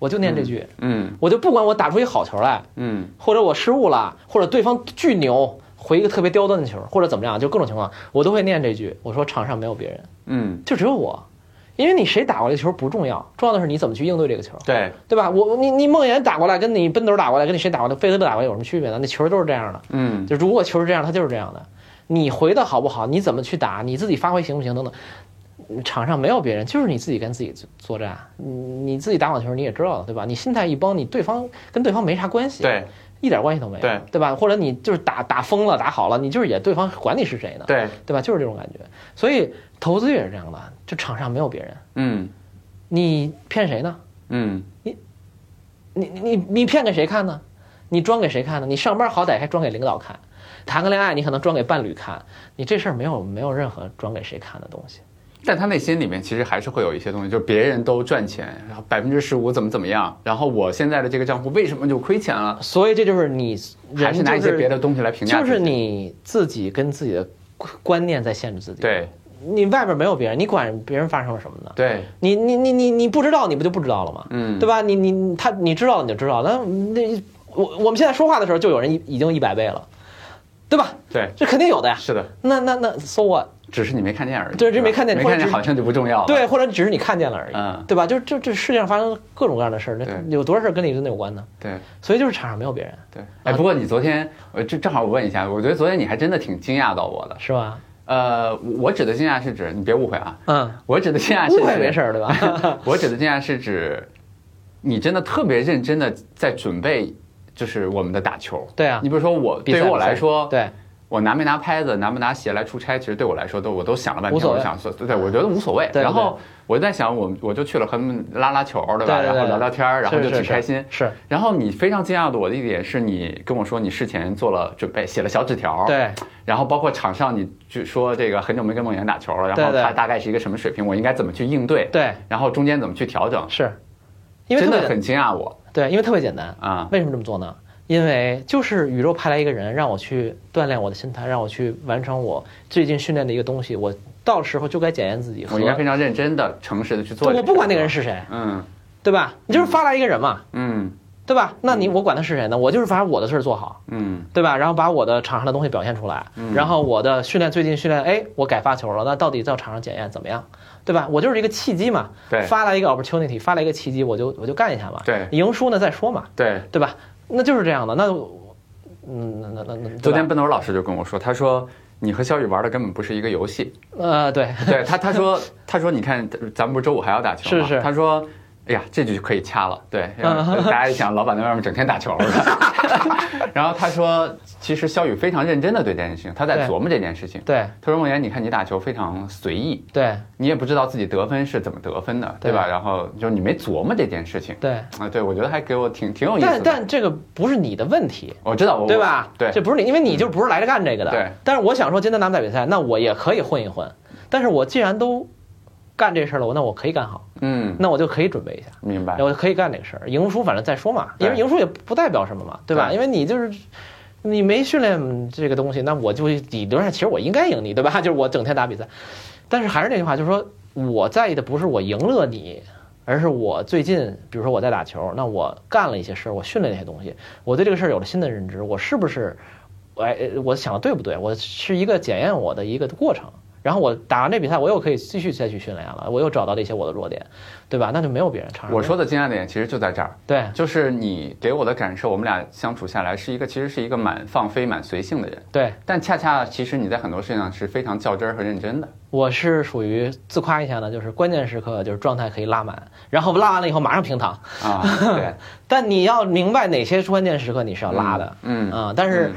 S1: 我就念这句，
S2: 嗯
S1: 我就不管我打出一个好球来，
S2: 嗯
S1: 或者我失误了，或者对方巨牛回一个特别刁钻的球，或者怎么样，就各种情况，我都会念这句。我说场上没有别人，
S2: 嗯，
S1: 就只有我，因为你谁打过来的球不重要，重要的是你怎么去应对这个球，
S2: 对，
S1: 对吧？我你你梦魇打过来，跟你奔头打过来，跟你谁打过来，费德勒打过来有什么区别呢？那球都是这样的，
S2: 嗯
S1: 就如果球是这样，它就是这样的。你回的好不好，你怎么去打，你自己发挥行不行等等。场上没有别人，就是你自己跟自己作战。你你自己打网球你也知道了，对吧？你心态一崩，你对方跟对方没啥关系。
S2: 对，
S1: 一点关系都没有，
S2: 对
S1: 对吧？或者你就是打打疯了，打好了，你就是也对方管你是谁呢，
S2: 对，
S1: 对吧？就是这种感觉。所以投资也是这样的，就场上没有别人，
S2: 嗯
S1: 你骗谁呢？
S2: 嗯，
S1: 你你你你骗给谁看呢？你装给谁看呢？你上班好歹还装给领导看，谈个恋爱你可能装给伴侣看，你这事儿没有没有任何装给谁看的东西。
S2: 但他内心里面其实还是会有一些东西，就是别人都赚钱，然后百分之十五怎么怎么样，然后我现在的这个账户为什么就亏钱了？
S1: 所以这就是你人
S2: 还是拿一些别的东西来评
S1: 就
S2: 价
S1: 是，就
S2: 自己，
S1: 是你自己跟自己的观念在限制自己。，
S2: 对
S1: 你外边没有别人，你管别人发生了什么呢？
S2: 对，
S1: 你你你你你不知道，你不就不知道了吗？
S2: 嗯，
S1: 对吧？你你他你知道了你就知道了，那那我我们现在说话的时候就有人已已经一百倍了，对吧？
S2: 对，
S1: 这肯定有的呀。
S2: 是的，
S1: 那那那，so what？
S2: 只是你没看见而已，
S1: 对只是
S2: 吧
S1: 没看见
S2: 没
S1: 或者
S2: 看见
S1: 只是
S2: 好像就不重要了，
S1: 对，或者只是你看见了而已，
S2: 嗯
S1: 对吧？就就这世界上发生各种各样的事儿，
S2: 对
S1: 那有多少事儿跟你真的有关呢？
S2: 对。
S1: 所以就是场上没有别人，
S2: 对，哎，
S1: 啊
S2: 不过你昨天，我这正好我问一下，我觉得昨天你还真的挺惊讶到我的。
S1: 是吧？
S2: 呃，我指的惊讶是指，你别误会啊，
S1: 嗯，
S2: 我指的惊讶是
S1: 误会没
S2: 指，
S1: 事儿，对 吧？
S2: 我指的惊讶是指，你真的特别认真的在准备，就是我们的打球。
S1: 对啊
S2: 你，比如说我，
S1: 比赛
S2: 对于我来说，
S1: 对，
S2: 我拿没拿拍子，拿不拿鞋来出差，其实对我来说都我都想了半
S1: 无
S2: 天，
S1: 所
S2: 我
S1: 谓
S2: 想说，对我觉得无所谓。
S1: 对对
S2: 然后我就在想，我我就去了和他们拉拉球，对
S1: 对
S2: 吧？
S1: 对对
S2: 然后聊聊天儿，然后
S1: 是
S2: 就是挺
S1: 是
S2: 开心。
S1: 是
S2: 然后你非常惊讶的我的一点是你跟我说你事前做了准备，写了小纸条，，
S1: 对
S2: 然后包括场上你就说这个很久没跟梦岩打球了，然后
S1: 对对
S2: 他大概是一个什么水平，我应该怎么去应对，
S1: 对
S2: 然后中间怎么去调整，
S1: 是，因为
S2: 真
S1: 特
S2: 的
S1: 别
S2: 很惊讶我
S1: 对，因为特别简单。
S2: 啊，
S1: 为什么这么做呢？因为就是宇宙派来一个人，让我去锻炼我的心态，让我去完成我最近训练的一个东西。我到时候就该检验自己和
S2: 我应该非常认真的、诚实的去做这
S1: 对
S2: 事。
S1: 我不管那个人是谁，
S2: 嗯
S1: 对吧？你就是发来一个人嘛，
S2: 嗯
S1: 对吧？那你我管他是谁呢？我就是把我的事儿做好，
S2: 嗯
S1: 对吧？然后把我的场上的东西表现出来，然后我的训练最近训练，哎，我改发球了，那到底到场上检验怎么样，对吧？我就是一个契机嘛，
S2: 对
S1: 发来一个 opportunity，发来一个契机，我就我就干一下嘛，
S2: 对
S1: 赢输呢再说嘛，
S2: 对。
S1: 对吧？那就是这样的，那我嗯，那那那那
S2: 昨
S1: 对吧
S2: 天奔头老师就跟我说，他说你和小雨玩的根本不是一个游戏，
S1: 呃对，
S2: 对他，他说，他说，你看，咱们不是周五还要打球吗？
S1: 是是嗯
S2: 他说，哎呀，这就可以掐了。对，大家一想，老板在外面整天打球了。 然后他说，其实肖宇非常认真的对这件事情，他在
S1: 对
S2: 琢磨这件事情。
S1: 对
S2: 他说：“梦岩，你看你打球非常随意，
S1: 对
S2: 你也不知道自己得分是怎么得分的，对
S1: 对
S2: 吧？然后就你没琢磨这件事情。
S1: 对，
S2: 啊，对，我觉得还给我挺挺有意思的。
S1: 但但这个不是你的问题。
S2: 我知道，我
S1: 对吧？
S2: 对
S1: 这不是你，因为你就不是来这干这个的。
S2: 对。
S1: 但是我想说，今天咱们打比赛，那我也可以混一混。但是我既然都干这事儿了，我那我可以干好，
S2: 嗯，
S1: 那我就可以准备一下。
S2: 明白。
S1: 我就可以干这个事儿。赢输反正再说嘛，因为
S2: 对
S1: 赢输也不代表什么嘛，对吧？
S2: 对
S1: 因为你就是你没训练这个东西，那我就理论上其实我应该赢你，对吧？ 就是我整天打比赛，但是还是那句话，就是说我在意的不是我赢了你。而是我最近，比如说我在打球，那我干了一些事儿，我训练了一些东西，我对这个事儿有了新的认知，我是不是，我哎，我想的对不对？我是一个检验我的一个过程。然后我打完这比赛，我又可以继续再去训练了，我又找到了一些我的弱点，对吧？那就没有别人尝试。
S2: 我说的惊讶点其实就在这儿。
S1: 对，
S2: 就是你给我的感受，我们俩相处下来是一个其实是一个蛮放飞、蛮随性的人，
S1: 对，
S2: 但恰恰其实你在很多事情上是非常较真儿和 认真的。
S1: 我是属于自夸一下呢，就是关键时刻就是状态可以拉满，然后拉完了以后马上平躺。
S2: 啊， 对，
S1: 但你要明白哪些关键时刻你是要拉的，
S2: 嗯嗯
S1: 啊，但是。呃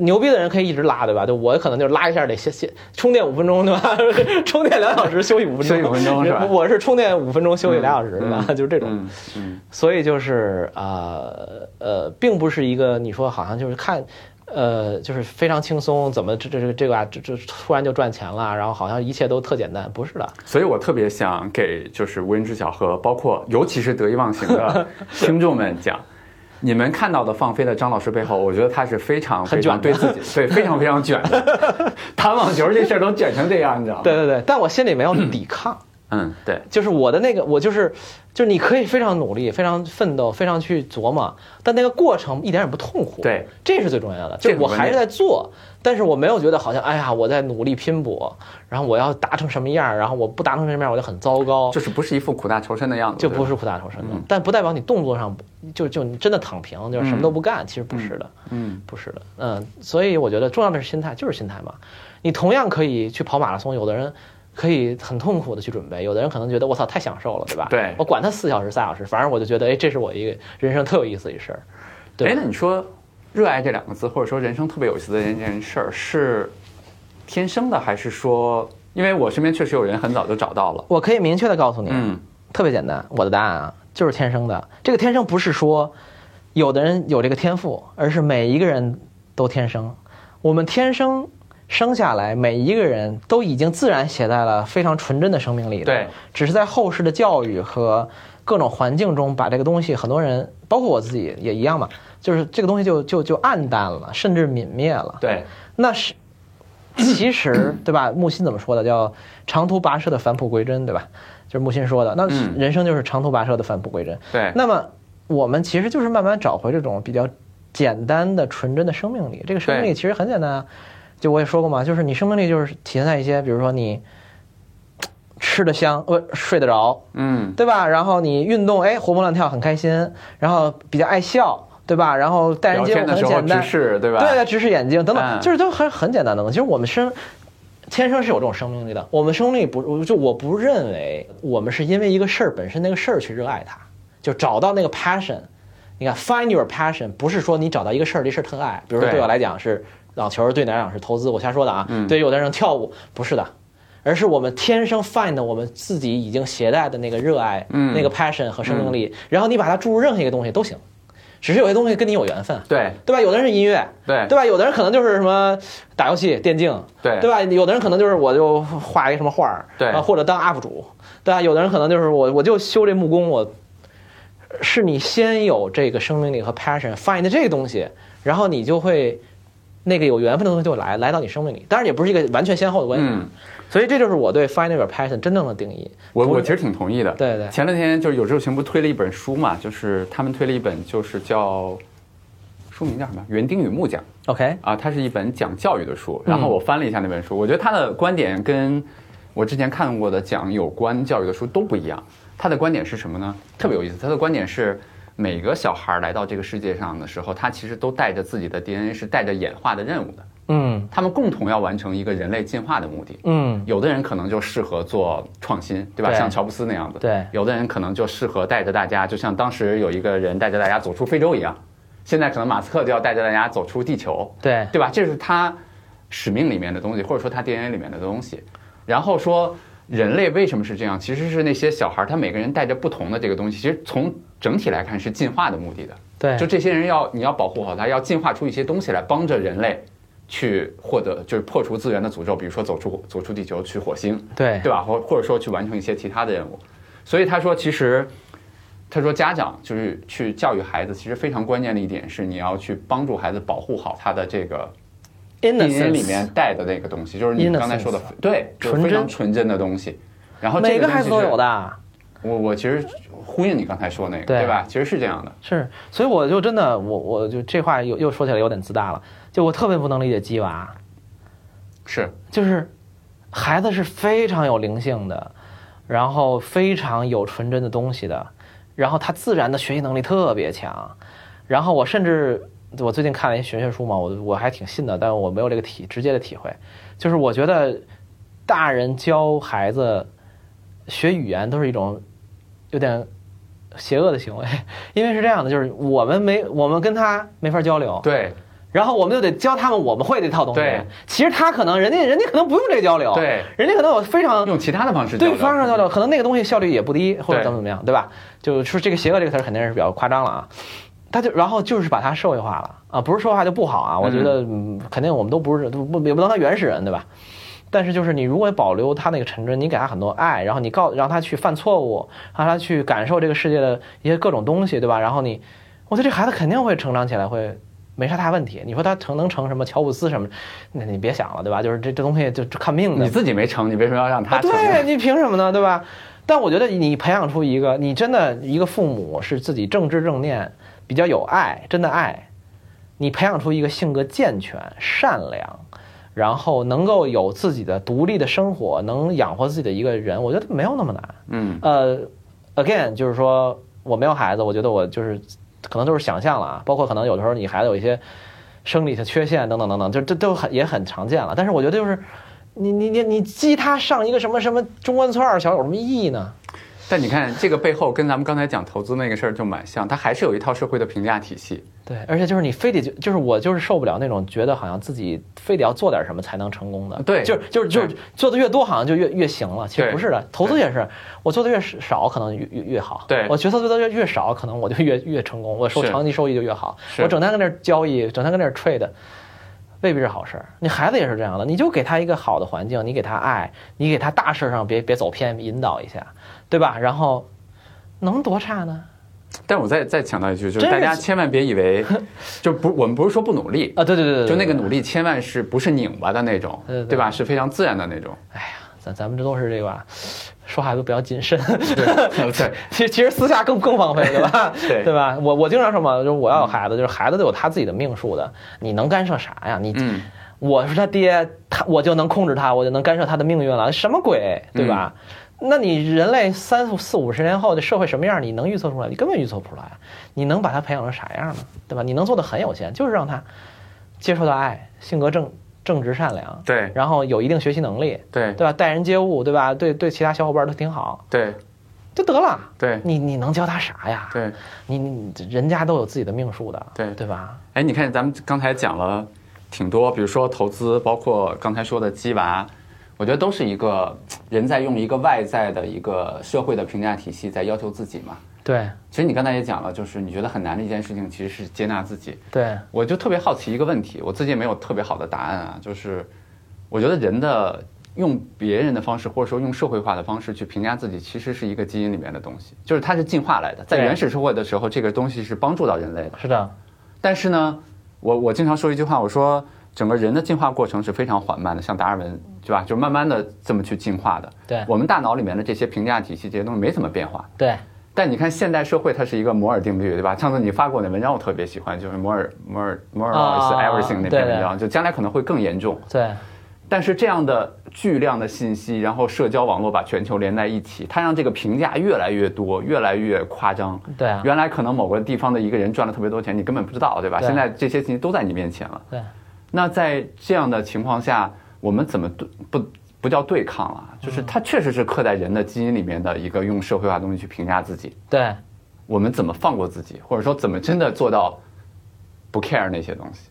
S1: 牛逼的人可以一直拉，对吧？就我可能就拉一下得歇歇，充电五分钟，对吧？ 充电两小时，休息五分钟，
S2: 休息五分钟是吧
S1: 我是充电五分钟，休息俩小时，对吧？ 就是这种。
S2: 嗯嗯
S1: 所以就是啊呃并不是一个你说好像就是看。呃，就是非常轻松，怎么这这这这个啊，这这突然就赚钱了，然后好像一切都特简单，不是的，
S2: 所以我特别想给就是无人知晓和包括尤其是得意忘形的听众们讲。你们看到的放飞的张老师背后，我觉得他是非 常
S1: 很
S2: 非
S1: 卷
S2: 常对自己对非常非常卷的， 打网球这事儿都卷成这样，你知道吗？
S1: 对，对对。但我心里没有抵抗，
S2: 嗯对，
S1: 就是我的那个，我就是，就是你可以非常努力，非常奋斗，非常去琢磨，但那个过程一点也不痛苦，
S2: 对，
S1: 这是最重要的。
S2: 这
S1: 就
S2: 个
S1: 是我
S2: 观
S1: 还是
S2: 念
S1: 在做，但是我没有觉得好像，哎呀，我在努力拼搏，然后我要达成什么样儿，然后我不达成什么样儿，我就很糟糕，
S2: 就是不是一副苦大仇深的样子，
S1: 就
S2: 对
S1: 不
S2: 吧
S1: 是苦大仇深的
S2: 嗯，
S1: 但不代表你动作上不就就你真的躺平，就是什么都不干，其实不是的，
S2: 嗯
S1: 不是的，嗯，所以我觉得重要的是心态，就是心态嘛。你同样可以去跑马拉松，有的人可以很痛苦的去准备，有的人可能觉得我操太享受了，对吧？
S2: 对
S1: 我管他四小时、三小时，反正我就觉得哎，这是我一个人生特有意思的一事儿。
S5: 对
S2: 哎，那你说热爱这两个字，或者说人生特别有意思的这件事儿，是天生的，还是说？因为我身边确实有人很早就找到了，
S1: 我可以明确的告诉你，
S2: 嗯，
S1: 特别简单，我的答案啊就是天生的。这个天生不是说有的人有这个天赋，而是每一个人都天生。我们天生生下来，每一个人都已经自然携带了非常纯真的生命力了
S2: 对，
S1: 只是在后世的教育和各种环境中，把这个东西，很多人，包括我自己也一样嘛，就是这个东西就就就暗淡了，甚至泯灭了。
S2: 对，
S1: 那是其实对吧？木心怎么说的？叫长途跋涉的返璞归真，对吧？就是木心说的。那是
S2: 嗯
S1: 人生就是长途跋涉的返璞归真。
S2: 对，
S1: 那么我们其实就是慢慢找回这种比较简单的、纯真的生命力。这个生命力
S2: 对
S1: 其实很简单啊，就我也说过嘛，就是你生命力就是体现在一些，比如说你吃得香，呃，睡得着，
S2: 嗯，
S1: 对吧？然后你运动，哎，活蹦乱跳，很开心，然后比较爱笑，对吧？然后待人
S2: 聊
S1: 接物
S2: 天的
S1: 很
S2: 时候
S1: 简
S2: 直
S1: 单，
S2: 视，对吧？
S1: 对，啊直视眼睛等等，
S2: 嗯
S1: 就是都很很简单的东西。其实我们生天生是有这种生命力的，我们生命力不我就我不认为我们是因为一个事儿本身那个事儿去热爱它，就找到那个 passion。你看，find your passion，不是说你找到一个事儿，这事儿特爱，比如说
S2: 对
S1: 对我来讲是网球，对你来讲是投资，我瞎说的啊。
S2: 嗯
S1: 对于有的人跳舞不是的，而是我们天生 find 我们自己已经携带的那个热爱、
S2: 嗯
S1: 那个 passion 和生命力，然后你把它注入任何一个东西都行，只是有些东西跟你有缘分。
S2: 对，
S1: 对吧？有的人是音乐，
S2: 对
S1: 对吧？有的人可能就是什么打游戏、电竞，
S2: 对
S1: 对吧？有的人可能就是我就画一个什么画儿，
S2: 对
S1: 啊或者当 UP 主，对吧？有的人可能就是我我就修这木工，我是你先有这个生命力和 passion，find 这个东西，然后你就会那个有缘分的东西就来来到你生命里。当然也不是一个完全先后的关系，
S2: 嗯，
S1: 所以这就是我对 find your passion 真正的定义。
S2: 我
S1: 不
S2: 我其实挺同意的。
S1: 对对
S2: 前两天就是有志有情不推了一本书嘛，就是他们推了一本，就是叫书名叫什么《园丁与木匠》。
S1: OK，
S2: 啊，它是一本讲教育的书。然
S1: 嗯
S2: 后我翻了一下那本书，我觉得他的观点跟我之前看过的讲有关教育的书都不一样。他的观点是什么呢？特别有意思。他的观点是，每个小孩儿来到这个世界上的时候，他其实都带着自己的 DNA，是带着演化的任务的。
S1: 嗯
S2: 他们共同要完成一个人类进化的目的。
S1: 嗯，
S2: 有的人可能就适合做创新，对吧？
S1: 对
S2: 像乔布斯那样子。
S1: 对
S2: 有的人可能就适合带着大家，就像当时有一个人带着大家走出非洲一样，现在可能马斯克就要带着大家走出地球。
S1: 对
S2: 对吧？这是他使命里面的东西，或者说他 DNA 里面的东西。然后说人类为什么是这样，其实是那些小孩儿，他每个人带着不同的这个东西，其实从整体来看是进化的目的的。
S1: 对，
S2: 就这些人要你要保护好他，要进化出一些东西来帮着人类去获得，就是破除资源的诅咒，比如说走出走出地球去火星，
S1: 对
S2: 对吧？或或者说去完成一些其他的任务。所以他说，其实他说家长就是去教育孩子，其实非常关键的一点是你要去帮助孩子保护好他的这个 DNA
S1: innocence
S2: 里面带的那个东西，就是你刚才说的
S1: Innocence
S2: 对，就是非
S1: 纯
S2: 常
S1: 真
S2: 纯真的东西。然后这
S1: 每
S2: 个
S1: 个孩子
S2: 东
S1: 都
S2: 西是
S1: 有。的。
S2: 我我其实呼应你刚才说那个，
S1: 对
S2: 对吧？其实是这样的，
S1: 是，所以我就真的，我我就这话又又说起来有点自大了，就我特别不能理解鸡娃，
S2: 是
S1: 就是孩子是非常有灵性的，然后非常有纯真的东西的，然后他自然的学习能力特别强，然后我甚至我最近看了一玄学书嘛，我我还挺信的，但我没有这个体直接的体会，就是我觉得大人教孩子学语言都是一种有点邪恶的行为，因为是这样的，就是我们没我们跟他没法交流，
S2: 对
S1: 然后我们就得教他们我们会这套东西
S2: 对。
S1: 其实他可能人家人家可能不用这个交流，
S2: 对，
S1: 人家可能有非常
S2: 用其他的方式交
S1: 对
S2: 流
S1: 方上交流，可能那个东西效率也不低，或者
S2: 对
S1: 怎么怎么样，对吧？就是这个“邪恶”这个词儿肯定是比较夸张了啊。他就然后就是把它社会化了啊，不是社会化就不好啊。我觉得、嗯、肯定我们都不是都不也不能当原始人，对吧？但是就是你如果保留他那个纯真，你给他很多爱，然后你告让他去犯错误，让他去感受这个世界的一些各种东西，对吧？然后你，我觉得这孩子肯定会成长起来会。没啥大问题，你说他成能成什么乔布斯什么，那你别想了，对吧？就是这这东西就就看命的，
S2: 你自己没成，你为什么要让他
S1: 啊
S2: 成？
S1: 对你凭什么呢？对吧？但我觉得你培养出一个，你真的一个父母是自己正知正念，比较有爱，真的爱，你培养出一个性格健全、善良，然后能够有自己的独立的生活，能养活自己的一个人，我觉得没有那么难。
S2: 嗯，
S1: 呃，again，就是说我没有孩子，我觉得我就是可能都是想象了啊，包括可能有的时候你孩子有一些生理的缺陷等等等等，就这都很也很常见了。但是我觉得就是你你你你激他上一个什么什么中关村二小有什么意义呢？
S2: 但你看这个背后跟咱们刚才讲投资那个事儿就蛮像，它还是有一套社会的评价体系。
S1: 对，而且就是你非得就就是我就是受不了那种觉得好像自己非得要做点什么才能成功的，
S2: 对
S1: 就是就是就是
S2: 对
S1: 做的越多好像就越越行了，其实
S2: 对
S1: 不是的，投资也是，我做的越少可能越越越好，
S2: 对
S1: 我决策做的越越少可能我就越越成功，我收
S2: 是
S1: 长期收益就越好，
S2: 是
S1: 我整天跟那儿交易，整天跟那儿 trade。未必是好事儿，你孩子也是这样的，你就给他一个好的环境，你给他爱，你给他大事上别别走偏，引导一下，对吧？然后能多差呢？
S2: 但我再再强调一句，就是
S1: 真是
S2: 大家千万别 以为，就不我们不是说不努力，
S1: 啊，对对对对，
S2: 就那个
S1: 对
S2: 努力千万是不是拧巴的那种
S1: 对对，对
S2: 对吧？是非常自然的那种。
S1: 咱咱们这都是这个吧，说话都比较谨慎。
S2: 对，
S1: 其实其实私下更更荒废，对吧？
S2: 对
S1: 对吧？我我经常说嘛，就是我要有孩子，就是孩子都有他自己的命数的，你能干涉啥呀？你、
S2: 嗯，
S1: 我是他爹，他我就能控制他，我就能干涉他的命运了，什么鬼，对吧？
S2: 嗯
S1: 那你人类三四四五十年后的社会什么样，你能预测出来？你根本预测不出来。你能把他培养成啥样呢？对吧？你能做的很有限，就是让他接受到爱，性格正正直善良，
S2: 对
S1: 然后有一定学习能力，
S2: 对
S1: 对吧？待人接物，对吧？对对，其他小伙伴都挺好，
S2: 对
S1: 就得了。
S2: 对
S1: 你你能教他啥呀？
S2: 对。
S1: 你你人家都有自己的命数的，
S2: 对
S1: 对吧？
S2: 哎，你看咱们刚才讲了挺多，比如说投资，包括刚才说的鸡娃，我觉得都是一个人在用一个外在的一个社会的评价体系在要求自己嘛。
S1: 对
S2: 其实你刚才也讲了，就是你觉得很难的一件事情，其实是接纳自己。
S1: 对，
S2: 我就特别好奇一个问题，我自己也没有特别好的答案啊，就是我觉得人的用别人的方式，或者说用社会化的方式去评价自己，其实是一个基因里面的东西，就是它是进化来的。在
S1: 对
S2: 原始社会的时候，这个东西是帮助到人类的。
S1: 是的，
S2: 但是呢，我我经常说一句话，我说整个人的进化过程是非常缓慢的，像达尔文对吧？就慢慢的这么去进化的。
S1: 对
S2: 我们大脑里面的这些评价体系，这些东西没怎么变化。
S1: 对
S2: 但你看现代社会，它是一个摩尔定律，对吧？上次你发过那文章，我特别喜欢，就是摩尔摩尔摩尔 always
S1: 啊
S2: everything 那
S1: 对对
S2: 篇文章，就将来可能会更严重。
S1: 对
S2: 但是这样的巨量的信息，然后社交网络把全球连在一起，它让这个评价越来越多，越来越夸张。
S1: 对啊
S2: 原来可能某个地方的一个人赚了特别多钱，你根本不知道，对吧？
S1: 对
S2: 现在这些信息都在你面前了。
S1: 对，
S2: 那在这样的情况下，我们怎么对不不叫对抗了？就是它确实是刻在人的基因里面的一个用社会化的东西去评价自己。
S1: 对
S2: 我们怎么放过自己，或者说怎么真的做到不 care 那些东西？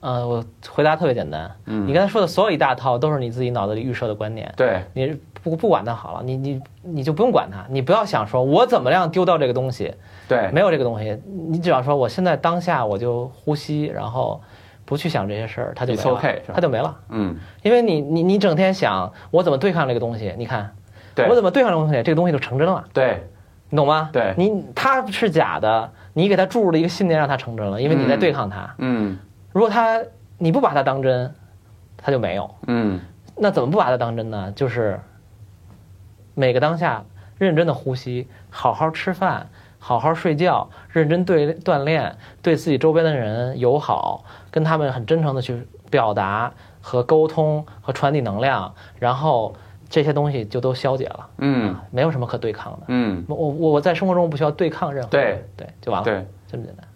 S1: 呃，我回答特别简单。嗯，你刚才说的所有一大套都是你自己脑子里预设的观点。
S2: 对
S1: 你不不管它好了，你你你就不用管它，你不要想说我怎么样丢掉这个东西，
S2: 对
S1: 没有这个东西，你只要说我现在当下我就呼吸，然后不去想这些事儿，它就没
S2: It's
S1: 了
S2: okay，是吧
S1: 它就没了。
S2: 嗯，
S1: 因为你你你整天想我怎么对抗这个东西，你看
S2: 对
S1: 我怎么对抗这个东西，这个东西就成真了，
S2: 嗯对
S1: 你懂吗？
S2: 对
S1: 你它是假的，你给它注入了一个信念，让它成真了，因为你在
S2: 嗯
S1: 对抗它。
S2: 嗯
S1: 如果它你不把它当真，它就没有。
S2: 嗯
S1: 那怎么不把它当真呢？就是每个当下认真的呼吸，好好吃饭，好好睡觉，认真对锻炼，对自己周边的人友好，跟他们很真诚的去表达和沟通和传递能量，然后这些东西就都消解了，
S2: 嗯
S1: 没有什么可对抗的。
S2: 嗯，
S1: 我我我在生活中不需要对抗任何人，对就完了，
S2: 对。
S1: 这么简单。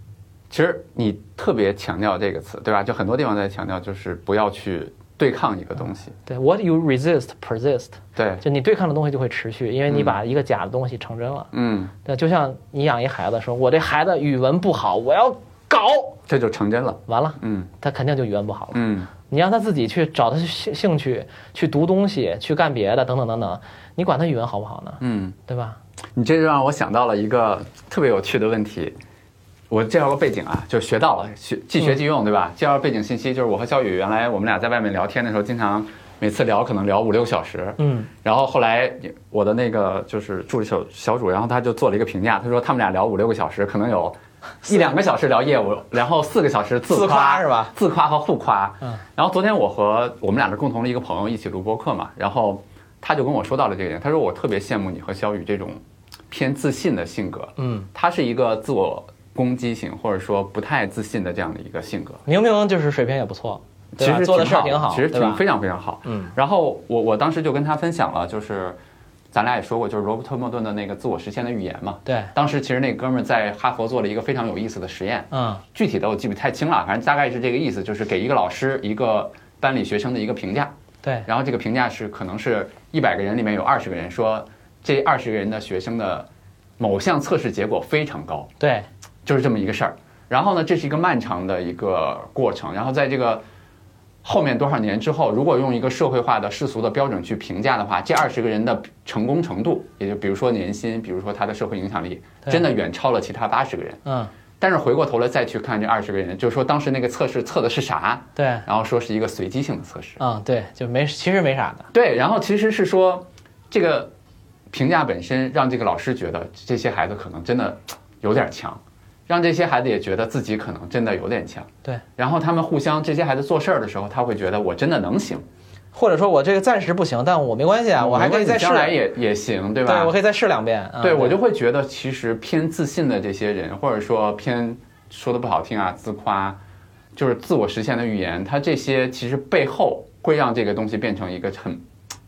S2: 其实你特别强调这个词，对吧？就很多地方在强调，就是不要去对抗一个东西。
S1: 对，what you resist persist，
S2: 对，
S1: 就你对抗的东西就会持续，因为你把一个假的东西成真了。
S2: 嗯，
S1: 对，就像你养一孩子说，我这孩子语文不好，我要搞，
S2: 这就成真了。
S1: 完了，
S2: 嗯
S1: 他肯定就语文不好了。
S2: 嗯，
S1: 你让他自己去找他兴兴趣，去读东西，去干别的，等等等等，你管他语文好不好呢？
S2: 嗯，
S1: 对吧？
S2: 你这就让我想到了一个特别有趣的问题。我介绍个背景啊，就学到了，学即学即用，对吧？介绍背景信息，就是我和肖宇原来我们俩在外面聊天的时候，经常每次聊可能聊五六个小时。
S1: 嗯，
S2: 然后后来我的那个就是助理小小主，然后他就做了一个评价，他说他们俩聊五六个小时，可能有一两个小时聊业务，然后四个小时自
S4: 自夸是吧？
S2: 自夸和互夸。
S1: 嗯。
S2: 然后昨天我和我们俩是共同的一个朋友一起录播课嘛，然后他就跟我说到了这一点，他说我特别羡慕你和肖宇这种偏自信的性格。
S1: 嗯，
S2: 他是一个自我攻击型或者说不太自信的这样的一个性格。
S1: 明明就是水平也不错，
S2: 其
S1: 对吧
S2: 实
S1: 做的事儿挺
S2: 挺
S1: 好，
S2: 其实
S1: 对吧
S2: 挺非常非常好。
S1: 嗯，
S2: 然后我我当时就跟他分享了，就是咱俩也说过，就是罗伯特·莫顿的那个《自我实现的预言》嘛。
S1: 对，
S2: 当时其实那哥们儿在哈佛做了一个非常有意思的实验，
S1: 嗯
S2: 具体的我记不太清了，反正大概是这个意思，就是给一个老师一个班里学生的一个评价，
S1: 对
S2: 然后这个评价是可能是一百个人里面有二十个人说这二十个人的学生的某项测试结果非常高，
S1: 对，
S2: 就是这么一个事儿。然后呢，这是一个漫长的一个过程。然后在这个后面多少年之后，如果用一个社会化的世俗的标准去评价的话，这二十个人的成功程度，也就比如说年薪，比如说他的社会影响力，
S1: 对
S2: 真的远超了其他八十个人。
S1: 嗯，
S2: 但是回过头来再去看这二十个人，就是说当时那个测试测的是啥，
S1: 对，
S2: 然后说是一个随机性的测试。
S1: 嗯，对，就没，其实没啥的，
S2: 对，然后其实是说，这个评价本身让这个老师觉得这些孩子可能真的有点强，让这些孩子也觉得自己可能真的有点强。
S1: 对，
S2: 然后他们互相这些孩子做事儿的时候，他会觉得我真的能行，
S1: 或者说我这个暂时不行，但我没关系啊，
S2: 嗯
S1: 我还可以再试
S2: 将，来也也行，对吧？
S1: 对我可以再试两遍，嗯
S2: 对我就会觉得，其实偏自信的这些人，或者说偏说的不好听啊，自夸，就是自我实现的预言，他这些其实背后会让这个东西变成一个很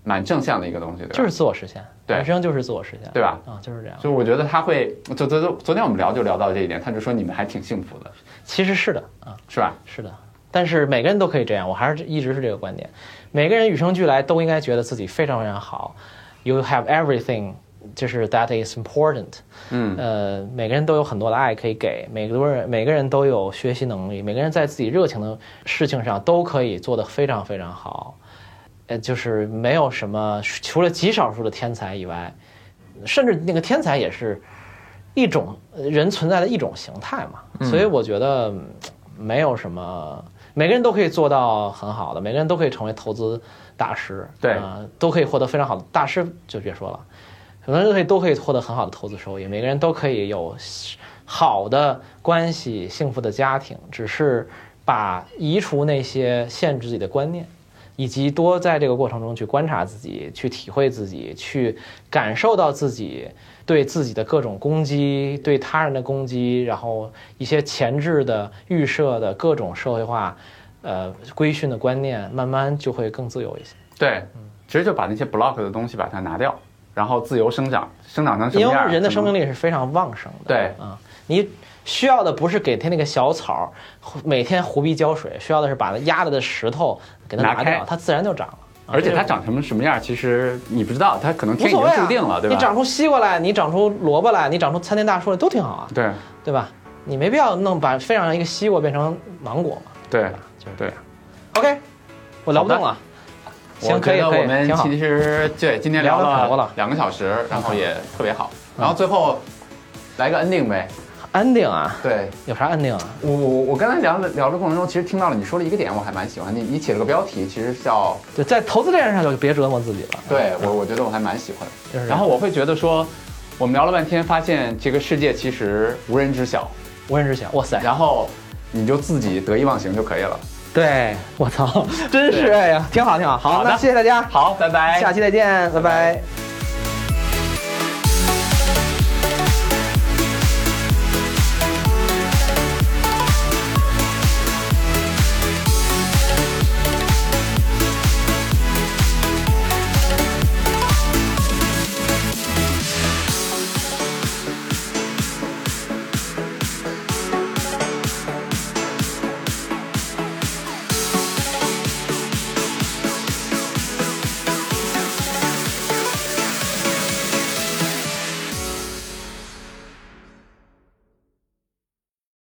S2: 蛮正向的一个东西，对吧？
S1: 就是自我实现，
S2: 对
S1: 人生就是自我实现，
S2: 对吧？
S1: 啊，就是这样，
S2: 就我觉得他会，昨昨昨天我们聊就聊到这一点，他就说你们还挺幸福的，
S1: 其实是的啊，
S2: 是吧？
S1: 是的，但是每个人都可以这样，我还是一直是这个观点，每个人与生俱来都应该觉得自己非常非常好，You have everything，就是 that is important，
S2: 嗯，
S1: 呃，每个人都有很多的爱可以给，每个人每个人都有学习能力，每个人在自己热情的事情上都可以做得非常非常好。呃，就是没有什么，除了极少数的天才以外，甚至那个天才也是一种呃人存在的一种形态嘛。所以我觉得嗯没有什么，每个人都可以做到很好的，每个人都可以成为投资大师，
S2: 对
S1: 呃都可以获得非常好的大师，就别说了。很多人都可以都可以获得很好的投资收益，每个人都可以有好的关系、幸福的家庭，只是把移除那些限制自己的观念，以及多在这个过程中去观察自己、去体会自己、去感受到自己对自己的各种攻击、对他人的攻击，然后一些前置的预设的各种社会化。呃，规训的观念慢慢就会更自由一些，
S2: 对，其实就把那些 block 的东西把它拿掉，然后自由生长，生长成什么
S1: 因为
S2: 样儿？
S1: 人的生命
S2: 力，
S1: 力是非常旺盛的。
S2: 对
S1: 啊，你需要的不是给它那个小草每天胡逼浇水，需要的是把它压着的石头给它
S2: 拿
S1: 拿
S2: 开
S1: 掉，它自然就长了。啊
S2: 而且
S1: 这
S2: 它
S1: 个
S2: 长成什么样儿，其实你不知道，它可能
S1: 无
S2: 天已
S1: 所
S2: 经
S1: 谓啊
S2: 注定了，对吧？
S1: 你长出西瓜来，你长出萝卜来，你长出参天大树来都挺好啊，
S2: 对
S1: 对吧？你没必要弄把非常一个西瓜变成芒果嘛，
S2: 对，
S1: 就是
S2: 对。
S1: OK，我聊不动了，行，
S2: 我
S1: 可
S2: 觉
S1: 以
S2: 得
S1: 可
S2: 我
S1: 以，
S2: 们
S1: 挺好。
S2: 其实 对今天
S1: 聊
S2: 聊
S1: 得很多了
S2: 了两个小时，然后也特别好，然后最后来个 ending 呗。
S1: ending 啊，
S2: 对
S1: 有啥 ending 啊？
S2: 我我我刚才聊的聊的过程中，其实听到了你说了一个点，我还蛮喜欢你，你起了个标题，其实叫
S1: 就在投资这件事上就别折磨自己了。
S2: 对我，我觉得我还蛮喜欢的。
S1: 就是这样
S2: 然后我会觉得说，我们聊了半天，发现这个世界其实无人知晓，
S1: 无人知晓，哇塞，
S2: 然后你就自己得意忘形就可以了。
S1: 对，我操，真是
S2: 对
S1: 哎呀，挺好挺好。好，
S2: 好的
S1: 那谢谢大家，
S2: 好，拜拜，
S1: 下期再见，拜拜